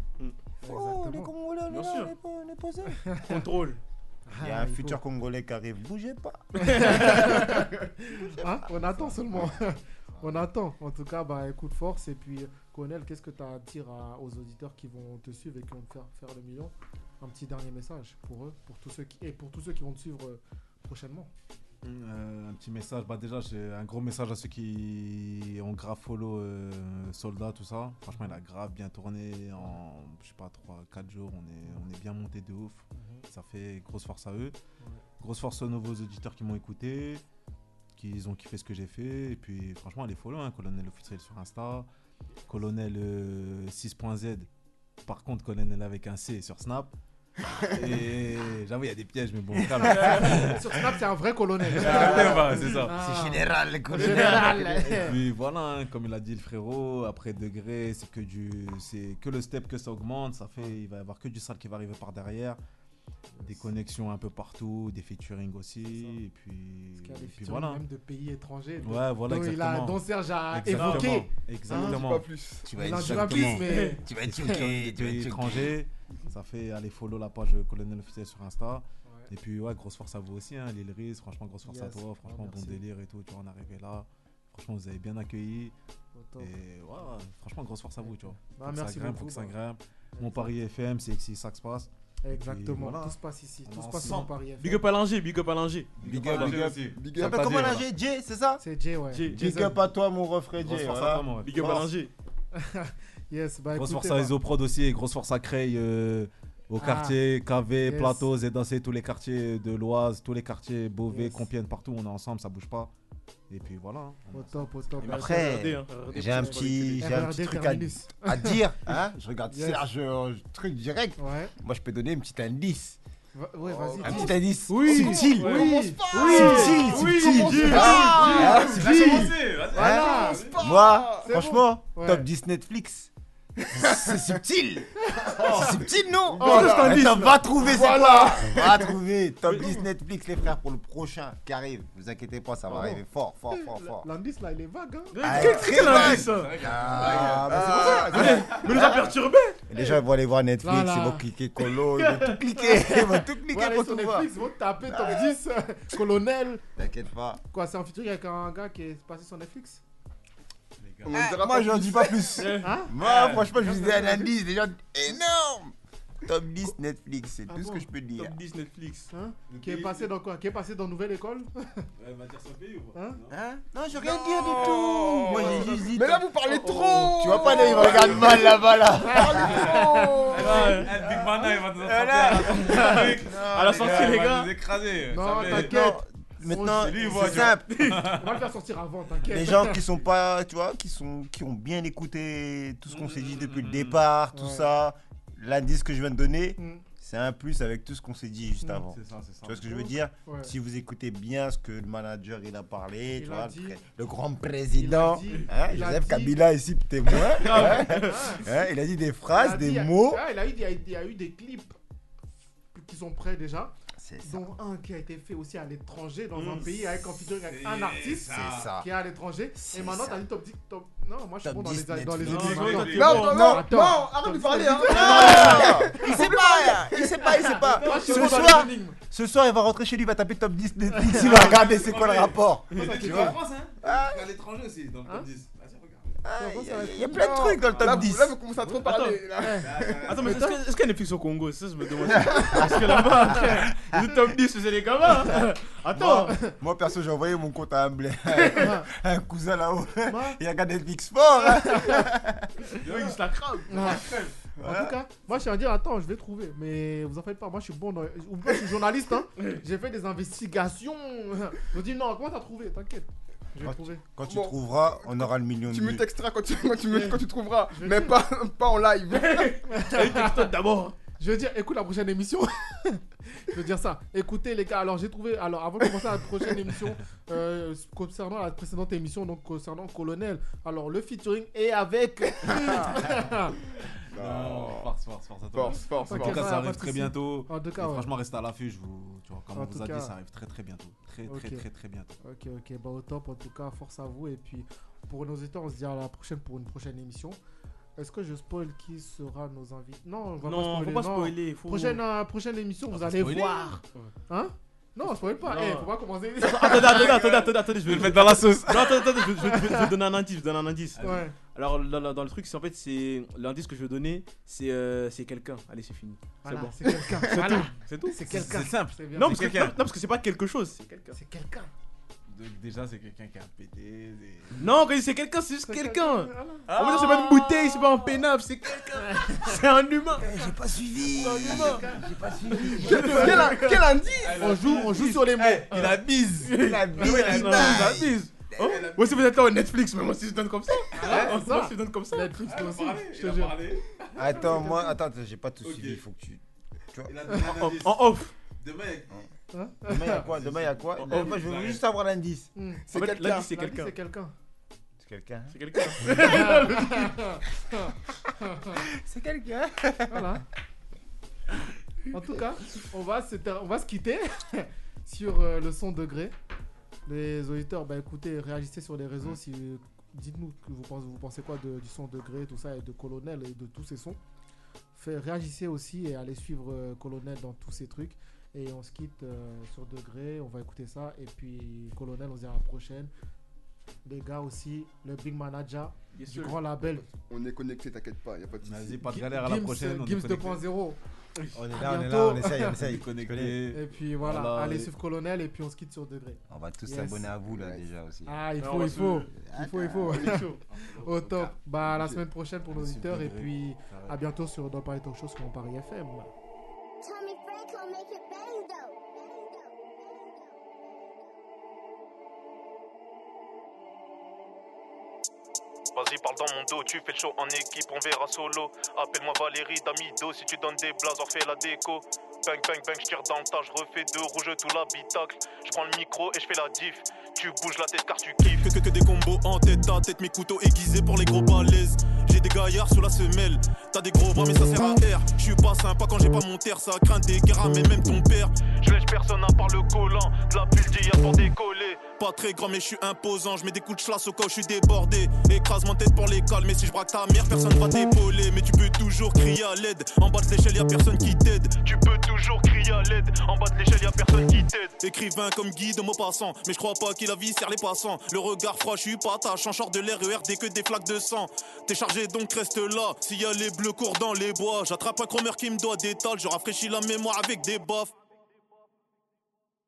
Oh, les Congolais, on est là, on est pas- on est posé. Contrôle. Il y a Ah, un il [laughs] futur Congolais qui arrive, bougez pas. Hein, on attend seulement. [laughs] On attend. En tout cas, bah, écoute force. Et puis, Connell, qu'est-ce que tu as à dire à- aux auditeurs qui vont te suivre et qui vont te faire, faire le million Un petit dernier message pour eux, pour tous ceux qui, et pour tous ceux qui vont te suivre euh, [laughs] prochainement. Euh, un petit message, bah déjà j'ai un gros message à ceux qui ont grave follow euh, Soldat, tout ça. Franchement, il a grave bien tourné en je sais pas 3-4 jours. On est, on est bien monté de ouf. Ça fait grosse force à eux. Grosse force aux nouveaux auditeurs qui m'ont écouté, qui ont kiffé ce que j'ai fait. Et puis franchement, allez follow hein, Colonel Officiel sur Insta, Colonel euh, 6.z par contre colonel avec un C sur Snap. [laughs] Et j'avoue, il y a des pièges, [laughs] mais bon, [laughs] calme. Sur Snap, c'est un vrai colonel. Ah, c'est ça. [laughs] Ah. C'est général, le colonel. [laughs] Général. Et puis voilà, hein, comme il a dit le frérot, après degré, c'est que du, c'est que le step que ça augmente. Ça fait, il va y avoir que du sale qui va arriver par derrière. Des connexions un peu partout, des featuring aussi, et puis, Parce qu'il y a et des puis featuring voilà. même de pays étrangers. dont- Ouais, voilà, dont il a- exactement. dont Serge a Exactement. évoqué. Exactement. Hein, dis pas plus. Tu vas Il être en dit choqué. Mais- plus, Tu vas être C'est [laughs] choqué, ça, tu vas des être choqué. étrangers. Ça fait aller follow la page Colonel Officiel sur Insta. Et puis, ouais, grosse force à vous aussi, hein, Lil Riz, Franchement, grosse force à Yes. toi. Franchement, Oh, bon merci. délire et tout. Tu vois, on est arrivé là. Franchement, vous avez bien accueilli. top. Et ouais, franchement, grosse force à vous, tu vois. Bah, Faut que merci ça grimpe, beaucoup, faut que ça bah. grimpe. Mon pari FM, c'est que si ça se passe. Et puis, Exactement, voilà. tout se passe ici, On tout est se passe ensemble. sur Paris FM. Big up à Langer, big up à Langer. Big up, big up. Big Ça up. s'appelle Pas comment, dire, Langer là. Jay, c'est ça C'est Jay, ouais. Jay, Big Jason. up à toi, mon refrain Jay. Grosse force voilà. à toi, mon ref. Big up à Force. Langer. Yes, bah grosse écoutez, force à bah, Isoprod aussi et grosse force à Creil euh, au Ah, quartier KV, yes. Plateau, Zédancé, tous les quartiers de l'Oise, tous les quartiers Beauvais, Yes. Compiègne, partout, on est ensemble, ça bouge pas. Et puis voilà. hein, on est Au ensemble. top, au top. Bah, Après, hein. j'ai un petit, j'ai un petit truc à, [laughs] à dire. Hein je regarde Yes. Serge, euh, truc direct. Moi, je peux donner un petit indice. Va- Ouais, vas-y. Un dis. petit indice. Oui, subtil. oui, Commence pas. oui, subtil. oui, subtil. dis, dis, Ah, dis, hein, dis. subtil. Vas-y, Hein commence pas. Moi, C'est franchement, bon. Ouais. top 10 Netflix. C'est subtil. C'est subtil, non Oh, c'est un indice, Attends, là. va trouver, c'est Voilà. quoi Va trouver. Top 10 Netflix, les frères, pour le prochain qui arrive. Vous inquiétez pas, ça va Ah bon. arriver fort, fort, fort, fort. L'indice là, il est vague. Hein. Ah, très Quel vague. indice Ah, Ah, bah, c'est ah, pour ça. mais- Mais nous a Ah. perturbé. Les gens ils vont aller voir Netflix, Voilà. ils vont cliquer colo, ils vont tout cliquer, ils vont tout cliquer Voilà, pour sur tout voir. Ah. Netflix, ils vont taper top 10, euh, [laughs] colonel. T'inquiète pas. Quoi, c'est un featuring avec un gars qui est passé sur Netflix Ah, moi, j'en dis pas plus. Hein moi, franchement, je vous ai un indice déjà énorme. Top 10 Netflix, c'est Ah tout ce bon que je peux dire. Top 10 Netflix. Hein qui est passé dans quoi Qui est passé dans Nouvelle [laughs] École Eh, Elle va dire son pays ou quoi Hein Hein Non, je rien dire du tout. Moi, j'ai juste dit. Mais là, vous parlez trop Tu vois pas, là, il me regarde mal là-bas là. Big Mana, Eh, il va Eh, nous attraper. À la sortie, les gars. Non, t'inquiète. Maintenant, c'est simple. On va le faire sortir avant, t'inquiète. Les gens qui sont pas, tu vois, qui sont, qui ont bien écouté tout ce qu'on s'est dit depuis le départ, tout Ouais. ça. L'indice que je viens de donner, Mm. c'est un plus avec tout ce qu'on s'est dit juste Mm. avant. C'est ça, c'est ça. Tu vois ce que je veux dire Ouais. Si vous écoutez bien ce que le manager il a parlé, Il tu a vois, dit- le, pré- le grand président, il a dit- hein, il a Joseph dit- Kabila ici [laughs] témoin, hein, Ah. hein, il a dit des phrases, Il a des dit- il a- mots. ah, il, a eu, il, y a, il y a eu des clips qui sont prêts déjà. C'est ça. Dont un qui a été fait aussi à l'étranger, dans un Mm, pays, avec un featuring avec c'est un artiste ça. C'est ça. qui est à l'étranger. Et C'est maintenant, ça. t'as dit top 10. Top... Non, moi je suis Top bon dans 10 les, dans les Netflix. études. Non, non, Attends, non, non, non, attends. non, arrête de Top parler, 10 hein. Il sait pas, hein. il sait pas, il sait pas. Moi, je suis Ce bon dans les soir, énigmes. ce soir, il va rentrer chez lui, il va taper top 10 Netflix, il va regarder c'est quoi le rapport. Tu vois À l'étranger aussi, dans le top 10. Vas-y, regarde. Il y a plein de trucs dans le top 10. commencez à trop parler, là. Attends, mais est-ce que- est-ce qu'il y a Netflix au Congo C'est ça, je me demande. Parce que là-bas, [laughs] frère, le top 10, c'est les gamins. hein. Attends. Moi, moi, perso, j'ai envoyé mon compte à [laughs] un, blé, à [laughs] un cousin là-haut. Il regarde Netflix fort. hein. il se la crame. il se la crame. En tout cas, moi je suis à dire, attends, je vais trouver. Mais vous en faites pas, moi je suis bon dans. Oublie pas, je suis journaliste, hein. J'ai fait des investigations. Je me dis, non, comment t'as trouvé T'inquiète. Je vais Quand, trouver. quand tu Bon. trouveras, on aura le million de Tu me vues. texteras quand tu, quand tu, me- quand tu trouveras, Je vais mais dire. pas, pas en live. d'abord. Je veux dire, écoute la prochaine émission. [laughs] je veux dire ça. Écoutez les gars, alors j'ai trouvé, alors avant de commencer la prochaine émission, euh, concernant la précédente émission, donc concernant Colonel, alors le featuring est avec... [laughs] Non, Force, force, force à toi. Force, force, En tout force. cas, Ouais, bah, pas ça arrive de très soucis. bientôt. En tout cas, Et ouais. Franchement, restez à l'affût. Je vous, tu vois, comme En on vous tout a cas. dit, ça arrive très très bientôt. Très très Ok. très très bientôt. Ok, ok, bah au top en tout cas, force à vous. Et puis pour nos auditeurs, on se dit à la prochaine pour une prochaine émission. Est-ce que je spoil qui sera nos invités Non, on va pas Non, spoiler. faut pas non. spoiler, faut- Prochaine, euh, prochaine émission, vous pas allez spoiler. voir. Hein Non, spoil pas. Non. Eh, faut pas [laughs] commencer. Attendez, attendez, attendez, attendez, attendez, je vais le mettre dans la sauce. Non, attendez, attendez, je, je- je- je vais donner un indice, je donne un indice. Ouais. Alors là, là, dans le truc, c'est en fait, c'est l'indice que je vais donner, c'est euh, c'est quelqu'un. Allez, c'est fini. Voilà, c'est c'est bon. quelqu'un. C'est Voilà. tout. C'est tout. C'est quelqu'un. C'est simple. C'est bien. Non, C'est parce que quelqu'un. non, non, parce que c'est pas quelque chose, c'est quelqu'un. C'est [laughs] quelqu'un. Donc, déjà, c'est quelqu'un qui a pété. c'est- Non, quand il dit c'est quelqu'un, c'est juste C'est quelqu'un. quelqu'un, En fait, c'est pas une bouteille, c'est pas un pénable, c'est quelqu'un. [laughs] C'est un humain. J'ai pas suivi. C'est un humain. J'ai pas suivi. Quel- quel- quel indice On joue, on joue sur les mots. Il abuse. Il abuse. Ah ouais, non, Il abise. Oh, Moi aussi, vous êtes là au Netflix, mais moi aussi, je donne comme ça. Ah, Moi c'est aussi, ça. je donne comme ça. Netflix, toi aussi. Je te jure. Attends, moi, attends, j'ai pas tout suivi, il faut que tu. tu vois. Il a donné un indice. En- en off. Demain, il y a- Hein Demain, il y a quoi Demain, il y a quoi Oh, En Demain, off. Je veux juste avoir l'indice. Hmm. Mm. C'est En fait, quelqu'un. l'indice, c'est L'indice, quelqu'un. C'est [laughs] quelqu'un. C'est quelqu'un. C'est quelqu'un. C'est quelqu'un. Voilà. En tout cas, on va se, ter- on va se quitter [laughs] sur euh, le son degré. Les auditeurs, bah écoutez, réagissez sur les réseaux. Si, dites-nous que vous pensez, vous pensez quoi de- du son degré, tout ça, et de Colonel et de tous ces sons. Fait- réagissez aussi et allez suivre euh, Colonel dans tous ces trucs. Et on se quitte euh, sur degré, on va écouter ça. Et puis Colonel, on se dit à la prochaine. Les gars aussi, le Big Manager Yes, du sir. grand label. On est connecté, t'inquiète pas, y a pas de soucis. Vas-y, pas de galère à la Gims, prochaine. on est Gims connectés. 2.0. On est là, on est À là, bientôt. on essaye, on [laughs] essaye. Et puis voilà, Voilà, allez et- suivre Colonel et puis on se quitte sur degré. On va tous Yes. s'abonner à vous là déjà aussi. Ah, il faut, il faut, il faut, il faut. [laughs] Au top. Bah, à la semaine prochaine pour nos Allez, auditeurs et suivre Degré. puis à bientôt sur Dans Paris Talk Show sur Mon Paris FM. Tommy Franco make it bang though. Vas-y, parle dans mon dos, tu fais le show en équipe, on verra solo. Appelle-moi Valérie D'Amido si tu donnes des blazes, on fait la déco. Bang, bang, bang, je tire dans le tas, je refais deux rouges tout l'habitacle. Je prends le micro et je fais la diff. Tu bouges la tête car tu kiffes. Que, que, que des combos en tête à tête, mes couteaux aiguisés pour les gros balaises. J'ai des gaillards sous la semelle. T'as des gros bras, mais ça sert à air. Je suis pas sympa quand j'ai pas mon terre, ça craint des guerres, mais même ton père. Je lèche personne à part le collant, de la bulle d'hier pour décoller. Pas très grand, mais je suis imposant. Je mets des coups de chlasse au cas où je suis débordé. Écrase mon tête pour les calmer. Si je braque ta mère, personne va t'épauler. Mais tu peux toujours crier à l'aide. En bas de l'échelle, y a personne qui t'aide. Tu peux toujours crier à l'aide. En bas de l'échelle, y a personne qui t'aide. Écrivain comme guide, mot passant. Mais je crois pas qu'il la vie sert les passants. Le regard froid, je suis pas ta chancheur de l'air dès que des flaques de sang. T'es chargé donc reste là. S'il y a les bleus courent dans les bois, j'attrape un chromeur qui me doit des tales. Je rafraîchis la mémoire avec des baffes.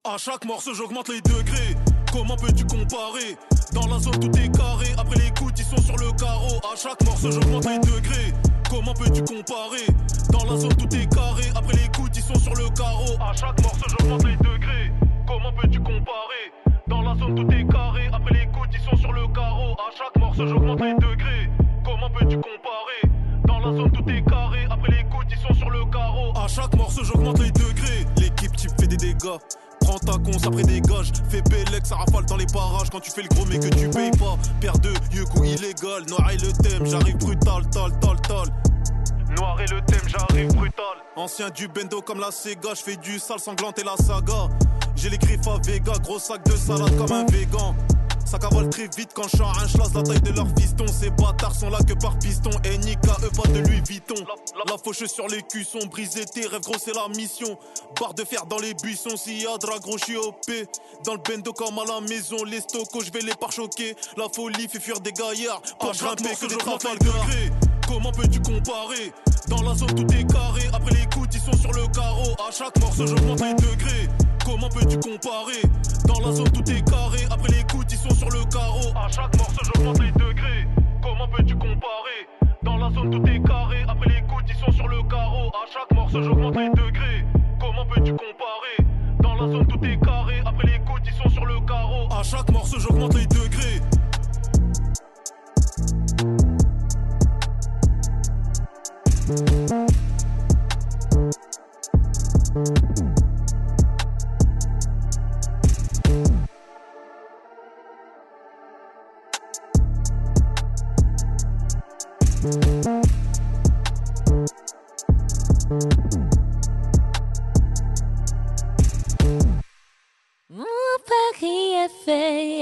À chaque morceau, j'augmente les degrés. Comment peux-tu comparer Dans la zone, tout est carré. Après les coups, ils sont sur le carreau. À chaque morceau, j'augmente les degrés. Comment peux-tu comparer Dans la zone, tout est carré. Après les coups, ils sont sur le carreau. À chaque morceau, j'augmente les degrés. Comment peux-tu comparer Dans la zone, tout est carré. Après les coups, ils sont sur le carreau. À chaque morceau, j'augmente les degrés. Comment peux-tu comparer Dans la zone, tout est carré. Après les coups, ils sont sur le carreau. À chaque morceau, j'augmente les degrés. L'équipe type fait des dégâts. Prends ta conce, après dégage. Fais Bélec, ça rafale dans les parages. Quand tu fais le gros, mais que tu payes pas. Père de Yuko illégal. Noir et le thème, j'arrive brutal, tal, tal, tal. Noir et le thème, j'arrive brutal. Ancien du bendo comme la Sega, je fais du sale sanglant et la saga. J'ai les griffes à Vega, gros sac de salade comme un végan. Ça cavale très vite quand je sors un schlass, la taille de leur piston. Ces bâtards sont là que par piston. Et nique à eux, pas de Louis Vuitton. La, la fauche sur les cuissons, briser tes rêves, gros, c'est la mission. Barre de fer dans les buissons, s'il y a drag, gros, je suis OP. Dans le bendo comme à la maison, les stocos, je vais les parchoquer. La folie fait fuir des gaillards. Pas À chaque grimper morceau, que des j'augmente les Trafalgar. Comment peux-tu comparer Dans la zone tout est carré Après les coups ils sont sur le carreau À chaque morceau j'augmente les degrés Comment peux-tu comparer Dans la zone tout est carré Après les coups ils sont sur le carreau À chaque morceau j'augmente les degrés Comment peux-tu comparer Dans la zone tout est carré, après les coudes ils sont sur le carreau. À chaque morceau j'augmente les degrés. Comment peux-tu comparer Dans la zone tout est carré, après les coudes ils sont sur le carreau. À chaque morceau j'augmente les degrés Mon Paris FM.